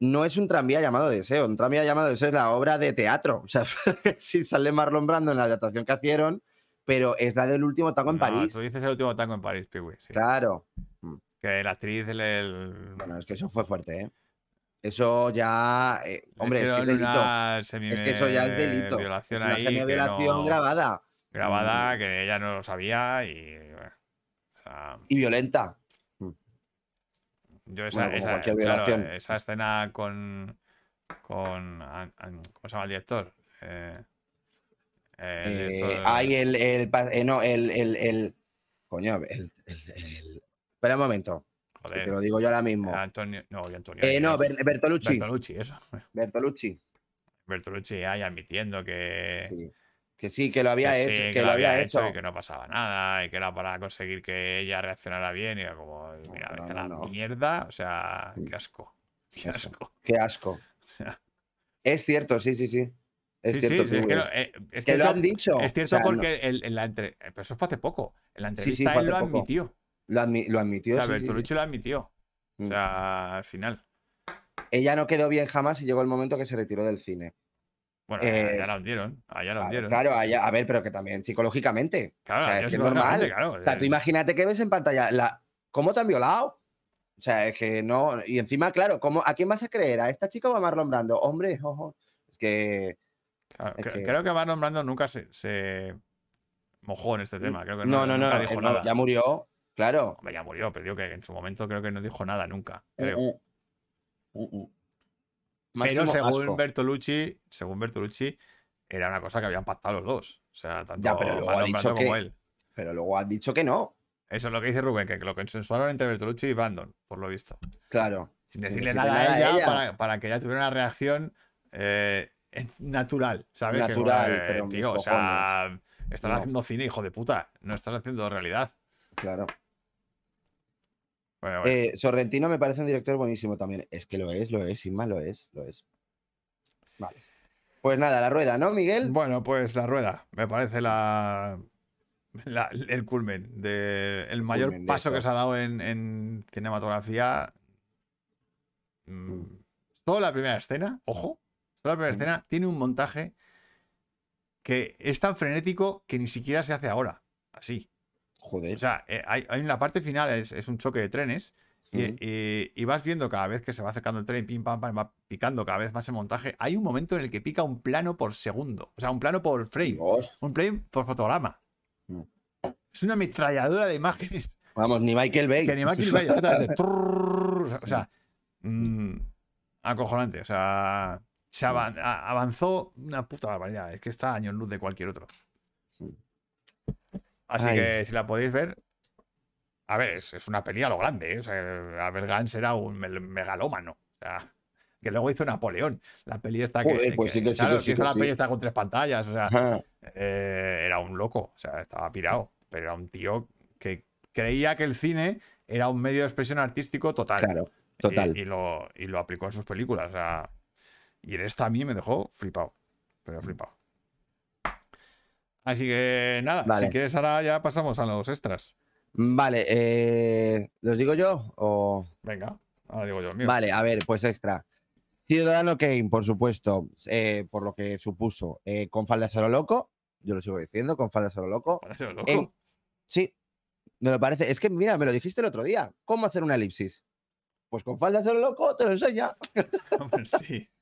No es un tranvía llamado Deseo. Un tranvía llamado Deseo es la obra de teatro. O sea, sí sale Marlon Brando en la adaptación que hicieron, pero es la del último tango en
No,
París.
Tú dices el último tango en París, Piwi, sí.
Claro.
Que la actriz, el... el-
Bueno, es que eso fue fuerte, ¿eh? Eso ya. eh, hombre, es que es
hicieron
delito.
una semi- eh,
Es que eso ya es delito. Es
Violación
una
ahí que
semiviolación
no-
grabada
grabada que ella no lo sabía y bueno, o sea,
y violenta.
yo esa,
Bueno, como
esa-
cualquier
claro,
violación.
esa escena con con an- an- ¿cómo se llama el director? Eh, eh, el
Eh,
director-
hay el. el pa- eh, no, el. el, el- coño, el- el- el- Espera un momento. que
joder,
te lo digo yo ahora mismo.
Antonio, no, y Antonio.
Eh, no,
eh,
Ber- Bertolucci.
Bertolucci, eso.
Bertolucci.
Bertolucci ahí admitiendo que,
sí. Que sí, que lo había
que sí,
hecho.
que
Que, lo había hecho.
y que no pasaba nada y que era para conseguir que ella reaccionara bien y era como mira,
no,
vete a
no,
la
no.
mierda, o sea,
Sí.
qué asco. Qué
Eso.
asco.
Qué asco.
O sea,
Es cierto, sí, sí, sí. Es
sí,
cierto.
sí, sí, es
Piwi.
que, no, eh, es
Que lo
cierto-
han dicho.
Es cierto
o sea, no-
porque el- en la entre... eh, pero eso fue hace poco. En la
Sí, sí,
entrevista
fue
él
hace
lo
poco.
admitió.
lo, admi- lo admitió.
o sea,
sí, sí, sí.
Bertolucci lo admitió. O
Mm.
sea, al final.
Ella no quedó bien jamás y llegó el momento que se retiró del cine.
Bueno,
Eh,
ya la hundieron. Allá la
Ah,
hundieron. Claro,
Claro, a, ella- a ver, pero que también psicológicamente. o sea,
a
es
ellos
que es
lógicamente,
normal.
Claro, eh,
O sea, tú imagínate que ves en pantalla la, cómo te han violado. O sea, es que no. Y encima, claro, ¿cómo, ¿a quién vas a creer? ¿A esta chica o a Marlon Brando? Hombre, ojo. Es que.
claro,
es
cre-
que-
Creo que Van nombrando nunca se, se mojó en este tema. Creo que
Mm, no, no, no.
nunca
no, eh,
dijo
no,
nada.
ya murió. Claro.
Hombre, ya murió, pero digo que en su momento creo que no dijo nada nunca. Creo.
Mm, mm. Mm, mm.
Pero
Máximo
según
asco.
Bertolucci, según Bertolucci, era una cosa que habían pactado los dos. O sea, tanto
Ya, pero luego ha
Marlon
dicho
Brando
que-
como él.
Pero luego han dicho que no.
Eso es lo que dice Rubén, que lo consensuaron entre Bertolucci y Brandon, por lo visto.
Claro.
Sin
Sin
decirle
decirle
nada,
nada
a
a
ella,
ella.
Para, para que ella tuviera una reacción eh, natural, ¿sabes? Que,
Natural,
eh,
pero mis
tío, o sea, estás
No.
haciendo cine, hijo de puta. No estás haciendo realidad.
Claro.
Bueno, bueno.
Eh, Sorrentino me parece un director buenísimo también. Es que lo es, lo es, Inma, lo es, lo es. Vale. Pues nada, la rueda, ¿no, Miguel?
Bueno, pues la rueda, me parece la, la- el culmen, de, el mayor
culmen de
paso que se
esto.
ha dado en, en cinematografía. Mm, Solo la primera escena, ojo, solo la primera
Mm.
escena tiene un montaje que es tan frenético que ni siquiera se hace ahora, así.
Joder.
O sea, eh, hay, hay una parte final, es, es un choque de trenes. Y,
Ujú.
y- y vas viendo cada vez que se va acercando el tren, pim, pam, pam, va picando cada vez más el montaje. Hay un momento en el que pica un plano por segundo, o sea, un plano por frame,
Dios.
un frame por fotograma.
Mm.
Es una ametralladora de imágenes.
Vamos, ni Michael Bay.
Que ni Michael Bay, exactamente. Trrrr, o sea, o sea, mm, acojonante. O sea, se avan- a- avanzó una puta barbaridad. Es que está año en luz de cualquier otro. Así
Ay.
que si la podéis ver. A ver, es, es una peli a lo grande. ¿eh? O sea, Abel Gans era un mel- megalómano. O sea, que luego hizo Napoleón. La peli esta que.
Joder, pues sí que sí
claro,
que sí
hizo
que
la
sí.
peli esta con tres pantallas. O sea,
Ajá.
eh, era un loco, o sea, estaba pirado, pero era un tío que creía que el cine era un medio de expresión artístico total.
Claro,
Y-
total.
Y, lo, y lo aplicó en sus películas. o sea, y en esta a mí me dejó flipado,
Mm.
pero flipado. Así que nada,
Vale.
si quieres ahora ya pasamos a los extras.
Vale, eh, ¿los digo yo? O...
Venga, ahora digo yo el mío.
Vale, a ver, pues extra. Ciudadano Kane, por supuesto, eh, por lo que supuso, eh, con falda solo loco, yo lo sigo diciendo, con falda solo loco.
Ahora soy loco.
En- sí, No lo parece. Es que, mira, me lo dijiste el otro día. ¿Cómo hacer una elipsis? Pues con faldas de loco te lo enseña.
Hombre, sí.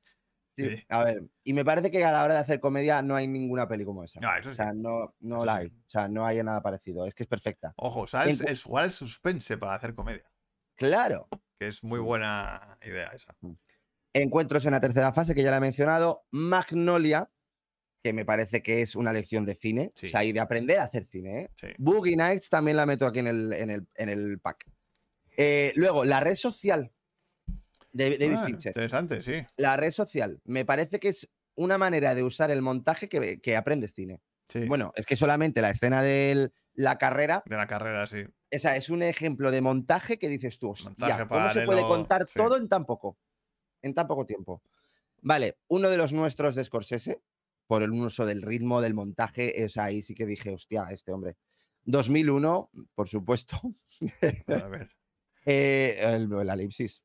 Sí,
Sí.
A ver, y me parece que a la hora de hacer comedia no hay ninguna peli como esa.
No, eso
o
sí.
sea, no, no
Eso
la
sí.
hay. O sea, no hay nada parecido. Es que es perfecta.
Ojo, usar el,
En-
el jugar el suspense para hacer comedia,
Claro.
que es
Mm.
muy buena idea esa.
Encuentros en la tercera fase, que ya la he mencionado. Magnolia, que me parece que es una lección de cine.
Sí.
O sea, y de aprender a hacer cine. ¿eh?
Sí.
Boogie Nights también la meto aquí en el, en el, en el pack. Eh, luego, la red social de de David
Ah,
Fincher.
Interesante, sí.
La red social. Me parece que es una manera de usar el montaje que, que aprendes cine.
sí.
Bueno, es que solamente la escena de la carrera,
De la carrera, sí.
esa es un ejemplo de montaje que dices tú, hostia,
Montaje
¿cómo se puede
paralelo,
contar
sí.
todo en tan poco? En tan poco tiempo. Vale, uno de los nuestros de Scorsese, por el uso del ritmo, del montaje, es ahí sí que dije, hostia, este hombre. 2001, por supuesto,
A ver.
eh, el, el elipsis.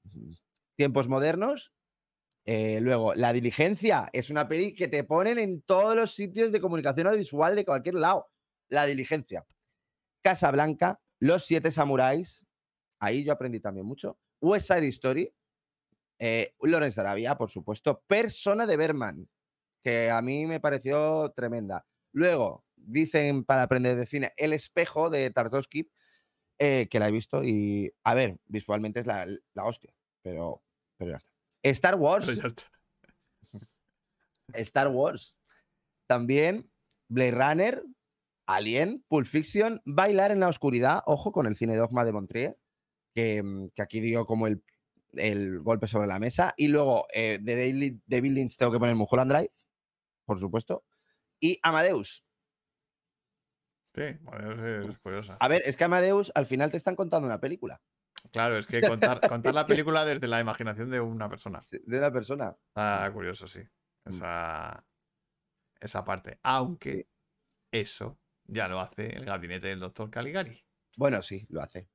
Tiempos modernos. Eh, luego, La Diligencia es una peli que te ponen en todos los sitios de comunicación audiovisual de cualquier lado. La Diligencia. Casa Blanca, Los Siete Samuráis. Ahí yo aprendí también mucho. West Side Story. Eh, Lawrence Arabia, por supuesto. Persona de Berman, que a mí me pareció tremenda. Luego, dicen para aprender de cine, El Espejo de Tartovsky, eh, que la he visto y, a ver, visualmente es la, la hostia, pero, pero ya está. Star Wars,
Pero ya está.
Star Wars. También Blade Runner, Alien, Pulp Fiction, Bailar en la Oscuridad, ojo con el cine dogma de Montrier, que, mm, que aquí dio como el, el golpe sobre la mesa. Y luego eh, de Daily- de Bill Lynch tengo que poner Mulholland Drive, por supuesto. Y Amadeus,
Sí, bueno, es curiosa.
A ver, es que Amadeus al final te están contando una película
Claro, es que contar, contar la película desde la imaginación de una persona.
de una persona.
Está curioso, sí. Esa, esa parte. Aunque eso ya lo hace el gabinete del doctor Caligari.
Bueno, sí, lo hace.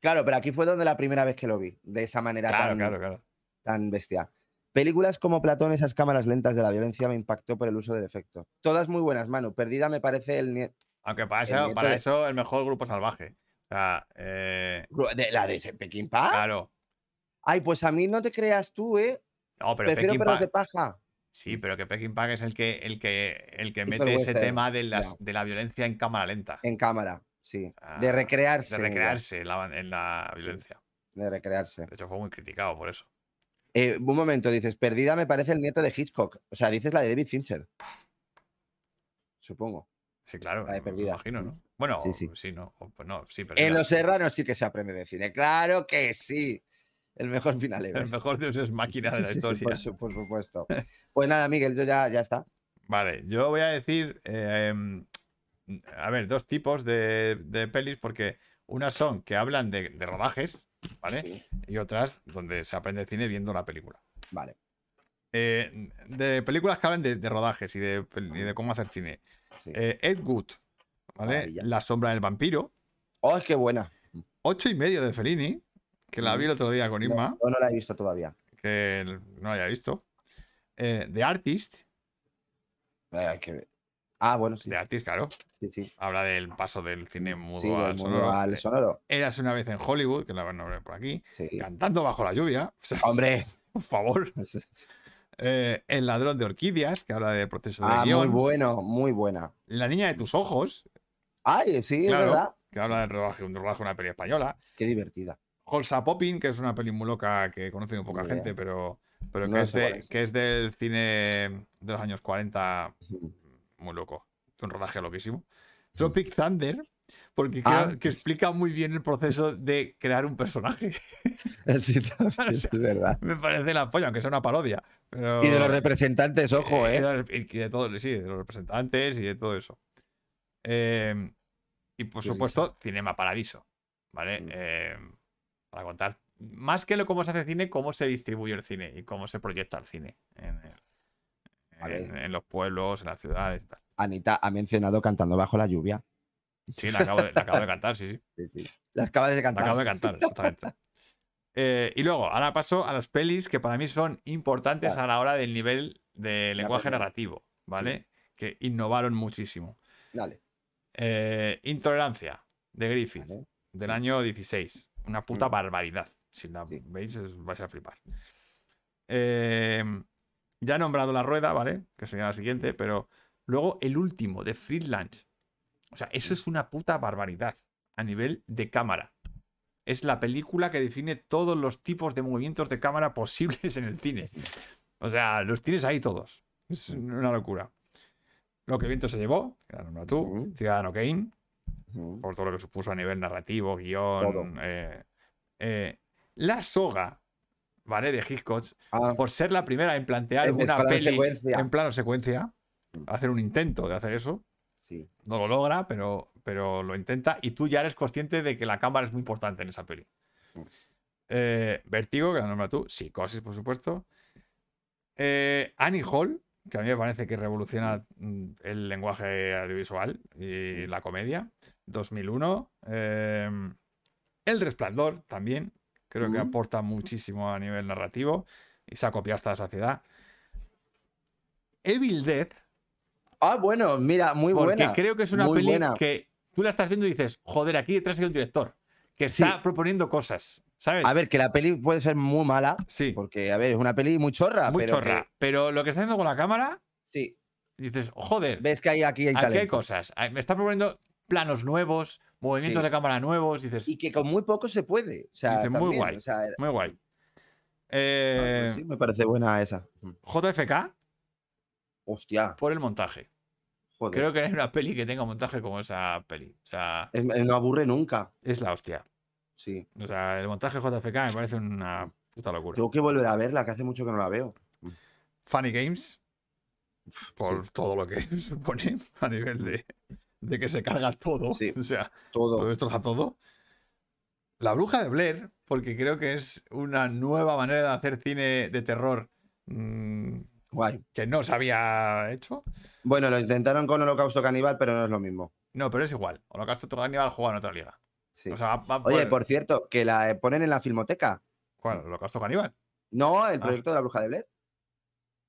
Claro, pero aquí fue donde la primera vez que lo vi, de esa manera
claro,
tan,
claro, claro.
tan bestia. Películas como Platón, esas cámaras lentas de la violencia me impactó por el uso del efecto. Todas muy buenas, Manu. Perdida me parece el nie-
Aunque para
El
eso,
nieto
para
de-
eso el mejor grupo salvaje. O sea, eh,
de- la de ese Pekín Paz.
claro.
Ay, pues a mí no te creas tú, ¿eh?
No, pero
Prefiero
Peckinpah-
perros de paja.
Sí, pero que Pekín Pack es el que, el que, el que
Hizo el
mete ese
western,
tema de, las-
¿eh? ya.
de la violencia en cámara lenta.
En cámara, sí.
Ah,
De recrearse.
De
en ella,
recrearse en la, en la violencia.
De recrearse.
De hecho, fue muy criticado por eso.
Eh, un momento, dices, perdida me parece el nieto de Hitchcock. O sea, dices la de David Fincher. Supongo.
Sí, claro.
La de
me
Perdida.
imagino,
Mm.
¿no? Bueno,
Sí,
sí,
sí.
no. o- pues no, sí, Perdida.
En Los Serranos sí que se aprende de cine. Claro que sí. El mejor final ever.
El mejor de es máquina de
Sí,
la
sí, sí,
historia.
por su- por, supuesto. Pues nada, Miguel, yo ya, ya está.
Vale, yo voy a decir, eh, em, a ver, dos tipos de, de pelis, porque unas son que hablan de, de rodajes, ¿vale?
Sí,
Y otras donde se aprende cine viendo la película.
vale.
Eh, de películas que hablan de, de rodajes y de, pel- y de cómo hacer cine.
sí.
Eh, Ed Wood, ¿vale?
Maravilla.
La sombra del vampiro.
¡Oh, qué buena!
Ocho y medio de Fellini, que la
Mm.
vi el otro día con
No,
Isma,
yo no la he visto todavía.
que el- no la haya visto. Eh, The Artist,
Ay, qué- Ah, bueno, sí.
The Artist, claro.
Sí, sí.
Habla del paso del cine mudo
Sí, del
al
mudo
sonoro.
al
Eh,
sonoro.
Érase una vez en Hollywood, que la van a ver por aquí,
Sí.
cantando bajo la lluvia, o sea,
Hombre.
por favor. Eh, El ladrón de orquídeas, que habla del proceso de
Ah, muy
guión.
bueno, muy buena.
La niña de tus ojos,
Ay, sí,
Claro.
es verdad.
que habla del rodaje, un rodaje de una peli española.
Qué divertida.
Holsa Popping, que es una peli muy loca que conoce muy poca
Ni idea.
gente, pero, pero
No
que,
sé
es de-
cuál es.
que es del cine de los años 40, muy loco. Un rodaje loquísimo. Tropic Thunder, porque
Ah.
creo que explica muy bien el proceso de crear un personaje.
Sí, también, es verdad.
Me parece la polla, aunque sea una parodia. Pero...
Y de los representantes, ojo,
Y
¿eh?
de, y de todos, sí, de los representantes y de todo eso. Eh, y por
Qué
supuesto, Cinema Paradiso. ¿Vale?
Mm.
Eh, para contar más que lo cómo se hace cine, cómo se distribuye el cine y cómo se proyecta el cine en,
A ver.
en- en los pueblos, en las ciudades y tal.
Anita ha mencionado cantando bajo la lluvia.
Sí, la acabo de, la acabo de cantar, sí, sí.
Sí, sí. Las acabas de
La acabo
cantar.
de cantar, exactamente. Eh, y luego, ahora paso a las pelis que para mí son importantes
Claro.
a la hora del nivel de lenguaje
peli.
narrativo, ¿vale? Que innovaron muchísimo.
Dale.
Eh, intolerancia, de Griffith,
Vale.
del año 16. Una puta
Ah, Mm.
barbaridad. Si la
Sí.
veis, os vais a flipar. Eh, ya he nombrado la rueda, ¿vale? Que sería la siguiente, pero luego el último, de Freelance. O sea, eso es una puta barbaridad a nivel de cámara. Es la película que define todos los tipos de movimientos de cámara posibles en el cine. O sea, los tienes ahí todos. Es una locura. Lo que viento se llevó, que la nombra tú,
Ujú.
Ciudadano Kane,
Ujú.
por todo lo que supuso a nivel narrativo, guión.
Todo.
eh, eh, la soga, ¿vale? De Hitchcock,
Ah,
por ser la primera en plantear
En
una
plano
peli
secuencia.
en plano secuencia, hacer un intento de hacer eso,
sí.
no lo logra, pero, pero lo intenta. Y tú ya eres consciente de que la cámara es muy importante en esa peli.
Mm.
Eh, Vértigo, que la nombra tú. Psicosis, por supuesto. Eh, Annie Hall, que a mí me parece que revoluciona mm, el lenguaje audiovisual
Mm.
y la comedia. 2001. Eh, el Resplandor, también. Creo que
Ujú.
aporta muchísimo a nivel narrativo y se ha copiado hasta la saciedad. Evil Dead,
Ah, bueno, mira, muy
porque
buena.
creo que es una
muy
peli
buena.
que tú la estás viendo y dices, joder, aquí detrás hay un director que
Sí.
está proponiendo cosas, ¿sabes?
A ver, que la peli puede ser muy mala,
sí,
porque, a ver, es una peli muy chorra.
muy
pero
chorra.
que-
Pero lo que está haciendo con la cámara,
sí,
dices, joder,
ves que hay aquí hay
aquí hay
talento.
cosas. Ay, Me está proponiendo planos nuevos, movimientos
Sí.
de cámara nuevos, dices,
Y que con muy poco se puede. O sea,
Dice, muy
también,
guay.
o sea,
muy guay.
ah, pues
Eh,
sí, me parece buena esa. Mm.
JFK
Hostia,
por el montaje.
joder.
Creo que no hay una peli que tenga montaje como esa peli. O sea,
Es- eh, no aburre nunca.
es la hostia.
Sí.
O sea, el montaje JFK me parece una puta locura.
Tengo que volver a verla, que hace mucho que no la veo.
Funny Games, por todo lo que supone a nivel de, de que se carga todo,
Sí.
o sea, lo
Todo.
destroza todo. La bruja de Blair, porque creo que es una nueva manera de hacer cine de terror mm,
Guay.
que no se había hecho.
Bueno, lo intentaron con Holocausto Caníbal, pero no es lo mismo. al
No, pero es igual. Holocausto Caníbal juega en otra liga. O sea, va- va
Oye,
por...
por cierto, que la eh, ponen en la filmoteca.
¿Cuál? ¿Holocausto Caníbal?
No, el
Ah.
proyecto de la bruja de Blair.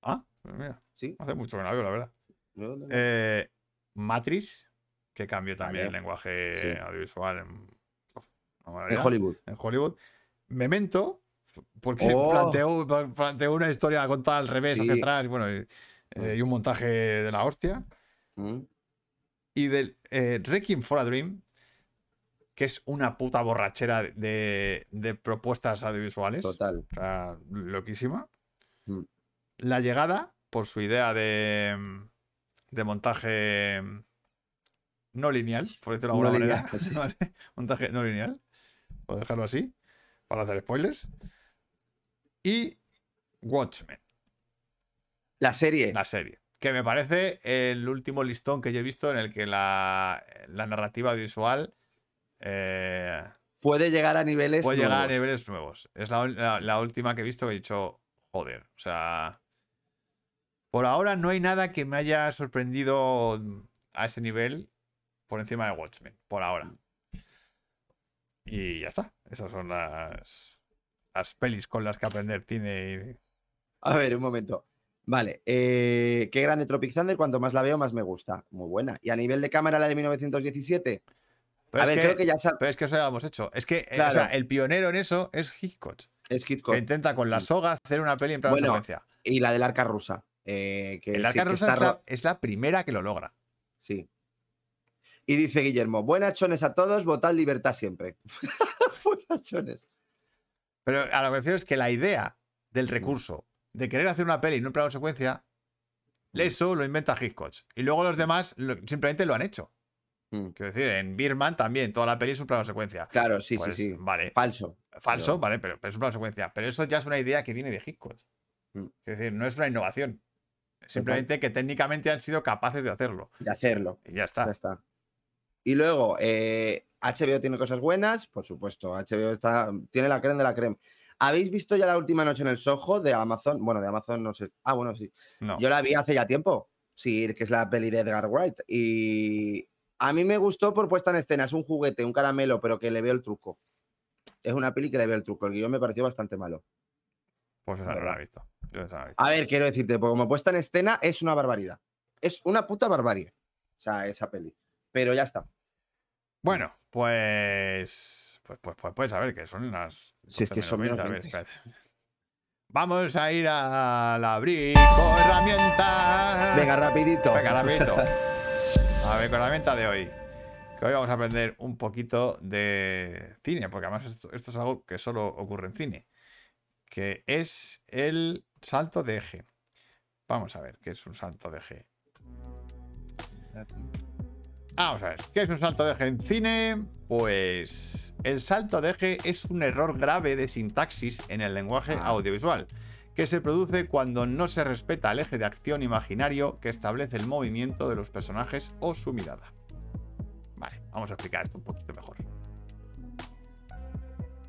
Ah, mira,
Sí.
hace mucho que no la veo, la verdad.
No, no, no.
Eh, Matrix, que cambió también
Vale.
el lenguaje
Sí.
audiovisual en, uf, una
en
barbaridad.
Hollywood.
en Hollywood. Memento, porque
Oh.
planteó, planteó una historia contada al revés, hacia
Sí.
atrás, y bueno, y, eh, y un montaje de la hostia.
Mm.
Y del eh, Requiem for a Dream, que es una puta borrachera de, de propuestas audiovisuales.
Total.
O sea, loquísima.
Mm.
La llegada, por su idea de, mm, de montaje mm, no lineal, por decirlo de
No
alguna
lineal,
manera.
sí.
¿vale? Montaje no lineal, por dejarlo así, para hacer spoilers. Y Watchmen,
La serie.
la serie, que me parece el último listón que yo he visto en el que la, la narrativa audiovisual eh,
Puede llegar a niveles.
Puede llegar a
nuevos.
niveles nuevos. Es la, la- la última que he visto que he dicho, joder. O sea, por ahora no hay nada que me haya sorprendido a ese nivel por encima de Watchmen, por ahora. Y ya está. Esas son las, las pelis con las que aprender cine.
A ver, un momento. Vale, eh, qué grande Tropic Thunder, cuanto más la veo, más me gusta. Muy buena. Y a nivel de cámara, la de 1917.
Pero,
a
es
ver,
que,
creo que ya sab-
pero es que eso ya lo hemos hecho. Es que eh, o
Claro.
sea, el pionero en eso es Hitchcock,
es Hitchcock.
que intenta con la soga hacer una peli en plano
Mm. Bueno,
secuencia.
Y la del arca rusa. eh, que
El
sí,
arca
que
rusa
está
es la-
ro-
es la primera que lo logra.
Sí. Y dice Guillermo, buenas chones a todos, votad libertad siempre. buenas chones.
Pero a lo que me refiero es que la idea del recurso de querer hacer una peli en un plano secuencia,
Mm.
eso lo inventa Hitchcock. Y luego los demás lo- simplemente lo han hecho.
Mm.
Quiero decir, en Birman también, toda la peli es un plano secuencia.
Claro, sí,
Pues,
sí, sí.
Vale,
Falso.
falso,
pero-
vale, pero, pero es un plano secuencia. Pero eso ya es una idea que viene de Hitchcock.
Mm.
Es decir, no es una innovación. Simplemente que técnicamente han sido capaces de hacerlo.
De hacerlo.
Y ya
Ya
está.
está. Y luego, eh, HBO tiene cosas buenas, por supuesto. HBO está, tiene la creme de la creme. ¿Habéis visto ya la última noche en el Soho de Amazon? Bueno, de Amazon no sé. Ah, bueno, sí.
No.
Yo la vi hace ya tiempo. Sí, que es la peli de Edgar Wright. Y a mí me gustó por puesta en escena. Es un juguete, un caramelo, pero que le veo el truco. Es una peli que le veo el truco. El guión me pareció bastante malo.
Pues esa no la
Verdad.
he visto. Yo esa no la he visto.
A ver, quiero decirte, pues como puesta en escena es una barbaridad. Es una puta barbarie. O sea, esa peli. Pero ya está.
Bueno, pues. Pues, pues, pues, pues, a ver, que son las.
Si es
12
que
menos
son menos
a ver,
20.
espérate. Vamos a ir a la brico herramienta.
Venga, rapidito.
Venga, rapidito. A ver, con la venta de hoy. Que hoy vamos a aprender un poquito de cine, porque además esto, esto es algo que solo ocurre en cine. Que es el salto de eje. Vamos a ver qué es un salto de eje. Vamos a ver, ¿qué es un salto de eje en cine? Pues el salto de eje es un error grave de sintaxis en el lenguaje
Ah.
audiovisual, que se produce cuando no se respeta el eje de acción imaginario que establece el movimiento de los personajes o su mirada. Vale, vamos a explicar esto un poquito mejor.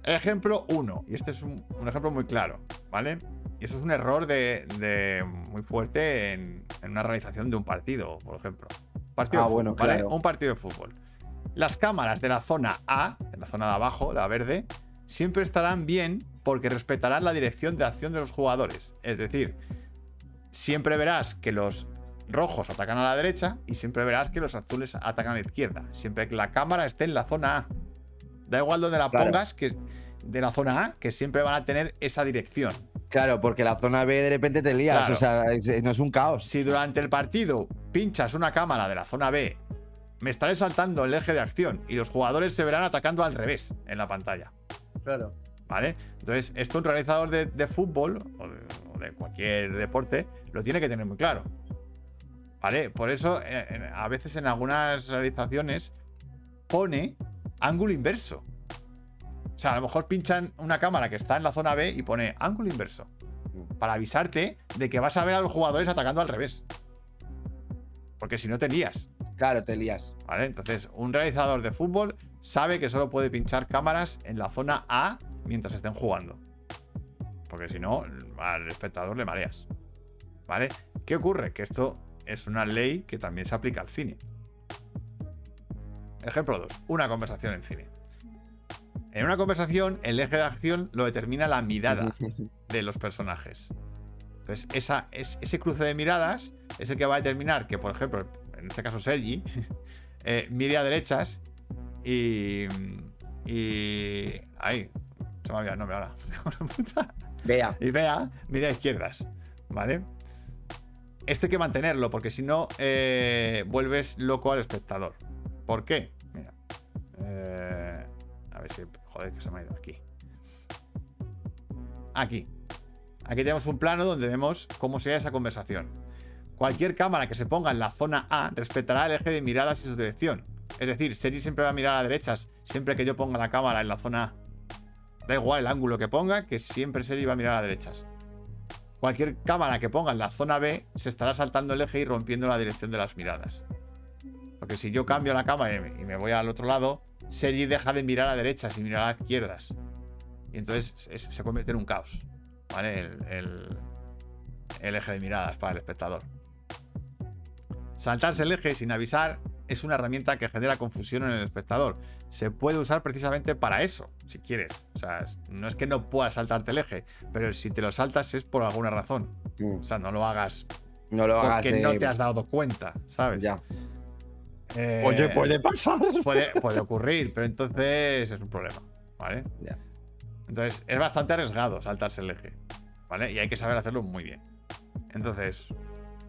Ejemplo 1, y este es un, un ejemplo muy claro, ¿vale? Y eso es un error de, de- muy fuerte en, en una realización de un partido, por ejemplo. Partido
Ah,
de fútbol,
bueno,
¿vale?
claro.
Un partido de fútbol. Las cámaras de la zona A, de la zona de abajo, la verde, siempre estarán bien porque respetarán la dirección de acción de los jugadores. Es decir, siempre verás que los rojos atacan a la derecha y siempre verás que los azules atacan a la izquierda. Siempre que la cámara esté en la zona A. Da igual donde la
Claro.
pongas, que de la zona A, que siempre van a tener esa dirección.
Claro, porque la zona B de repente te lías.
Claro.
O sea, es- eh, no es un caos.
Si durante el partido pinchas una cámara de la zona B, me estaré saltando el eje de acción y los jugadores se verán atacando al revés en la pantalla.
Claro.
¿Vale? Entonces, esto un realizador de, de fútbol o de, o de cualquier deporte lo tiene que tener muy claro. ¿Vale? Por eso, eh, en- a veces en algunas realizaciones pone ángulo inverso. O sea, a lo mejor pinchan una cámara que está en la zona B y pone ángulo inverso. Para avisarte de que vas a ver a los jugadores atacando al revés. Porque si no te lías.
Claro, te lías.
¿Vale? Entonces, un realizador de fútbol sabe que solo puede pinchar cámaras en la zona A mientras estén jugando. Porque si no, al espectador le mareas. ¿Vale? ¿Qué ocurre? Que esto es una ley que también se aplica al cine. Ejemplo 2. Una conversación en cine. En una conversación, el eje de acción lo determina la mirada de los personajes. Entonces, esa, es, ese cruce de miradas es el que va a determinar que, por ejemplo, en este caso Sergi, eh, mire a derechas y. Y. Ay, se me había el nombre ahora.
Vea.
y vea, mire a izquierdas. ¿Vale? Esto hay que mantenerlo, porque si no, eh, vuelves loco al espectador. ¿Por qué? Mira. Eh, a ver si. Joder, que se me ha ido aquí. Aquí. Aquí tenemos un plano donde vemos cómo será esa conversación. Cualquier cámara que se ponga en la zona A respetará el eje de miradas y su dirección. Es decir, Sergi siempre va a mirar a derechas, siempre que yo ponga la cámara en la zona A. Da igual el ángulo que ponga, que siempre Sergi va a mirar a derechas. Cualquier cámara que ponga en la zona B se estará saltando el eje y rompiendo la dirección de las miradas. Porque si yo cambio la cámara y me- y me voy al otro lado, Sergi deja de mirar a derechas y mirar a izquierdas. Y entonces es- se convierte en un caos. ¿Vale? El, el- el eje de miradas para el espectador. Saltarse el eje sin avisar es una herramienta que genera confusión en el espectador. Se puede usar precisamente para eso, si quieres. O sea, es- no es que no puedas saltarte el eje, pero si te lo saltas es por alguna razón. O sea, no lo hagas
No lo hagas.
Mm. porque
de-
no te has dado cuenta, ¿sabes?
Ya. pues
Eh, pues
pasar.
puede, puede ocurrir, pero entonces es un problema, ¿vale?
Ya.
Entonces es bastante arriesgado saltarse el eje, ¿vale? Y hay que saber hacerlo muy bien. Entonces,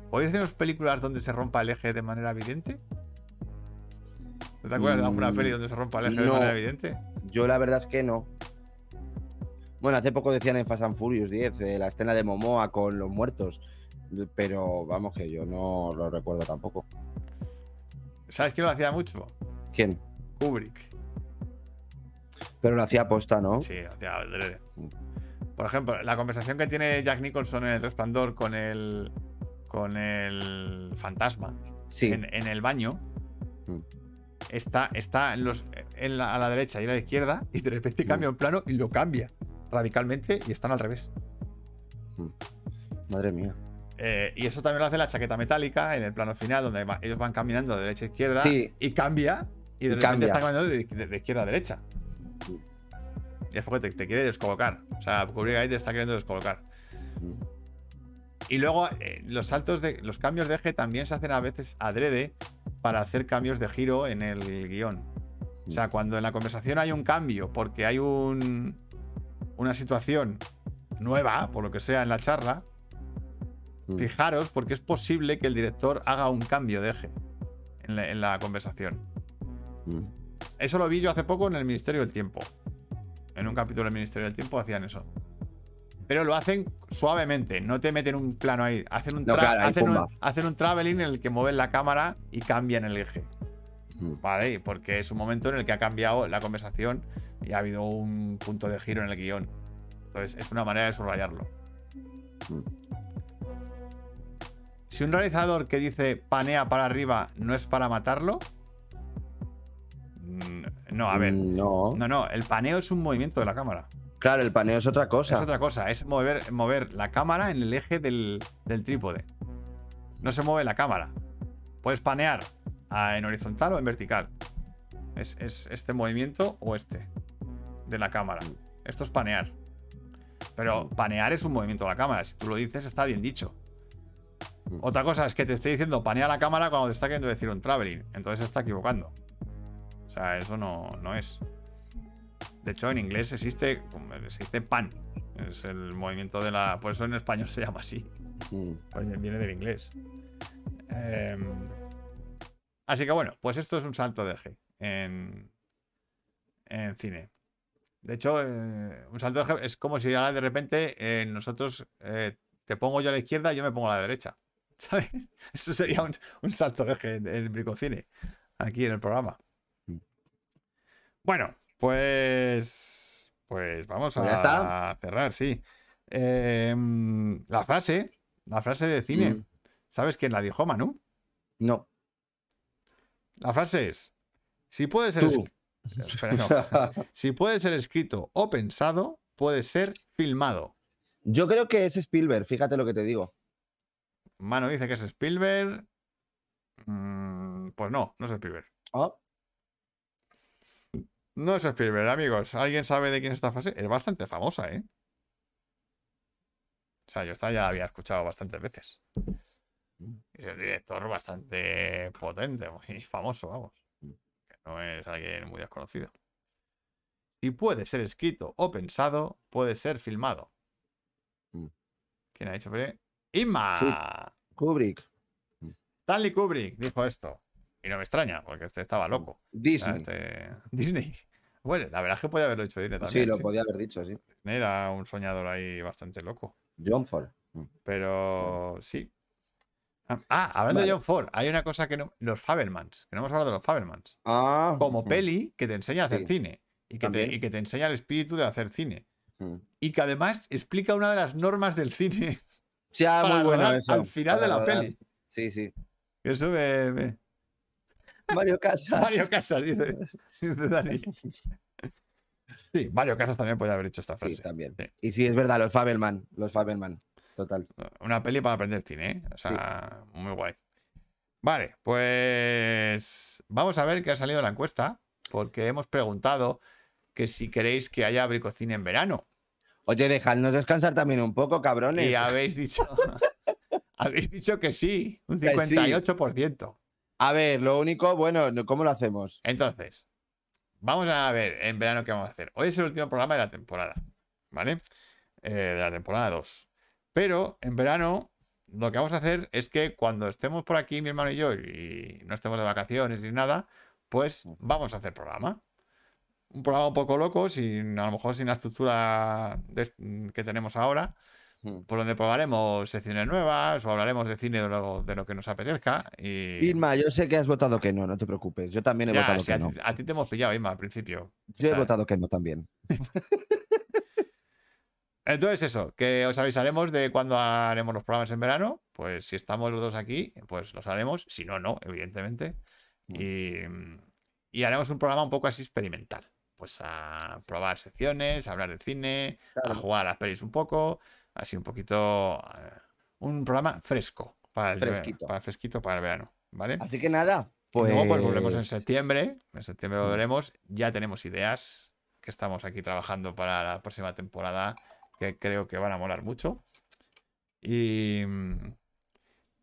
¿podéis haceros películas donde se rompa el eje de manera evidente? ¿No te acuerdas de alguna
Mm,
peli donde se rompa el eje de
no.
manera evidente?
Yo la verdad es que no. Bueno, hace poco decían en Fast and Furious 10 eh, la escena de Momoa con los muertos. Pero vamos que yo no lo recuerdo tampoco.
¿Sabes quién lo hacía mucho?
¿Quién?
Kubrick.
Pero lo hacía aposta, ¿no?
Sí, lo hacía adrede. Por ejemplo, la conversación que tiene Jack Nicholson en El Resplandor con el con el fantasma
Sí.
en, en el baño
Mm.
está, está en los, en la- a la derecha y a la izquierda y de repente
Mm.
cambia un plano y lo cambia radicalmente y están al revés.
Madre mía.
Eh, y eso también lo hace la chaqueta metálica en el plano final donde va- ellos van caminando de derecha a izquierda
Sí.
y cambia y de
Y
repente
cambia.
están caminando de, de- de izquierda a derecha. Y es porque te, te quiere descolocar. O sea, Kubrick ahí te está queriendo descolocar.
Mm,
Y luego eh, los saltos de los cambios de eje también se hacen a veces adrede para hacer cambios de giro en el guión. O sea, cuando en la conversación hay un cambio, porque hay un, una situación nueva, por lo que sea, en la charla,
Mm.
fijaros porque es posible que el director haga un cambio de eje en la, en la conversación.
Mm.
Eso lo vi yo hace poco en el Ministerio del Tiempo. En un capítulo del Ministerio del Tiempo hacían eso. Pero lo hacen suavemente, no te meten un plano ahí. Hacen un,
No,
tra-
claro, ahí
hacen un,
pumba.
hacen un traveling en el que mueven la cámara y cambian el eje.
Mm.
Vale, y porque es un momento en el que ha cambiado la conversación y ha habido un punto de giro en el guión. Entonces, es una manera de subrayarlo.
Mm.
Si un realizador que dice panea para arriba no es para matarlo. mm, No, a ver.
No.
No, no, el paneo es un movimiento de la cámara.
Claro, el paneo es otra cosa.
es otra cosa, es mover, mover la cámara en el eje del, del trípode. No se mueve la cámara. Puedes panear a- en horizontal o en vertical. Es, es este movimiento o este de la cámara. Esto es panear. Pero panear es un movimiento de la cámara. Si tú lo dices, está bien dicho. Otra cosa es que te esté diciendo panea la cámara cuando te está queriendo decir un traveling. Entonces se está equivocando. O sea, eso no, no es. De hecho, en inglés existe, se dice pan. Es el movimiento de la. Por eso en español se llama así.
Mm.
Pues viene del inglés. Eh, así que bueno, pues esto es un salto de eje en, en cine. De hecho, eh, un salto de eje es como si ahora de repente eh, nosotros eh, te pongo yo a la izquierda y yo me pongo a la derecha. ¿Sabes? Eso sería un, un salto de eje en, en Bricocine, aquí en el programa. Bueno, pues. Pues vamos
Pues ya
a
está.
cerrar, sí. Eh, la frase, la frase de cine.
Mm.
¿Sabes quién la dijo, Manu?
No.
La frase es: Si puede ser.
Tú.
es- Espera, no. si puede ser escrito o pensado, puede ser filmado.
Yo creo que es Spielberg, fíjate lo que te digo.
Manu dice que es Spielberg. Mm, pues no, no es Spielberg.
Ah,
No es Spielberg, amigos. ¿Alguien sabe de quién es esta frase? Es bastante famosa, ¿eh? O sea, yo esta ya la había escuchado bastantes veces. Es un director bastante potente, muy famoso, vamos. Que no es alguien muy desconocido. Y puede ser escrito o pensado, puede ser filmado.
Mm.
¿Quién ha dicho? Pre? ¡Inma!
Kubrick.
Stanley Kubrick dijo esto. Y no me extraña, porque este estaba loco. Ah,
Disney.
este, Disney. Bueno, la verdad es que podía haberlo hecho Disney también.
sí, lo
sí.
podía haber dicho, sí.
Disney Era un soñador ahí bastante loco.
John Ford. Mm.
Pero sí. Ah, ah, hablando de
Vale.
John Ford, hay una cosa que no. Los Fabermans, que no hemos hablado de los Fabermans.
Ah.
Como
Ujú.
peli que te enseña a hacer
Sí.
cine. Y que, te,
También.
y que te enseña el espíritu de hacer cine.
Mm.
Y que además explica una de las normas del cine
Sí, ah,
para
muy bueno
rodar
eso.
al final de
para
la
rodar.
peli.
Sí, sí.
Eso me- me,
Mario Casas.
Mario Casas, dice, dice Dani. Sí, Mario Casas también puede haber hecho esta
Sí,
frase.
también.
Sí.
Y sí, es verdad, los Fabelman. Los Fabelman. Total.
Una peli para aprender cine, ¿eh? O sea, muy guay. Vale, pues vamos a ver qué ha salido de la encuesta, porque hemos preguntado que si queréis que haya bricocine en verano.
Oye, dejadnos descansar también un poco, cabrones.
Y habéis dicho, habéis dicho que sí, un
Que sí.
58%.
A ver, lo único, bueno, no- ¿cómo lo hacemos?
Entonces, vamos a ver en verano qué vamos a hacer. Hoy es el último programa de la temporada, ¿vale? Eh, de la temporada 2. Pero en verano lo que vamos a hacer es que cuando estemos por aquí, mi hermano y yo, y no estemos de vacaciones ni nada, pues vamos a hacer programa. Un programa un poco loco, sin, a lo mejor sin la estructura de- que tenemos ahora,
Hmm.
Mm.
por donde probaremos secciones nuevas o hablaremos de cine de lo, de lo que nos apetezca. Y...
Irma, yo sé que has votado que no, no te preocupes. Yo también he
Ya,
votado
sí,
que
a,
no.
ti- a ti te hemos pillado, Inma, al principio.
Yo he
sea,
votado que no también.
Entonces eso, que os avisaremos de cuándo haremos los programas en verano. Pues si estamos los dos aquí, pues los haremos. Si no, no, evidentemente. Y, y haremos un programa un poco así experimental. Pues a probar secciones, a hablar de cine, a jugar a las pelis un poco. Así un poquito... eh, Un programa fresco. Para el,
Fresquito.
Para fresquito para el verano. ¿Vale?
Así que nada, pues.
Y luego pues volvemos en septiembre. En septiembre volveremos. Ya tenemos ideas que estamos aquí trabajando para la próxima temporada que creo que van a molar mucho. Y,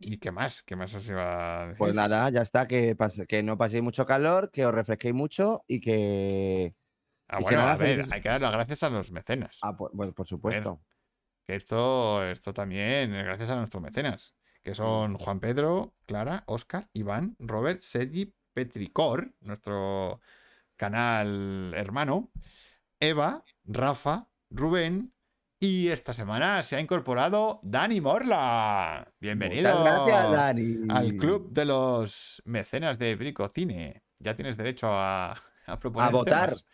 ¿Y qué más? ¿Qué más os iba a decir?
Pues nada, ya está, que, pas- que no paséis mucho calor, que os refresquéis mucho y que...
Ah,
y que
bueno,
nada,
a ver,
felices-
hay que dar las gracias a los mecenas.
Ah, por, bueno, por supuesto.
Que esto, esto también es gracias a nuestros mecenas, que son Juan Pedro, Clara, Oscar, Iván, Robert, Sergi, Petricor, nuestro canal hermano, Eva, Rafa, Rubén. Y esta semana se ha incorporado Dani Morla. Bienvenido
Muchas gracias, Dani.
al club de los mecenas de Brico Cine. Ya tienes derecho a, a proponer.
A votar.
temas.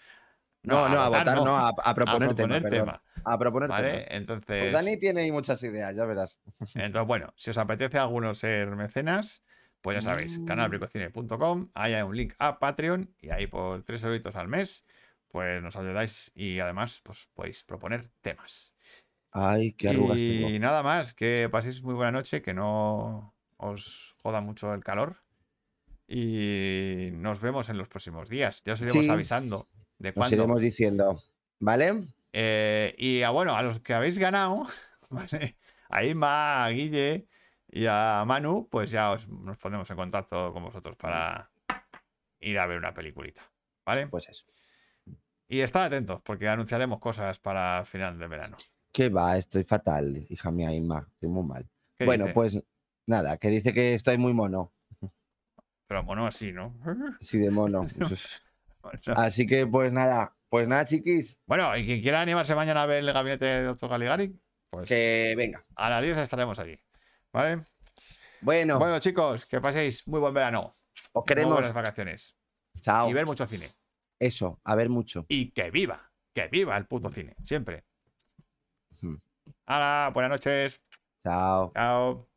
No, no, a votar, no, a, a proponer,
a
tema,
proponer
perdón.
tema.
A proponer
¿Vale?
temas.
Entonces,
Pues Dani tiene ahí muchas ideas, ya verás.
entonces, bueno, si os apetece a algunos ser mecenas, pues ya sabéis,
Mm.
canalbricocine.com, ahí hay un link a Patreon y ahí por 3 euritos al mes, pues nos ayudáis y además pues podéis proponer temas.
Ay, qué arrugas
y
tengo.
nada más, que paséis muy buena noche, que no os joda mucho el calor y nos vemos en los próximos días. Ya os iremos
Sí.
avisando de
Nos
cuándo.
iremos diciendo, ¿vale?
Eh, y a, bueno, a los que habéis ganado, ¿vale? a Inma, a Guille y a Manu, pues ya os- nos ponemos en contacto con vosotros para ir a ver una peliculita. ¿Vale?
Pues eso.
Y estad atentos, porque anunciaremos cosas para final de verano.
¿Qué va? Estoy fatal, hija mía, Inma. Estoy muy mal.
¿Qué
Bueno,
dice?
pues nada, que dice que estoy muy mono.
Pero bueno, así, ¿no?
Sí, de mono.
O sea,
Así que, pues nada. Pues nada, chiquis.
Bueno, y quien quiera animarse mañana a ver el gabinete de Dr. Caligari, pues
Que venga.
a las 10 estaremos allí. ¿Vale?
Bueno,
Bueno, chicos, que paséis muy buen verano.
os
Muy
queremos.
buenas vacaciones.
Chao.
Y ver mucho cine.
Eso, a ver mucho.
Y que viva, que viva el puto cine, siempre.
Hmm.
Hala, buenas noches.
Chao.
Chao.